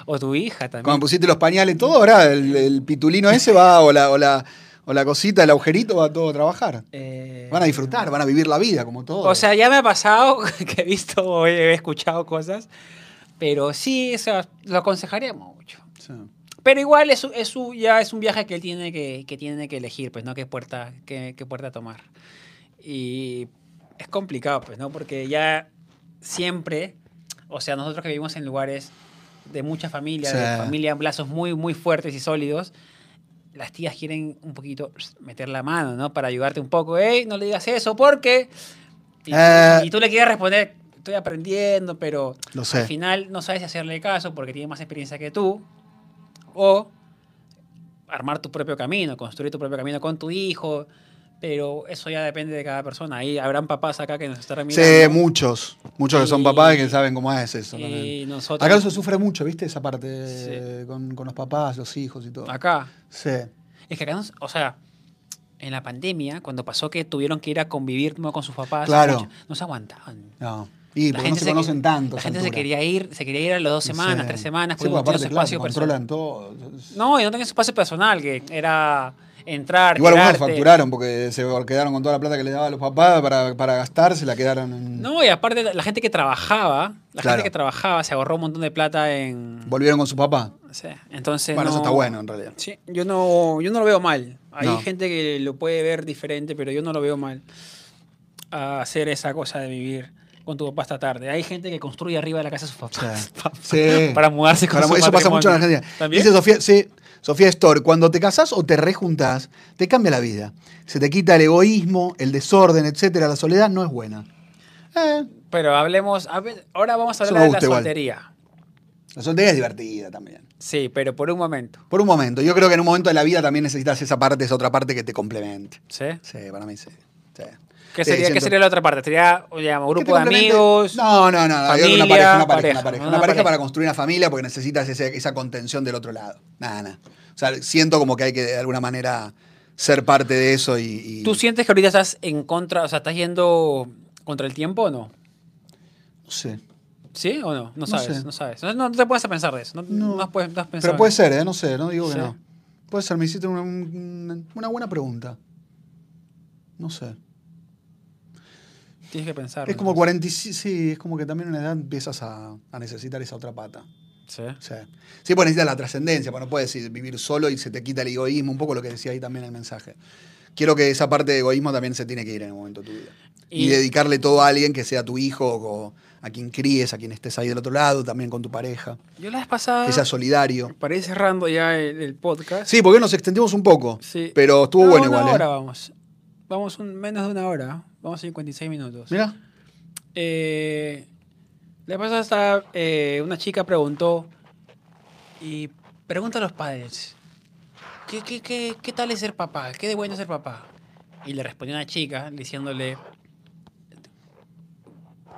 S1: O tu hija también.
S2: Cuando pusiste los pañales, todo, ahora el, el pitulino ese va o la, o la, o la cosita, el agujerito, va todo a trabajar.
S1: Eh,
S2: Van a disfrutar, van a vivir la vida como todo.
S1: O sea, ya me ha pasado que he visto o he escuchado cosas, pero sí, o sea, lo aconsejaría mucho.
S2: Sí.
S1: Pero igual es, su- es su- ya es un viaje que él tiene que, que tiene que elegir, pues, ¿no? ¿Qué puerta, qué, qué puerta tomar? Y es complicado, pues, ¿no? Porque ya siempre, o sea, nosotros que vivimos en lugares de mucha familia, de
S2: Sí.
S1: familia, lazos muy, muy fuertes y sólidos, las tías quieren un poquito meter la mano, ¿no? Para ayudarte un poco. ¡Ey, no le digas eso! Porque... Y,
S2: Eh.
S1: y tú le quieres responder, estoy aprendiendo, pero
S2: Lo
S1: al
S2: sé.
S1: final no sabes si hacerle caso porque tiene más experiencia que tú. O armar tu propio camino, construir tu propio camino con tu hijo. Pero eso ya depende de cada persona. Ahí habrán papás acá que nos estarán
S2: Sí,
S1: mirando.
S2: muchos. Muchos que son
S1: Y-
S2: papás y que saben cómo es eso. también.
S1: Y nosotros.
S2: Acá se sufre mucho, ¿viste? Esa parte
S1: Sí.
S2: eh, con, con los papás, los hijos y todo.
S1: Acá.
S2: Sí.
S1: Es que acá, nos- o sea, en la pandemia, cuando pasó que tuvieron que ir a convivir ¿no? con sus papás,
S2: Claro.
S1: mucho- no se aguantaban.
S2: No. Y porque no se, conocen
S1: que-
S2: tanto.
S1: La gente se quería ir, se quería ir a las dos semanas, tres semanas,
S2: porque
S1: porque no
S2: aparte,
S1: tenían su
S2: claro,
S1: espacio personal.
S2: controlan todo.
S1: No, y no tenían su espacio personal, que era entrar,
S2: Igual algunos
S1: girarte.
S2: facturaron porque se quedaron con toda la plata que le daban los papás para, para gastar, se la quedaron en-
S1: No, y aparte la, la gente que trabajaba, la
S2: Claro.
S1: gente que trabajaba se ahorró un montón de plata en...
S2: Volvieron con su papá.
S1: o sea, entonces
S2: Bueno, eso
S1: no-
S2: está bueno en realidad.
S1: Sí, yo no, yo no lo veo mal. Hay
S2: No.
S1: gente que lo puede ver diferente, pero yo no lo veo mal a hacer esa cosa de vivir con tu papá hasta tarde. Hay gente que construye arriba de la casa de sus papás
S2: Sí.
S1: pa-
S2: Sí.
S1: para mudarse con
S2: Para-
S1: su
S2: eso pasa mucho en
S1: patrimonio.
S2: Argentina.
S1: ¿También?
S2: Dice Sofía, sí, Sofía Stor, cuando te casás o te rejuntás, te cambia la vida. Se te quita el egoísmo, el desorden, etcétera. La soledad no es buena. Eh,
S1: Pero hablemos, a ver, ahora vamos a
S2: Eso
S1: hablar
S2: me
S1: de la
S2: gusta igual.
S1: soltería.
S2: la soledad es divertida también.
S1: Sí, pero por un momento.
S2: Por un momento. Yo creo que en un momento de la vida también necesitas esa parte, esa otra parte que te complemente.
S1: ¿sí?
S2: Sí, para mí sí. Sí.
S1: ¿Qué,
S2: Sí,
S1: sería, qué
S2: siento-
S1: sería la otra parte? ¿Sería digamos,
S2: Que te
S1: grupo de
S2: complemente.
S1: amigos?
S2: No, no, no. no, yo creo que una
S1: familia,
S2: pareja, una pareja,
S1: pareja,
S2: una pareja.
S1: una
S2: Una pareja
S1: pareja.
S2: para construir una familia porque necesitas ese- esa contención del otro lado. Nada, nada. O sea, siento como que hay que de alguna manera ser parte de eso y. y-
S1: ¿Tú sientes que ahorita estás en contra, o sea, estás yendo contra el tiempo o no?
S2: No sé.
S1: ¿Sí o no? No sabes, no,
S2: sé.
S1: sabes. No, no te puedes a pensar de eso. No,
S2: No.
S1: no has, puedes- no has pensado.
S2: Pero puede ser, ¿eh? No sé, no digo
S1: Sí.
S2: que no. Puede ser, me hiciste una, un- una buena pregunta. No sé.
S1: Tienes que pensar.
S2: Es como 45, sí, es como que también en una edad empiezas a, a necesitar esa otra pata.
S1: Sí.
S2: Sí, sí pues necesitas la trascendencia, pues no puedes ir- vivir solo y se te quita el egoísmo, un poco lo que decía ahí también el mensaje. Quiero que esa parte de egoísmo también se tiene que ir en el momento de tu vida. Y,
S1: Y-
S2: dedicarle todo a alguien que sea tu hijo o a quien críes, a quien estés ahí del otro lado, también con tu pareja,
S1: Yo la vez pasada,
S2: que seas solidario.
S1: para ir cerrando ya el, el podcast.
S2: Sí, porque hoy nos extendimos un poco,
S1: Sí.
S2: pero estuvo
S1: No,
S2: bueno
S1: una
S2: igual.
S1: hora
S2: ¿eh?
S1: vamos. Vamos un, menos de una hora. Vamos 56 minutos.
S2: Mira,
S1: Eh, la pasada está, eh, una chica preguntó y pregunta a los padres, ¿qué, qué, qué, qué tal es ser papá? ¿Qué de bueno es ser papá? Y le respondió una chica diciéndole,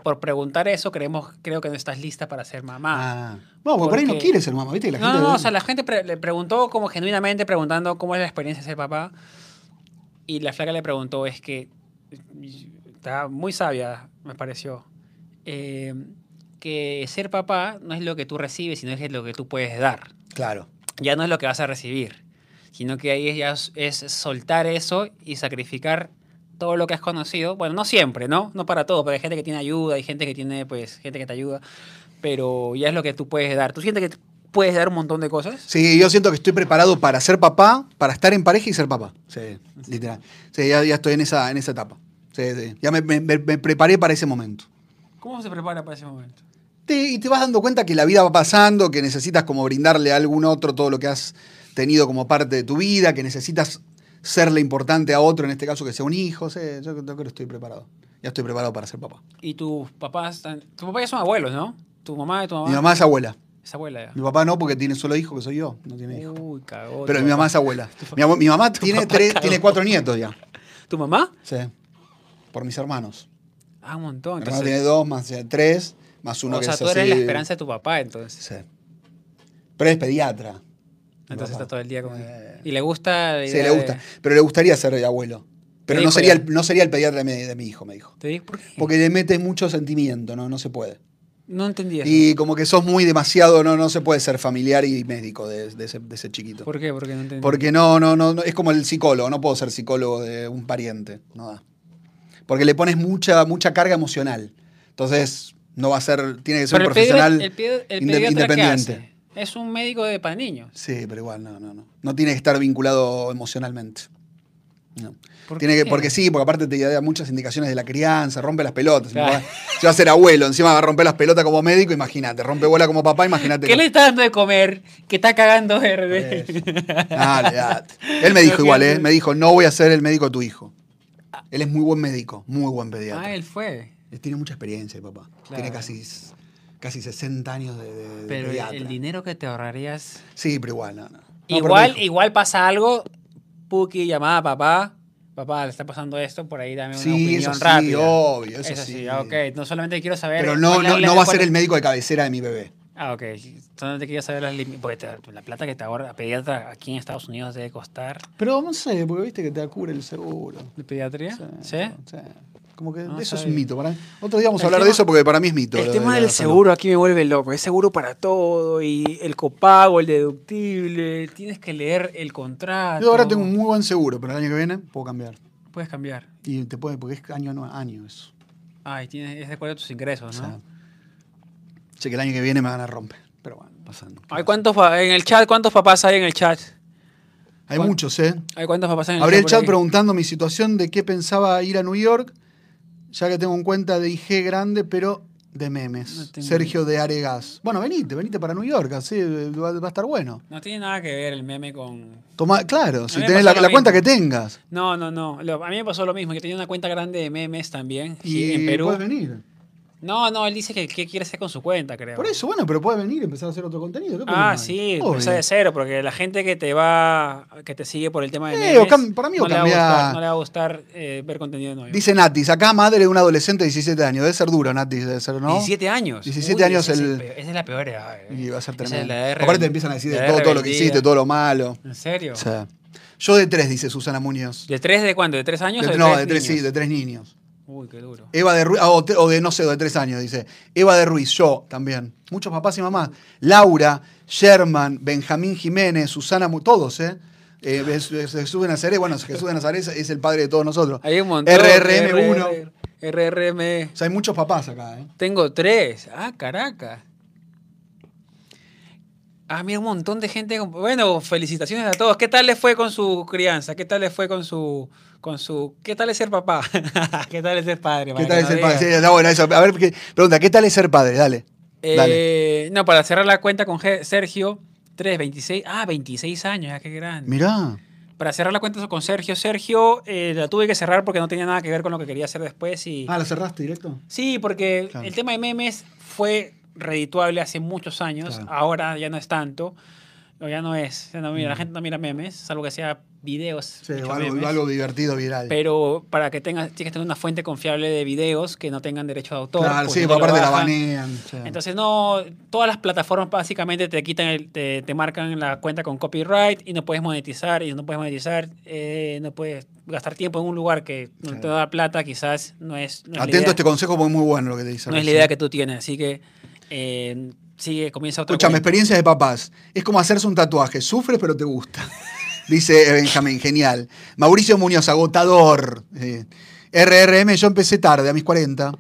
S1: por preguntar eso creemos, creo que no estás lista para ser mamá.
S2: Ah. No, porque por ahí no
S1: porque-
S2: quieres ser mamá, ¿viste? Y la
S1: no,
S2: gente-
S1: no, no, o sea, la gente pre- le preguntó como genuinamente preguntando cómo es la experiencia de ser papá y la flaca le preguntó, es que está muy sabia, me pareció. eh, que ser papá no es lo que tú recibes, sino es lo que tú puedes dar.
S2: Claro.
S1: Ya no es lo que vas a recibir, sino que ahí es, ya s- es soltar eso y sacrificar todo lo que has conocido. Bueno, no siempre, ¿no? No para todo, pero hay gente que tiene ayuda, hay gente que tiene, pues, gente que te ayuda, pero ya es lo que tú puedes dar. ¿Tú sientes que t- puedes dar un montón de cosas?
S2: Sí, yo siento que estoy preparado para ser papá, para estar en pareja y ser papá. Sí, literal. Sí, ya, ya estoy en esa, en esa etapa. Sí, sí. Ya me, me- me- me preparé para ese momento.
S1: ¿Cómo se prepara para ese momento?
S2: Te- y te vas dando cuenta que la vida va pasando, que necesitas como brindarle a algún otro todo lo que has tenido como parte de tu vida, que necesitas serle importante a otro, en este caso que sea un hijo. Sí, yo, yo creo que estoy preparado. Ya estoy preparado para ser papá.
S1: Y tus papás, están- tus papás ya son abuelos, ¿no? Tu mamá y tu mamá.
S2: Mi mamá es abuela.
S1: Es abuela ya.
S2: Mi papá no, porque tiene solo hijo, que soy yo. No tiene hijo.
S1: Uy, cagón.
S2: Pero
S1: tu
S2: mi mamá es abuela. Mi, abu- mi mamá tiene,
S1: Oh, papá
S2: tres,
S1: cagó.
S2: tiene cuatro nietos ya.
S1: ¿Tu mamá?
S2: Sí. Por mis hermanos.
S1: Ah, un montón.
S2: Mi hermano
S1: entonces-
S2: tiene dos, más eh, tres, más uno
S1: o
S2: que
S1: sea,
S2: es
S1: tú eres la
S2: así.
S1: esperanza de tu papá, entonces.
S2: Sí. Pero es pediatra. mi
S1: Entonces
S2: papá.
S1: está todo el día con él.
S2: Eh,
S1: Y le gusta. la
S2: Sí,
S1: idea
S2: le gusta.
S1: de-
S2: Pero le gustaría ser el abuelo. Pero
S1: Te
S2: no
S1: dijo
S2: sería,
S1: ya.
S2: el, no sería el pediatra de mi, de mi hijo, me dijo.
S1: ¿Te digo por qué?
S2: Porque le mete mucho sentimiento, ¿no? No se puede.
S1: No entendí eso.
S2: Y como que sos muy demasiado, no, no se puede ser familiar y médico de, de ese, de ese chiquito.
S1: ¿Por qué? Porque no entendí.
S2: Porque no, no, no, no, es como el psicólogo, no puedo ser psicólogo de un pariente, no da. Porque le pones mucha, mucha carga emocional. Entonces, no va a ser, tiene que ser
S1: Pero
S2: un
S1: el pediatra-
S2: profesional
S1: el pedi- el
S2: inde-
S1: pediatra, ¿qué hace?
S2: independiente.
S1: Es un médico de para niños.
S2: Sí, pero igual, no, no, no. No tiene que estar vinculado emocionalmente. No.
S1: ¿Por
S2: Tiene que,
S1: qué?
S2: porque sí, porque aparte te da muchas indicaciones de la crianza, rompe las pelotas.
S1: Claro.
S2: Si va- si va a ser abuelo, encima va a romper las pelotas como médico, imagínate. Rompe bola como papá, imagínate.
S1: ¿Qué le está dando de comer? Que está cagando verde.
S2: Dale, dale. Él me dijo igual, ¿eh? Me dijo, no voy a ser el médico de tu hijo. Él es muy buen médico, muy buen pediatra.
S1: ah, él fue.
S2: Él Tiene mucha experiencia, el papá.
S1: Claro.
S2: Tiene casi, casi 60 años de, de- de
S1: Pero el-
S2: pediatra.
S1: el dinero que te ahorrarías.
S2: Sí, pero igual, no, no. No, pero
S1: igual,
S2: me dijo.
S1: igual pasa algo. Puki llamada a papá. Papá, le está pasando esto, por ahí dame una
S2: Sí,
S1: opinión
S2: eso sí,
S1: rápida.
S2: obvio, eso sí.
S1: ok. No solamente quiero saber.
S2: Pero no,
S1: cuál es
S2: no,
S1: la-
S2: no va a
S1: cuál
S2: ser
S1: es-
S2: el médico de cabecera de mi bebé.
S1: Ah, ok. Solamente quiero saber las lim- Porque te- la plata que te ahorra, pediatra aquí en Estados Unidos debe costar.
S2: Pero no sé, porque viste que te cura el seguro.
S1: ¿De pediatría? ¿Sí?
S2: Como que
S1: No
S2: eso es
S1: sabía.
S2: un mito. Para... Otro día vamos a
S1: El
S2: hablar de
S1: tema-
S2: eso porque para mí es mito.
S1: El
S2: lo
S1: tema
S2: de la
S1: del
S2: salud.
S1: seguro aquí me vuelve loco. Es seguro para todo y el copago, el deductible. Tienes que leer el contrato.
S2: Yo ahora tengo un muy buen seguro, pero el año que viene puedo cambiar.
S1: Puedes cambiar.
S2: Y te puede, porque es año a año eso.
S1: Ay, tienes, es de acuerdo a tus
S2: O
S1: ingresos, ¿no?
S2: sea, sé que el año que viene me van a romper. Pero bueno, pasando.
S1: Hay cuántos pa- en el chat, ¿cuántos papás hay en el chat?
S2: Hay muchos, ¿eh?
S1: Hay cuántos papás en el
S2: Abrí el
S1: por
S2: chat
S1: ahí?
S2: preguntando mi situación de qué pensaba ir a New York, ya que tengo en cuenta de IG grande, pero de memes.
S1: No tengo
S2: Sergio de Aregas. Bueno, venite, venite para New York, así eh, va, va a estar bueno.
S1: No tiene nada que ver el meme con.
S2: Toma, claro, si
S1: me
S2: tenés
S1: pasó
S2: la,
S1: lo
S2: la cuenta que
S1: mismo.
S2: tengas.
S1: No, no, no. Lo- a mí me pasó lo mismo. Yo tenía una cuenta grande de memes también sí,
S2: Y
S1: en Perú.
S2: podés venir.
S1: No, no, él dice que, que quiere hacer con su cuenta, creo.
S2: Por eso, bueno, pero puedes venir y empezar a hacer otro contenido. ¿qué problema
S1: Ah,
S2: hay?
S1: sí,
S2: eh. Obvio.
S1: empezar de cero, porque la gente que te va, que te sigue por el tema de
S2: Eh,
S1: memes,
S2: o cam- para mí o
S1: no, le va a
S2: cambia-
S1: gustar, no le va a gustar eh, ver contenido nuevo.
S2: Dice Natis, acá madre de un adolescente de 17 años. Debe ser duro, Natis, debe ser, ¿no?
S1: 17 años.
S2: 17 años
S1: esa es
S2: el-
S1: pe- Esa es la peor edad. eh.
S2: Y va a ser
S1: Esa es
S2: tremendo.
S1: la de
S2: Aparte
S1: rebel-
S2: te empiezan a decir de
S1: la
S2: todo, todo lo que
S1: rebeldía.
S2: hiciste, todo lo malo.
S1: ¿En serio?
S2: O sea, yo de tres, dice Susana Muñoz.
S1: ¿De tres de cuándo? ¿De tres años?
S2: De-
S1: o de
S2: no,
S1: tres
S2: de tres, sí,
S1: niños?
S2: de tres niños.
S1: Uy, qué duro.
S2: Eva de Ruiz, ah, o, te- o de no sé, de tres años, dice. Eva de Ruiz, yo también. Muchos papás y mamás. Laura, Sherman, Benjamín Jiménez, Susana, Mu- todos, ¿eh? Eh, es- es- Jesús de Nazaret, bueno, Jesús de Nazaret es, es el padre de todos nosotros.
S1: Hay un montón.
S2: RRM1.
S1: RRM.
S2: O sea, hay muchos papás acá, ¿eh?
S1: Tengo tres. Ah, Caracas. Ah, mira, un montón de gente. con- Bueno, felicitaciones a todos. ¿Qué tal les fue con su crianza? ¿Qué tal les fue con su. con su. ¿Qué tal es ser papá? ¿Qué tal es ser padre?
S2: ¿Qué
S1: Para
S2: tal
S1: que
S2: es
S1: nos
S2: el padre?
S1: digan.
S2: Sí, no, bueno, eso. A ver, ¿qué- pregunta, ¿qué tal es ser padre? Dale. dale.
S1: Eh, no, para cerrar la cuenta con Ge- Sergio, 3, 26. Ah, 26 años, ah, qué grande.
S2: Mirá.
S1: Para cerrar la cuenta con Sergio, Sergio eh, la tuve que cerrar porque no tenía nada que ver con lo que quería hacer después y.
S2: Ah, ¿la cerraste directo?
S1: Sí, porque
S2: Claro.
S1: el tema de memes fue redituable hace muchos años,
S2: Claro.
S1: ahora ya no es tanto, o ya no es, ya no mira, la gente no mira memes, salvo que sea videos.
S2: Mm. Sí,
S1: hechos
S2: o
S1: memes.
S2: algo, algo divertido, viral.
S1: Pero para que tengas, tienes que tener una fuente confiable de videos que no tengan derecho de autor.
S2: claro,
S1: porque
S2: sí,
S1: si no lo
S2: aparte la
S1: bajan.
S2: banean. sí.
S1: Entonces no, todas las plataformas básicamente te quitan, el- te, te marcan la cuenta con copyright y no puedes monetizar y no puedes monetizar, eh, no puedes gastar tiempo en un lugar que no te
S2: Claro.
S1: da plata, quizás no es. no es la
S2: Atento
S1: idea.
S2: a este consejo porque es muy bueno lo que te dice.
S1: No es la
S2: recién.
S1: idea que tú tienes, así que eh, sigue, comienza otra
S2: Escuchame,
S1: cuenta.
S2: experiencias de papás. Es como hacerse un tatuaje. Sufres, pero te gusta. Dice eh, Benjamín, genial. Mauricio Muñoz, agotador. Sí. RRM, yo empecé tarde, a mis 40.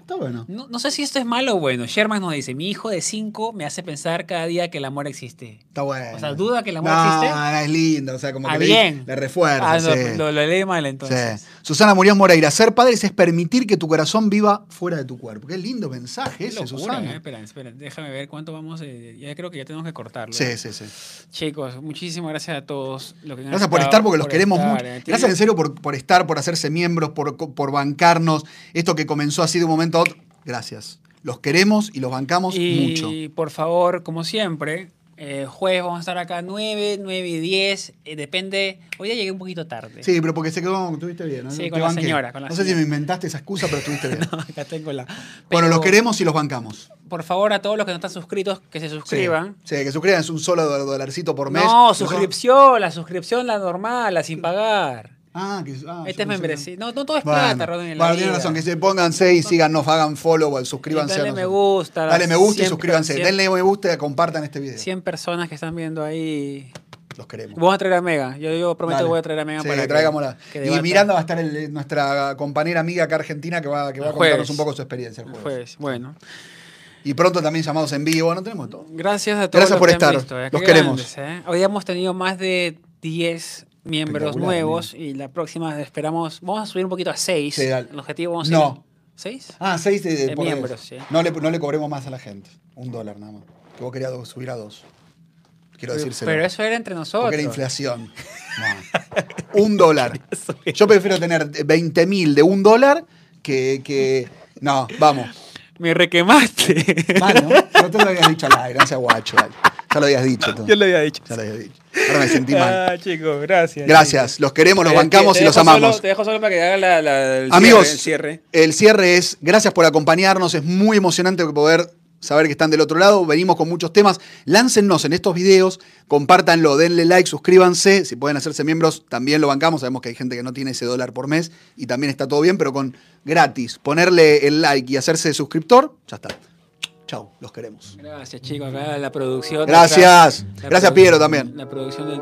S2: Está bueno.
S1: No, no sé si esto es malo o bueno. Sherman nos dice, mi hijo de 5 me hace pensar cada día que el amor existe.
S2: Está bueno.
S1: O sea, ¿duda que el amor
S2: No,
S1: existe?
S2: No, es lindo. O sea, como
S1: Ah,
S2: que le-
S1: bien.
S2: le, refuerza.
S1: Ah, no,
S2: sí.
S1: lo, lo leí mal
S2: Sí.
S1: entonces.
S2: Susana Muñoz Moreira, ser padres es permitir que tu corazón viva fuera de tu cuerpo. Qué lindo mensaje
S1: Qué
S2: ese,
S1: locura,
S2: Susana.
S1: eh. Espera, espera, déjame ver cuánto vamos. eh, ya creo que ya tenemos que cortarlo.
S2: Sí, sí, sí.
S1: Chicos, muchísimas gracias a todos. los que han
S2: Gracias por
S1: estado,
S2: estar porque los
S1: por
S2: queremos
S1: estar,
S2: mucho.
S1: eh.
S2: Gracias en serio por, por estar, por hacerse miembros, por, co- por bancarnos. Esto que comenzó así de un momento a otro. Gracias. Los queremos y los bancamos mucho.
S1: Y por favor, como siempre, eh, jueves vamos a estar acá 9, 9 y 10. eh, depende. Hoy ya llegué un poquito tarde.
S2: Sí, pero porque se quedó, estuviste bien. ¿no?
S1: Sí,
S2: Te
S1: con la
S2: banqué.
S1: señora, con la
S2: no sé si me
S1: señora.
S2: inventaste esa excusa, pero estuviste bien.
S1: Acá tengo la.
S2: Bueno,
S1: Pero-
S2: los queremos y los bancamos.
S1: por favor, a todos los que no están suscritos, que se
S2: Sí.
S1: suscriban.
S2: Sí, que suscriban, es un solo do- dolarcito por mes.
S1: No,
S2: Nosotros-
S1: suscripción, la suscripción, la normal, la sin pagar.
S2: Ah, que, ah,
S1: Esta
S2: yo
S1: este
S2: pensé
S1: es
S2: que-
S1: membresía. No, no todo es
S2: Bueno,
S1: plata, Ronen. en la
S2: bueno, tienen
S1: vida.
S2: razón, que se pónganse y síganos, hagan follow, al- suscríbanse.
S1: Dale
S2: a
S1: me
S2: nosotros.
S1: gusta.
S2: Dale me gusta y
S1: Cien-
S2: suscríbanse.
S1: cien-
S2: Denle me gusta y compartan este video.
S1: 100 personas que están viendo ahí.
S2: Los queremos.
S1: Vamos a traer a Mega. Yo, yo prometo
S2: Dale.
S1: que voy a traer a Mega
S2: Sí,
S1: para que
S2: traigámosla.
S1: que
S2: y
S1: debata.
S2: Miranda va a estar el- nuestra compañera amiga acá argentina que va, que va a
S1: El
S2: contarnos
S1: jueves.
S2: un poco su experiencia. el jueves.
S1: Pues, bueno.
S2: Y pronto también llamados en vivo. No tenemos todo.
S1: Gracias a todos.
S2: Gracias
S1: los
S2: por
S1: que han
S2: estar.
S1: visto,
S2: Los
S1: Qué
S2: queremos.
S1: grandes, eh. Hoy hemos tenido más de 10 miembros
S2: Espectacular,
S1: nuevos y la próxima esperamos. Vamos a subir un poquito a 6.
S2: Sí, dale.
S1: El objetivo vamos a
S2: No.
S1: ¿6?
S2: Ah, seis de,
S1: De
S2: por vez.
S1: miembros, sí.
S2: No le, no le cobremos más a la gente. Un dólar nada más. Que vos querías do- subir a dos. Quiero decírselo.
S1: Pero eso era entre nosotros.
S2: Porque era inflación. No. Un dólar. Yo prefiero tener 20 mil de un dólar que, que- No, vamos.
S1: Me requemaste.
S2: Mal, ¿no? No te lo habías dicho al aire, no seas guacho. dale. Ya lo habías dicho tú.
S1: Yo le había dicho.
S2: Ya lo habías dicho. Ahora me sentí mal.
S1: Ah, chicos, gracias.
S2: Gracias. Los queremos, los
S1: Te-
S2: bancamos
S1: te
S2: y los
S1: dejo solo-
S2: amamos.
S1: te dejo solo para que haga la, la- el
S2: Amigos,
S1: cierre, el cierre.
S2: el cierre es gracias por acompañarnos, es muy emocionante poder saber que están del otro lado, venimos con muchos temas, láncennos en estos videos, compártanlo, denle like, suscríbanse, si pueden hacerse miembros también lo bancamos, sabemos que hay gente que no tiene ese dólar por mes y también está todo bien, pero con gratis, ponerle el like y hacerse suscriptor, ya está. Chau, los queremos.
S1: Gracias, chicos. Acá la producción.
S2: Gracias.
S1: detrás- la
S2: Gracias,
S1: produ-
S2: Piero, también.
S1: La producción del